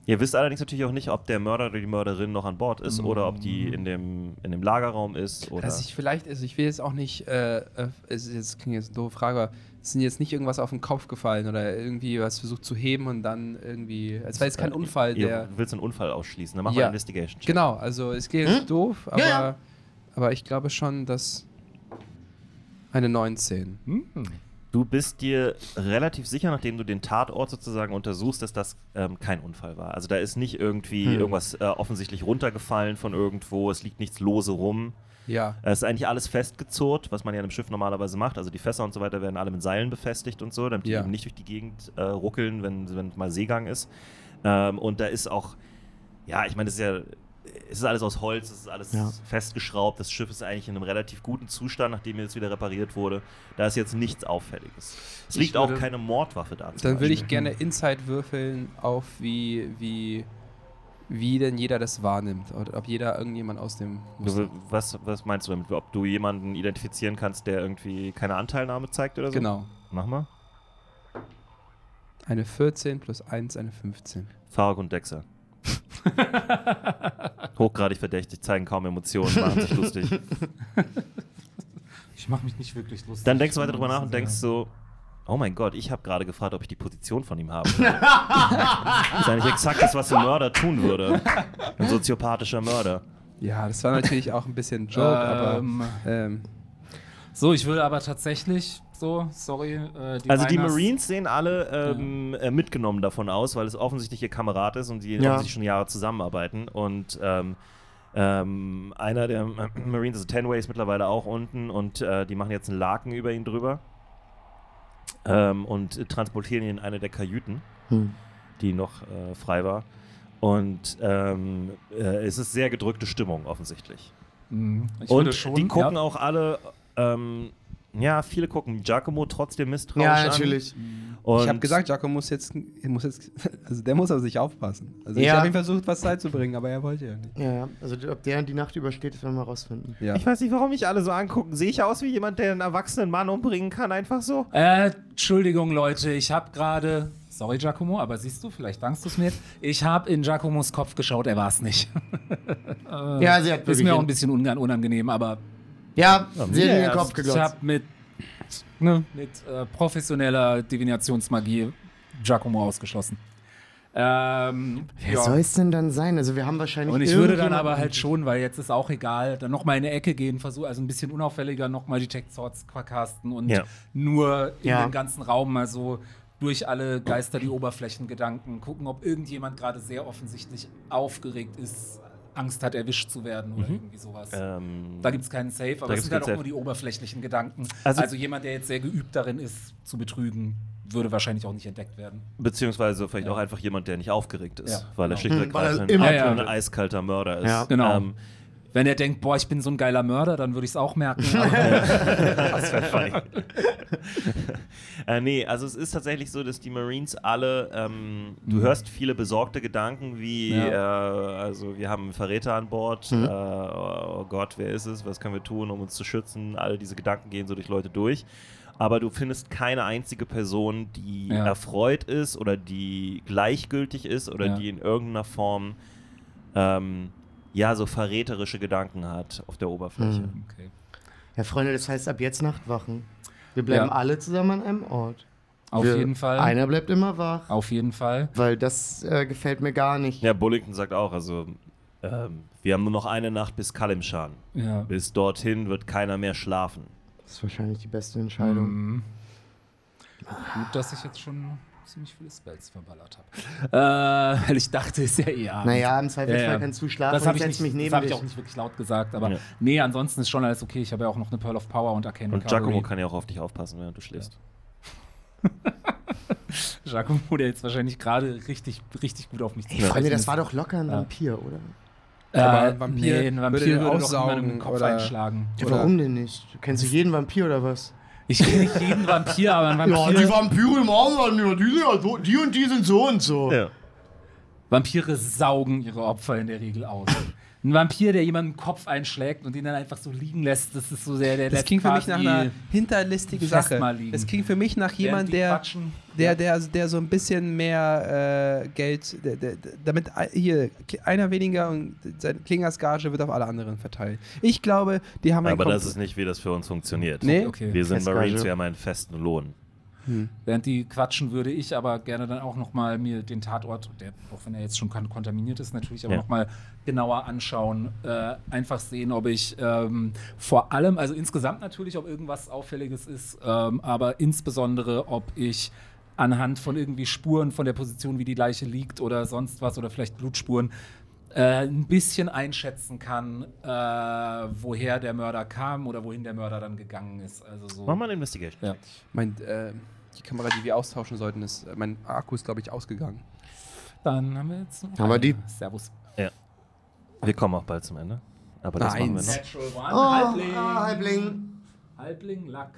Speaker 1: Ihr wisst allerdings natürlich auch nicht, ob der Mörder oder die Mörderin noch an Bord ist oder ob die
Speaker 4: Hm.
Speaker 1: in dem, in dem Lagerraum ist oder.
Speaker 4: Dass ich vielleicht, also ich will jetzt auch nicht, äh, äh, es ist jetzt klingt jetzt eine doofe Frage, aber ist Ihnen jetzt nicht irgendwas auf den Kopf gefallen oder irgendwie was versucht zu heben und dann irgendwie, als wäre jetzt kein
Speaker 1: Äh,
Speaker 4: Unfall,
Speaker 1: ihr
Speaker 4: der.
Speaker 1: willst einen Unfall ausschließen, dann mach
Speaker 4: Ja.
Speaker 1: mal Investigation. check.
Speaker 4: Genau, also es geht jetzt
Speaker 2: Hm?
Speaker 4: doof, aber,
Speaker 2: Ja, ja.
Speaker 4: aber ich glaube schon, dass eine 19.
Speaker 3: Hm.
Speaker 1: Du bist dir relativ sicher, nachdem du den Tatort sozusagen untersuchst, dass das ähm, kein Unfall war. Also da ist nicht irgendwie
Speaker 2: Hm.
Speaker 1: irgendwas äh, offensichtlich runtergefallen von irgendwo, es liegt nichts lose rum.
Speaker 4: Ja.
Speaker 1: Äh, Es ist eigentlich alles festgezurrt, was man ja in einem Schiff normalerweise macht. Also die Fässer und so weiter werden alle mit Seilen befestigt und so, damit die
Speaker 4: Ja.
Speaker 1: eben nicht durch die Gegend äh, ruckeln, wenn, wenn mal Seegang ist. Ähm, und da ist auch, ja, ich meine, das ist ja, es ist alles aus Holz, es ist alles
Speaker 2: Ja.
Speaker 1: festgeschraubt. Das Schiff ist eigentlich in einem relativ guten Zustand, nachdem jetzt wieder repariert wurde. Da ist jetzt nichts Auffälliges. Es
Speaker 4: Ich
Speaker 1: liegt auch
Speaker 4: würde-
Speaker 1: keine Mordwaffe da. zum
Speaker 4: Dann würde ich
Speaker 1: Beispiel.
Speaker 4: gerne Insight würfeln auf wie, wie, wie denn jeder das wahrnimmt. Oder ob jeder irgendjemand aus dem.
Speaker 1: Du will- Was, was meinst du damit? Ob du jemanden identifizieren kannst, der irgendwie keine Anteilnahme zeigt oder so?
Speaker 4: Genau.
Speaker 1: Mach mal.
Speaker 4: Eine 14 plus 1, eine 15.
Speaker 1: Farag und Dexter. Hochgradig verdächtig, zeigen kaum Emotionen, machen sich lustig.
Speaker 3: Ich mache mich nicht wirklich lustig.
Speaker 1: Dann denkst du
Speaker 3: Ich
Speaker 1: weiter
Speaker 3: bin
Speaker 1: drüber
Speaker 3: ein
Speaker 1: nach und
Speaker 3: bisschen
Speaker 1: denkst
Speaker 3: sehr-
Speaker 1: so, oh mein Gott, ich habe gerade gefragt, ob ich die Position von ihm habe. das ist eigentlich exakt das, was ein Mörder tun würde. Ein soziopathischer Mörder.
Speaker 4: Ja, das war natürlich auch ein bisschen ein Joke,
Speaker 3: Ähm,
Speaker 4: aber. Ähm,
Speaker 3: So, ich würde aber tatsächlich so, sorry. Äh,
Speaker 1: Also die
Speaker 3: Miners-
Speaker 1: Marines sehen alle ähm, äh, mitgenommen davon aus, weil es offensichtlich ihr Kamerad ist und die
Speaker 2: Ja.
Speaker 1: offensichtlich schon Jahre zusammenarbeiten. Und ähm, ähm, einer der äh, Marines, also Tenway, ist mittlerweile auch unten und äh, die machen jetzt einen Laken über ihn drüber ähm, und äh, transportieren ihn in eine der Kajüten,
Speaker 2: Hm.
Speaker 1: die noch äh, frei war. Und ähm, äh, es ist sehr gedrückte Stimmung offensichtlich.
Speaker 3: Mhm. Ich
Speaker 1: und
Speaker 3: würde schon,
Speaker 1: die gucken
Speaker 3: ja.
Speaker 1: auch alle, ähm, ja, viele gucken Giacomo trotzdem misstrauisch
Speaker 2: Ja,
Speaker 1: an.
Speaker 2: natürlich.
Speaker 1: Und
Speaker 4: ich habe gesagt, Jaco muss jetzt, muss jetzt. Also der muss auf sich aufpassen. Also ich
Speaker 2: Ja.
Speaker 4: habe ihm versucht, was beizubringen, aber er wollte ja nicht.
Speaker 2: Ja, ja. Also ob der die Nacht übersteht, das werden wir rausfinden.
Speaker 4: Ja.
Speaker 1: Ich weiß nicht, warum mich alle so angucken. Sehe ich aus wie jemand, der einen erwachsenen Mann umbringen kann, einfach so?
Speaker 3: Äh, Entschuldigung, Leute, ich habe gerade. Sorry, Giacomo, aber siehst du, vielleicht dankst du es mir jetzt. Ich habe in Giacomos Kopf geschaut, er war es nicht.
Speaker 2: Äh, Ja, sie hat
Speaker 3: Ist
Speaker 2: wirklich
Speaker 3: mir auch
Speaker 2: hin-
Speaker 3: ein bisschen unang- unangenehm, aber
Speaker 2: Ja, sie hat in den
Speaker 3: Ja,
Speaker 2: Kopf
Speaker 3: Ich habe
Speaker 2: geglotzt.
Speaker 3: mit, ne, mit äh, professioneller Divinationsmagie Giacomo ausgeschlossen. Ähm,
Speaker 2: Wer
Speaker 3: ja.
Speaker 2: soll es denn dann sein? Also wir haben wahrscheinlich.
Speaker 3: Und ich würde dann
Speaker 2: irgendjemanden-
Speaker 3: aber halt schon, weil jetzt ist auch egal, dann nochmal in eine Ecke gehen, versuchen, also ein bisschen unauffälliger nochmal die Tech Swords verkasten und
Speaker 1: Ja.
Speaker 3: nur in
Speaker 2: Ja.
Speaker 3: dem ganzen Raum mal so durch alle Geister die Oberflächen Gedanken, gucken, ob irgendjemand gerade sehr offensichtlich aufgeregt ist, Angst hat, erwischt zu werden oder irgendwie sowas.
Speaker 1: Mhm. Ähm,
Speaker 3: Da gibt es keinen Safe, aber
Speaker 1: Da
Speaker 3: es
Speaker 1: gibt's
Speaker 3: sind halt auch
Speaker 1: keinen
Speaker 3: nur die oberflächlichen Gedanken.
Speaker 1: Also-
Speaker 3: Also, jemand, der jetzt sehr geübt darin ist, zu betrügen, würde wahrscheinlich auch nicht entdeckt werden.
Speaker 1: beziehungsweise vielleicht
Speaker 3: Ja.
Speaker 1: auch einfach jemand, der nicht aufgeregt ist,
Speaker 3: Ja,
Speaker 1: weil er
Speaker 3: genau.
Speaker 1: schlicht und
Speaker 2: Hm, weil er
Speaker 1: ergreifend
Speaker 2: immer
Speaker 1: einfach
Speaker 3: Ja, ja.
Speaker 1: ein eiskalter Mörder ist.
Speaker 2: Ja.
Speaker 3: Genau.
Speaker 1: Ähm,
Speaker 3: Wenn er denkt, boah, ich bin so ein geiler Mörder, dann würde ich es auch merken. Aber
Speaker 6: Das wäre funny. äh, nee, also es ist tatsächlich so, dass die Marines alle, ähm,
Speaker 3: Mhm.
Speaker 6: du hörst viele besorgte Gedanken wie, äh, also wir haben einen Verräter an Bord,
Speaker 3: Mhm.
Speaker 6: äh, oh Gott, wer ist es, was können wir tun, um uns zu schützen, all diese Gedanken gehen so durch Leute durch. Aber du findest keine einzige Person, die
Speaker 3: Ja.
Speaker 6: erfreut ist oder die gleichgültig ist oder
Speaker 3: Ja.
Speaker 6: die in irgendeiner Form ähm, ja so verräterische Gedanken hat auf der Oberfläche.
Speaker 2: Mhm.
Speaker 3: okay.
Speaker 2: Ja, Freunde, das heißt ab jetzt Nachtwachen. Wir bleiben
Speaker 3: Ja.
Speaker 2: alle zusammen an einem Ort.
Speaker 3: Auf
Speaker 2: Wir,
Speaker 3: jeden Fall.
Speaker 2: Einer bleibt immer wach,
Speaker 3: Auf jeden Fall.
Speaker 2: weil das äh, gefällt mir gar nicht.
Speaker 6: Ja, Bullington sagt auch, also ähm, wir haben nur noch eine Nacht bis Kalimshan.
Speaker 3: Ja.
Speaker 6: Bis dorthin wird keiner mehr schlafen.
Speaker 2: Das ist wahrscheinlich die beste Entscheidung.
Speaker 3: Mhm. Gut, dass ich jetzt schon ziemlich viele Spells verballert habe. Äh, weil ich dachte, es ist ja eher. Abend.
Speaker 2: Naja, im Zweifelsfall
Speaker 3: Ja, ja.
Speaker 2: kannst du schlafen
Speaker 3: das
Speaker 2: und
Speaker 3: habe
Speaker 2: ich
Speaker 3: ich,
Speaker 2: setz
Speaker 3: nicht-
Speaker 2: mich
Speaker 3: das
Speaker 2: neben
Speaker 3: hab
Speaker 2: dich.
Speaker 3: ich auch nicht wirklich laut gesagt, aber
Speaker 6: Ja.
Speaker 3: nee, ansonsten ist schon alles okay. Ich habe ja auch noch eine Pearl of Power und Arcane
Speaker 6: Und
Speaker 3: Recovery.
Speaker 6: Giacomo kann ja auch auf dich aufpassen, während du schläfst.
Speaker 3: Giacomo, der jetzt wahrscheinlich gerade richtig, richtig gut auf mich
Speaker 2: Ey, Freunde, das war doch locker ein
Speaker 3: Ja.
Speaker 2: Vampir, oder?
Speaker 3: äh,
Speaker 4: Aber
Speaker 3: aber
Speaker 4: ein Vampir
Speaker 3: Vampir, nee, ein
Speaker 4: würde
Speaker 3: Vampir
Speaker 4: den
Speaker 3: würde, doch
Speaker 4: aussaugen
Speaker 3: niemandem den Kopf
Speaker 4: oder-
Speaker 3: einschlagen.
Speaker 2: Ja,
Speaker 4: Oder-
Speaker 2: warum denn nicht? Du kennst du jeden Vampir oder was?
Speaker 3: Ich kenne nicht jeden Vampir, aber ein Vampir,
Speaker 2: Vampire im Auenland, ja, die sind ja so, die und die sind so und so.
Speaker 6: Ja.
Speaker 3: Vampire saugen ihre Opfer in der Regel aus. Ein Vampir, der jemanden den Kopf einschlägt und ihn dann einfach so liegen lässt, das ist so sehr der
Speaker 4: Das
Speaker 3: letzte
Speaker 4: klingt für mich
Speaker 3: Part,
Speaker 4: nach
Speaker 3: die-
Speaker 4: einer hinterlistigen
Speaker 3: Fest
Speaker 4: Sache.
Speaker 3: mal liegen.
Speaker 4: Das klingt für mich nach
Speaker 3: während
Speaker 4: jemand,
Speaker 3: die
Speaker 4: der,
Speaker 3: quatschen.
Speaker 4: der, der, der so ein bisschen mehr äh, Geld, der, der, der- damit ei- hier k- einer weniger und seine Klingersgage wird auf alle anderen verteilt. Ich glaube, die haben ein
Speaker 6: Aber
Speaker 4: Kom-
Speaker 6: das ist nicht, wie das für uns funktioniert.
Speaker 4: nee,
Speaker 3: Okay.
Speaker 6: Wir sind
Speaker 2: Festgage.
Speaker 6: Marines, wir haben einen festen Lohn.
Speaker 3: Während die quatschen, würde ich aber gerne dann auch nochmal mir den Tatort, der, auch wenn er jetzt schon kon- kontaminiert ist, natürlich, aber
Speaker 6: Ja.
Speaker 3: noch nochmal genauer anschauen. Äh, einfach sehen, ob ich ähm, vor allem, also insgesamt natürlich, ob irgendwas Auffälliges ist, ähm, aber insbesondere, ob ich anhand von irgendwie Spuren von der Position, wie die Leiche liegt oder sonst was oder vielleicht Blutspuren, äh, ein bisschen einschätzen kann, äh, woher der Mörder kam oder wohin der Mörder dann gegangen ist. Also so.
Speaker 6: Mach mal eine Investigation.
Speaker 3: Ja.
Speaker 4: mein, äh, die Kamera, die wir austauschen sollten, ist äh, mein Akku ist glaube ich ausgegangen.
Speaker 3: Dann haben wir jetzt noch
Speaker 2: Aber
Speaker 3: eine.
Speaker 2: die-
Speaker 3: Servus.
Speaker 6: Wir kommen auch bald zum Ende. Aber das machen wir
Speaker 4: Eins.
Speaker 6: noch.
Speaker 3: Natural One,
Speaker 2: Oh,
Speaker 3: Halbling.
Speaker 2: ah, Halbling.
Speaker 3: Halbling, Lack.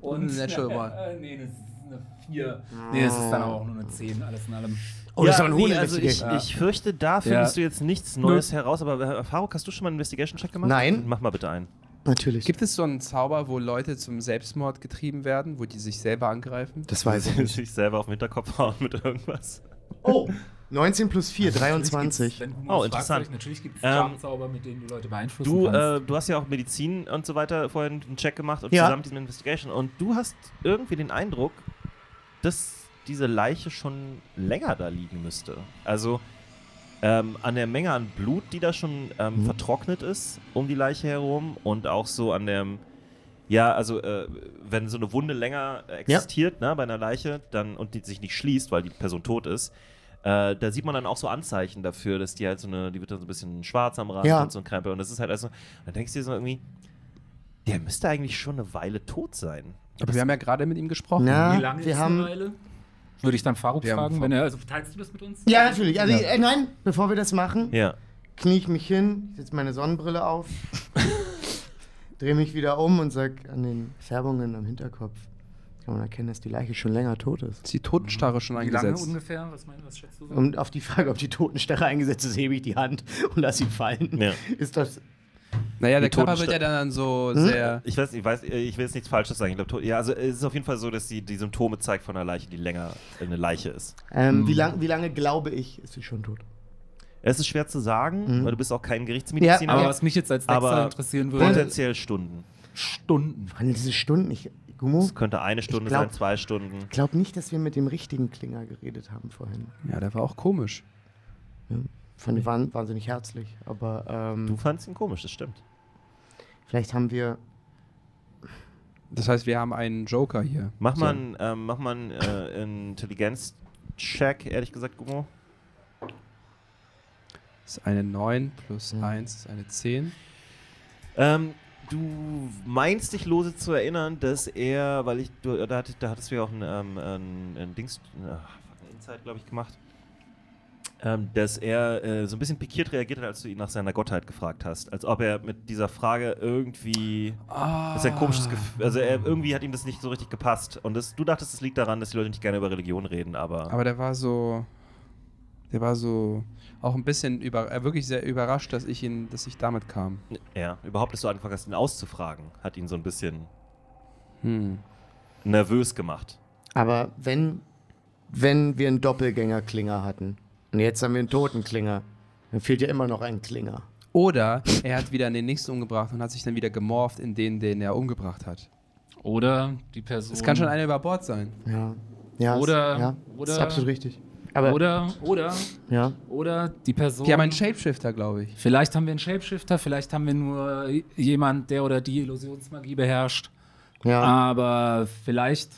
Speaker 4: Und Natural One.
Speaker 3: Äh, nee, das ist eine 4. Nee, das ist dann aber auch nur eine 10, alles in allem.
Speaker 2: Oh, das ist aber ein
Speaker 6: nee,
Speaker 2: hoher
Speaker 6: also ich,
Speaker 2: Investigation.
Speaker 6: ich fürchte, da findest du jetzt nichts Neues heraus. Aber äh, Faruk, hast du schon mal einen Investigation-Check gemacht?
Speaker 2: Nein.
Speaker 6: Mach mal bitte einen.
Speaker 2: Natürlich.
Speaker 4: Gibt es so einen Zauber, wo Leute zum Selbstmord getrieben werden, wo die sich selber angreifen?
Speaker 2: das weiß ich nicht.
Speaker 6: Sich selber auf den Hinterkopf hauen mit irgendwas.
Speaker 2: Oh, 19 plus 4, 23.
Speaker 3: Wenn du
Speaker 6: Oh,
Speaker 3: fragst,
Speaker 6: interessant.
Speaker 3: sag ich, Natürlich gibt es
Speaker 6: Ähm,
Speaker 3: Schamzauber, mit denen du Leute beeinflussen
Speaker 6: Du, äh,
Speaker 3: kannst.
Speaker 6: du hast ja auch Medizin und so weiter vorhin einen Check gemacht und
Speaker 2: Ja.
Speaker 6: zusammen mit diesem Investigation. Und du hast irgendwie den Eindruck, dass diese Leiche schon länger da liegen müsste. Also ähm, an der Menge an Blut, die da schon ähm, vertrocknet ist um die Leiche herum und auch so an dem, ja, also äh, wenn so eine Wunde länger äh, existiert ne, bei einer Leiche dann und die sich nicht schließt, weil die Person tot ist, äh, da sieht man dann auch so Anzeichen dafür, dass die halt so eine, die wird dann so ein bisschen schwarz am Rand
Speaker 2: Ja.
Speaker 6: und so ein Krempel. Und das ist halt also, dann denkst du dir so irgendwie, der müsste eigentlich schon eine Weile tot sein.
Speaker 4: Aber wir haben ja gerade mit ihm gesprochen.
Speaker 2: Na,
Speaker 3: Wie lange
Speaker 2: wir
Speaker 3: ist
Speaker 2: haben.
Speaker 3: eine Weile? Würde ich dann Faruk
Speaker 4: Wir haben
Speaker 3: fragen,
Speaker 4: Fa-
Speaker 3: wenn er, also teilst du das mit uns?
Speaker 2: Ja, natürlich. Also,
Speaker 3: Ja.
Speaker 2: Äh, nein, bevor wir das machen,
Speaker 6: Ja.
Speaker 2: knie ich mich hin, setze meine Sonnenbrille auf, drehe mich wieder um und sag an den Färbungen am Hinterkopf kann man erkennen, dass die Leiche schon länger tot ist.
Speaker 4: Ist die Totenstarre schon
Speaker 3: Wie lange
Speaker 4: eingesetzt?
Speaker 3: ungefähr? Was, meinst, du, was schätzt du so?
Speaker 2: Und auf die Frage, ob die Totenstarre eingesetzt ist, hebe ich die Hand und lasse sie fallen.
Speaker 6: Ja.
Speaker 2: Ist das
Speaker 4: Naja, der
Speaker 6: Die
Speaker 4: Körper
Speaker 6: Totensta-
Speaker 4: wird ja dann so sehr.
Speaker 6: Ich weiß, ich weiß, ich will jetzt nichts Falsches sagen. Ich glaube, to- ja, also es ist auf jeden Fall so, dass sie die Symptome zeigt von einer Leiche, die länger eine Leiche ist.
Speaker 2: Ähm,
Speaker 6: Hm.
Speaker 2: wie, lang, wie lange glaube ich, ist sie schon tot?
Speaker 6: Es ist schwer zu sagen, weil du bist auch kein
Speaker 2: Ja,
Speaker 6: Gerichtsmediziner,
Speaker 3: Mhm. Aber was mich jetzt als
Speaker 6: Aber-
Speaker 3: Dexter interessieren würde,
Speaker 6: potenziell Stunden.
Speaker 3: Stunden.
Speaker 2: Vor allem diese Stunden, ich, Gummo,
Speaker 6: Es könnte eine Stunde
Speaker 2: glaub-
Speaker 6: sein, zwei Stunden.
Speaker 2: ich glaube nicht, dass wir mit dem richtigen Klinger geredet haben vorhin.
Speaker 4: Ja, der war auch komisch.
Speaker 2: Fand ich wahn, wahnsinnig herzlich, aber
Speaker 6: Du
Speaker 2: ähm,
Speaker 6: fandst ihn komisch, das stimmt.
Speaker 2: vielleicht haben wir
Speaker 4: Das heißt, wir haben einen Joker hier.
Speaker 6: Mach mal
Speaker 4: So.
Speaker 6: einen, ähm, mach mal einen äh, Intelligenz-Check, ehrlich gesagt, Gummo.
Speaker 4: Das ist eine 9 plus
Speaker 2: Ja.
Speaker 4: 1 ist eine 10.
Speaker 6: Ähm, du meinst dich lose zu erinnern, dass er, weil ich, du, da, hatte, da hattest du ja auch ein, ähm, ein, ein Dings, ach, fuck, ein Insight, glaube ich, gemacht. ähm, dass er äh, so ein bisschen pikiert reagiert hat, als du ihn nach seiner Gottheit gefragt hast. Als ob er mit dieser Frage irgendwie.
Speaker 4: Ah.
Speaker 6: Das ist ein komisches Gefühl. Also er, irgendwie hat ihm das nicht so richtig gepasst. Und das, du dachtest, es liegt daran, dass die Leute nicht gerne über Religion reden, aber.
Speaker 4: Aber der war so. Der war so. Auch ein bisschen über, äh, wirklich sehr überrascht, dass ich ihn, dass ich damit kam.
Speaker 6: ja, überhaupt, dass du angefangen hast, ihn auszufragen, hat ihn so ein bisschen
Speaker 4: Hm.
Speaker 6: nervös gemacht.
Speaker 2: Aber wenn, wenn wir einen Doppelgänger-Klinger hatten und jetzt haben wir einen Totenklinger, dann fehlt ja immer noch ein Klinger.
Speaker 4: Oder er hat wieder den nächsten umgebracht und hat sich dann wieder gemorpht in den, den er umgebracht hat.
Speaker 3: Oder die Person.
Speaker 4: Es kann schon einer über Bord sein.
Speaker 2: Ja. ja
Speaker 3: Oder-
Speaker 2: Ist, ja.
Speaker 3: oder-
Speaker 2: ist absolut richtig. Aber,
Speaker 3: Oder, oder,
Speaker 2: ja.
Speaker 3: oder die Person.
Speaker 4: Die haben einen Shapeshifter, glaube ich.
Speaker 3: Vielleicht haben wir einen Shapeshifter, vielleicht haben wir nur jemand, der oder die Illusionsmagie beherrscht.
Speaker 2: Ja.
Speaker 3: Ah. Aber vielleicht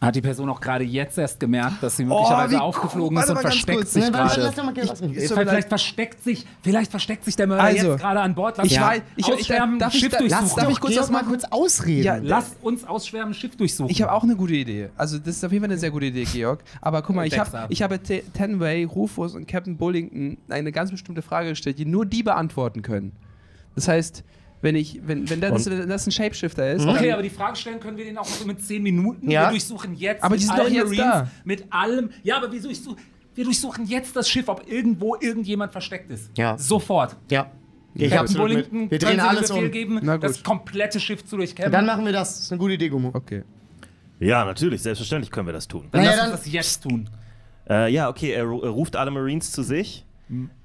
Speaker 3: hat die Person auch gerade jetzt erst gemerkt, dass sie möglicherweise
Speaker 4: Oh, wie
Speaker 3: aufgeflogen
Speaker 4: cool.
Speaker 3: ist
Speaker 4: Warte
Speaker 3: und
Speaker 4: mal ganz
Speaker 3: versteckt
Speaker 4: kurz.
Speaker 3: sich
Speaker 4: Nein,
Speaker 2: Warte,
Speaker 3: gerade.
Speaker 2: lass doch mal gerne was reden.
Speaker 4: Ist so
Speaker 3: Vielleicht,
Speaker 4: vielleicht-
Speaker 3: versteckt sich, vielleicht versteckt sich der Mörder
Speaker 4: Also,
Speaker 3: jetzt gerade an Bord. Lass
Speaker 4: ich
Speaker 3: ihn
Speaker 4: weiß- ich- ich-
Speaker 3: ausschwärmen,
Speaker 4: darf ich-
Speaker 3: Schiff
Speaker 4: darf-
Speaker 3: durchsuchen.
Speaker 4: Lass- darf ich kurz
Speaker 2: Geh
Speaker 4: was
Speaker 2: doch mal
Speaker 4: machen?
Speaker 2: kurz ausreden.
Speaker 4: Ja,
Speaker 3: Lass uns ausschwärmen, Schiff durchsuchen.
Speaker 4: Ich habe auch eine gute Idee. Also, das ist auf jeden Fall eine sehr gute Idee, Georg. Aber guck mal, ich,
Speaker 3: Dexter.
Speaker 4: hab, ich habe Te- Tenway, Rufus und Captain Bullington eine ganz bestimmte Frage gestellt, die nur die beantworten können. Das heißt, wenn, ich, wenn, wenn, das, wenn das ein Shapeshifter ist,
Speaker 3: Okay,
Speaker 4: dann-
Speaker 3: aber die Frage stellen können wir den auch so mit 10 Minuten.
Speaker 2: Ja.
Speaker 3: Wir durchsuchen jetzt
Speaker 4: Aber
Speaker 3: mit
Speaker 4: die sind doch
Speaker 3: allen
Speaker 4: jetzt da.
Speaker 3: mit allem. Ja, aber wir durchsuchen, wir durchsuchen jetzt das Schiff, ob irgendwo irgendjemand versteckt ist.
Speaker 2: Ja.
Speaker 3: Sofort.
Speaker 2: ja. Ich
Speaker 3: Captain
Speaker 2: hab's mit.
Speaker 3: Bullington,
Speaker 2: Wir
Speaker 3: können
Speaker 2: drehen
Speaker 3: Sie den
Speaker 2: alles
Speaker 3: Befehl
Speaker 2: um.
Speaker 3: geben,
Speaker 4: Na gut.
Speaker 3: das komplette Schiff zu durchkämmen.
Speaker 2: Dann machen wir das. Ist eine gute Idee, Gummo.
Speaker 4: Okay.
Speaker 6: Ja, natürlich, selbstverständlich können wir das tun.
Speaker 3: Dann
Speaker 2: Naja,
Speaker 3: lass uns
Speaker 2: dann-
Speaker 3: das jetzt tun.
Speaker 6: Äh, ja, okay, er ru- er ruft alle Marines zu sich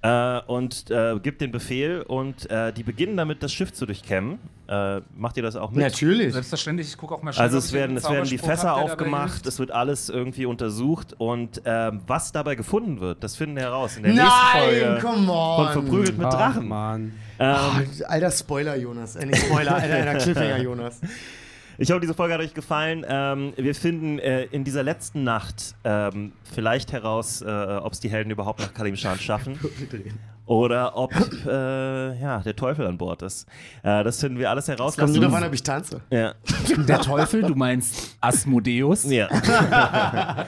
Speaker 6: äh, und äh, gibt den Befehl und äh, die beginnen damit, das Schiff zu durchkämmen. Äh, macht ihr das auch mit?
Speaker 2: Natürlich.
Speaker 3: Selbstverständlich, ich gucke auch mal schnell.
Speaker 6: Also
Speaker 3: ob
Speaker 6: es
Speaker 3: ich
Speaker 6: werden, es
Speaker 3: irgendeinen
Speaker 6: werden die
Speaker 3: Zauberspruch
Speaker 6: Fässer
Speaker 3: hab, der dabei
Speaker 6: aufgemacht,
Speaker 3: hilft.
Speaker 6: es wird alles irgendwie untersucht und ähm, was dabei gefunden wird, das finden wir heraus in der
Speaker 2: Nein,
Speaker 6: nächsten Folge
Speaker 2: come
Speaker 6: von
Speaker 2: on.
Speaker 6: Verprügelt mit
Speaker 4: Ach,
Speaker 6: Drachen.
Speaker 4: Ah, Mann.
Speaker 6: ähm,
Speaker 2: Ah, Alter Spoiler, Jonas. Äh, nicht Spoiler, alter, alter Cliffhanger, Jonas.
Speaker 6: ich hoffe, diese Folge hat euch gefallen. Ähm, wir finden äh, in dieser letzten Nacht ähm, vielleicht heraus, äh, ob es die Helden überhaupt nach Kalimshan schaffen. Oder ob äh, ja, der Teufel an Bord ist. Äh, das finden wir alles heraus.
Speaker 2: Kommt
Speaker 6: Lasst
Speaker 2: nur
Speaker 6: uns-
Speaker 2: davon, ob ich tanze.
Speaker 6: ja.
Speaker 3: Der Teufel, du meinst Asmodeus?
Speaker 6: ja.
Speaker 4: das-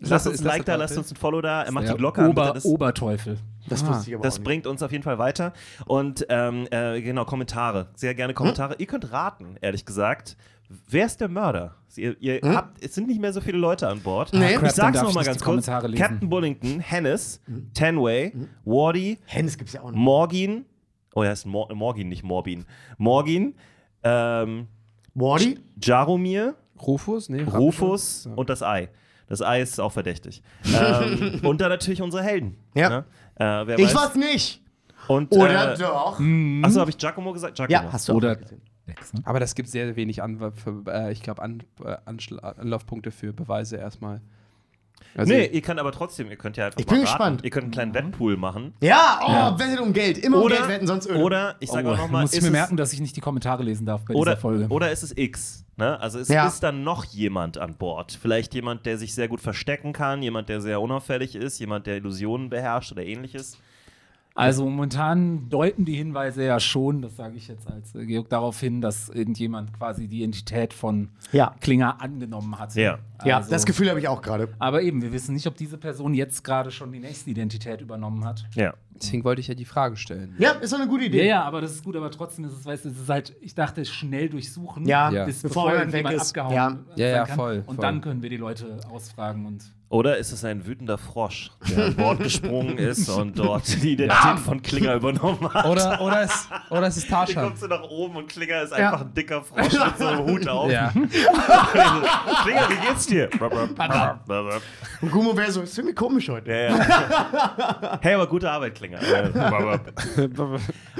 Speaker 6: lasst uns
Speaker 4: ist
Speaker 6: ein
Speaker 4: das
Speaker 6: Like da,
Speaker 4: der
Speaker 6: lasst
Speaker 4: Teufel?
Speaker 6: uns ein Follow da, er macht
Speaker 3: Der
Speaker 6: die Glocke an. bitte.
Speaker 3: Ober,
Speaker 6: Das-
Speaker 3: Oberteufel.
Speaker 2: Das
Speaker 4: Ah,
Speaker 2: wusste ich aber
Speaker 6: Das
Speaker 2: auch
Speaker 6: bringt uns auf jeden Fall weiter. Und ähm, äh, genau, Kommentare. Sehr gerne Kommentare. Ihr könnt raten, ehrlich gesagt. Wer ist der Mörder? Ihr, ihr habt, es sind nicht mehr so viele Leute an Bord.
Speaker 3: Hm.
Speaker 2: Nee. Ah, crap,
Speaker 6: ich
Speaker 3: dann
Speaker 6: sag's
Speaker 3: darf ich
Speaker 6: nochmal
Speaker 3: nicht
Speaker 6: ganz
Speaker 3: die
Speaker 6: kurz.
Speaker 3: Kommentare lesen.
Speaker 6: Captain Bullington, Hennis, Tenway, Wardy,
Speaker 2: nicht. Hennes gibt's ja auch noch.
Speaker 6: Morgin. Oh, er heißt Mor Morgin, nicht Morbin. Morgin, ähm,
Speaker 2: Wardy?
Speaker 6: Jaromir,
Speaker 2: Ah,
Speaker 4: Rufus? Nee,
Speaker 6: Rufus
Speaker 4: Ja.
Speaker 6: und das Ei. Das Ei ist auch verdächtig. ähm, und dann natürlich unsere Helden.
Speaker 2: Ja.
Speaker 6: Ne? Äh, wer
Speaker 2: Ich
Speaker 6: weiß.
Speaker 2: war's nicht.
Speaker 6: Und,
Speaker 2: Oder
Speaker 6: äh,
Speaker 2: doch?
Speaker 6: Achso, habe ich Giacomo gesagt? Giacomo.
Speaker 2: Ja, hast du
Speaker 3: Oder
Speaker 2: auch gesehen.
Speaker 4: Aber das gibt sehr wenig Anwa- für, äh, ich glaube, An äh, Anschl- Anlaufpunkte für Beweise erstmal. Also,
Speaker 6: nee, ihr könnt aber trotzdem, ihr könnt ja einfach
Speaker 2: Ich
Speaker 6: mal
Speaker 2: bin
Speaker 6: raten.
Speaker 2: gespannt.
Speaker 6: Ihr könnt einen kleinen Wettpool machen.
Speaker 2: Ja, oh, wettet um Geld. Immer um
Speaker 6: Oder,
Speaker 2: Geld wetten, sonst irgendwas.
Speaker 6: oder ich sage
Speaker 3: oh,
Speaker 6: auch nochmal,
Speaker 3: muss ich
Speaker 6: ist
Speaker 3: mir
Speaker 6: es,
Speaker 3: merken, dass ich nicht die Kommentare lesen darf bei
Speaker 6: oder,
Speaker 3: dieser Folge.
Speaker 6: oder ist es X? Ne? Also es
Speaker 2: Ja.
Speaker 6: ist dann noch jemand an Bord. Vielleicht jemand, der sich sehr gut verstecken kann, jemand, der sehr unauffällig ist, jemand, der Illusionen beherrscht oder ähnliches.
Speaker 3: Also momentan deuten die Hinweise ja schon, das sage ich jetzt als äh, Georg, darauf hin, dass irgendjemand quasi die Identität von
Speaker 2: Ja.
Speaker 3: Klinger angenommen hat.
Speaker 6: Ja.
Speaker 2: Ja,
Speaker 3: Also-
Speaker 2: das Gefühl habe ich auch gerade.
Speaker 3: Aber eben, wir wissen nicht, ob diese Person jetzt gerade schon die nächste Identität übernommen hat.
Speaker 6: Ja.
Speaker 4: Deswegen wollte ich ja die Frage stellen.
Speaker 2: Ja, ist doch eine gute
Speaker 3: Ja,
Speaker 2: Idee.
Speaker 3: ja, aber das ist gut, aber trotzdem ist es, weißt du, es ist halt, ich dachte, schnell durchsuchen,
Speaker 2: Ja,
Speaker 4: Ja.
Speaker 3: bis
Speaker 2: bevor
Speaker 3: bevor,
Speaker 2: jemand
Speaker 3: irgendjemand
Speaker 2: weg ist.
Speaker 3: abgehauen
Speaker 2: Ja.
Speaker 3: sein
Speaker 4: Ja, ja,
Speaker 3: kann.
Speaker 4: voll,
Speaker 3: Und
Speaker 4: voll.
Speaker 3: dann können wir die Leute ausfragen und
Speaker 6: Oder ist es ein wütender Frosch, der an Bord gesprungen ist und dort die Identität von Klinger übernommen hat?
Speaker 4: Oder, oder, es, oder es ist
Speaker 6: Dann
Speaker 4: Tarshan.
Speaker 6: kommst du nach oben und Klinger ist
Speaker 2: Ja.
Speaker 6: einfach ein dicker Frosch mit so einem Hut auf.
Speaker 4: Ja.
Speaker 6: Klinger, wie geht's dir? ja,
Speaker 2: Und Gummo wäre so, ist irgendwie komisch heute.
Speaker 6: ja. Hey, aber gute Arbeit, Klinger.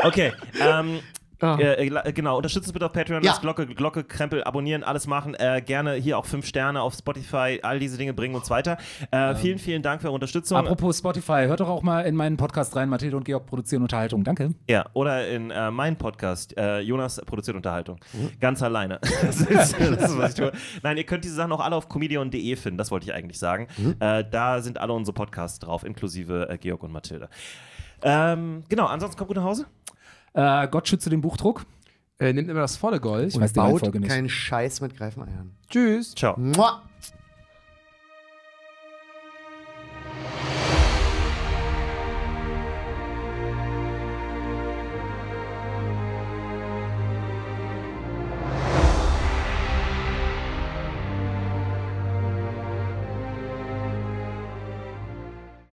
Speaker 6: okay. Ähm, äh, äh, la- äh, genau, unterstützt uns bitte auf Patreon,
Speaker 2: Ja.
Speaker 6: das Glocke, Glocke, Krempel, abonnieren, alles machen. Äh, gerne hier auch 5 Sterne auf Spotify, all diese Dinge bringen uns weiter. Äh, vielen, vielen Dank für eure Unterstützung.
Speaker 3: Apropos Spotify, hört doch auch mal in meinen Podcast rein. Mathilde und Georg produzieren Unterhaltung. Danke.
Speaker 6: Ja, oder in äh, meinem Podcast, äh, Jonas produziert Unterhaltung. Ganz alleine. das, ist, das ist, was ich tue. Nein, ihr könnt diese Sachen auch alle auf comedian.de finden, das wollte ich eigentlich sagen. Äh, da sind alle unsere Podcasts drauf, inklusive äh, Georg und Mathilde. Ähm, genau, ansonsten kommt gut nach Hause.
Speaker 3: Äh, Gott schütze den Buchdruck.
Speaker 4: Äh, nimmt immer das volle Gold.
Speaker 3: Ich weiß die
Speaker 2: Baut
Speaker 3: Reihenfolge nicht.
Speaker 2: keinen Scheiß mit Greifeneiern.
Speaker 4: Tschüss.
Speaker 6: Ciao.
Speaker 2: Mua.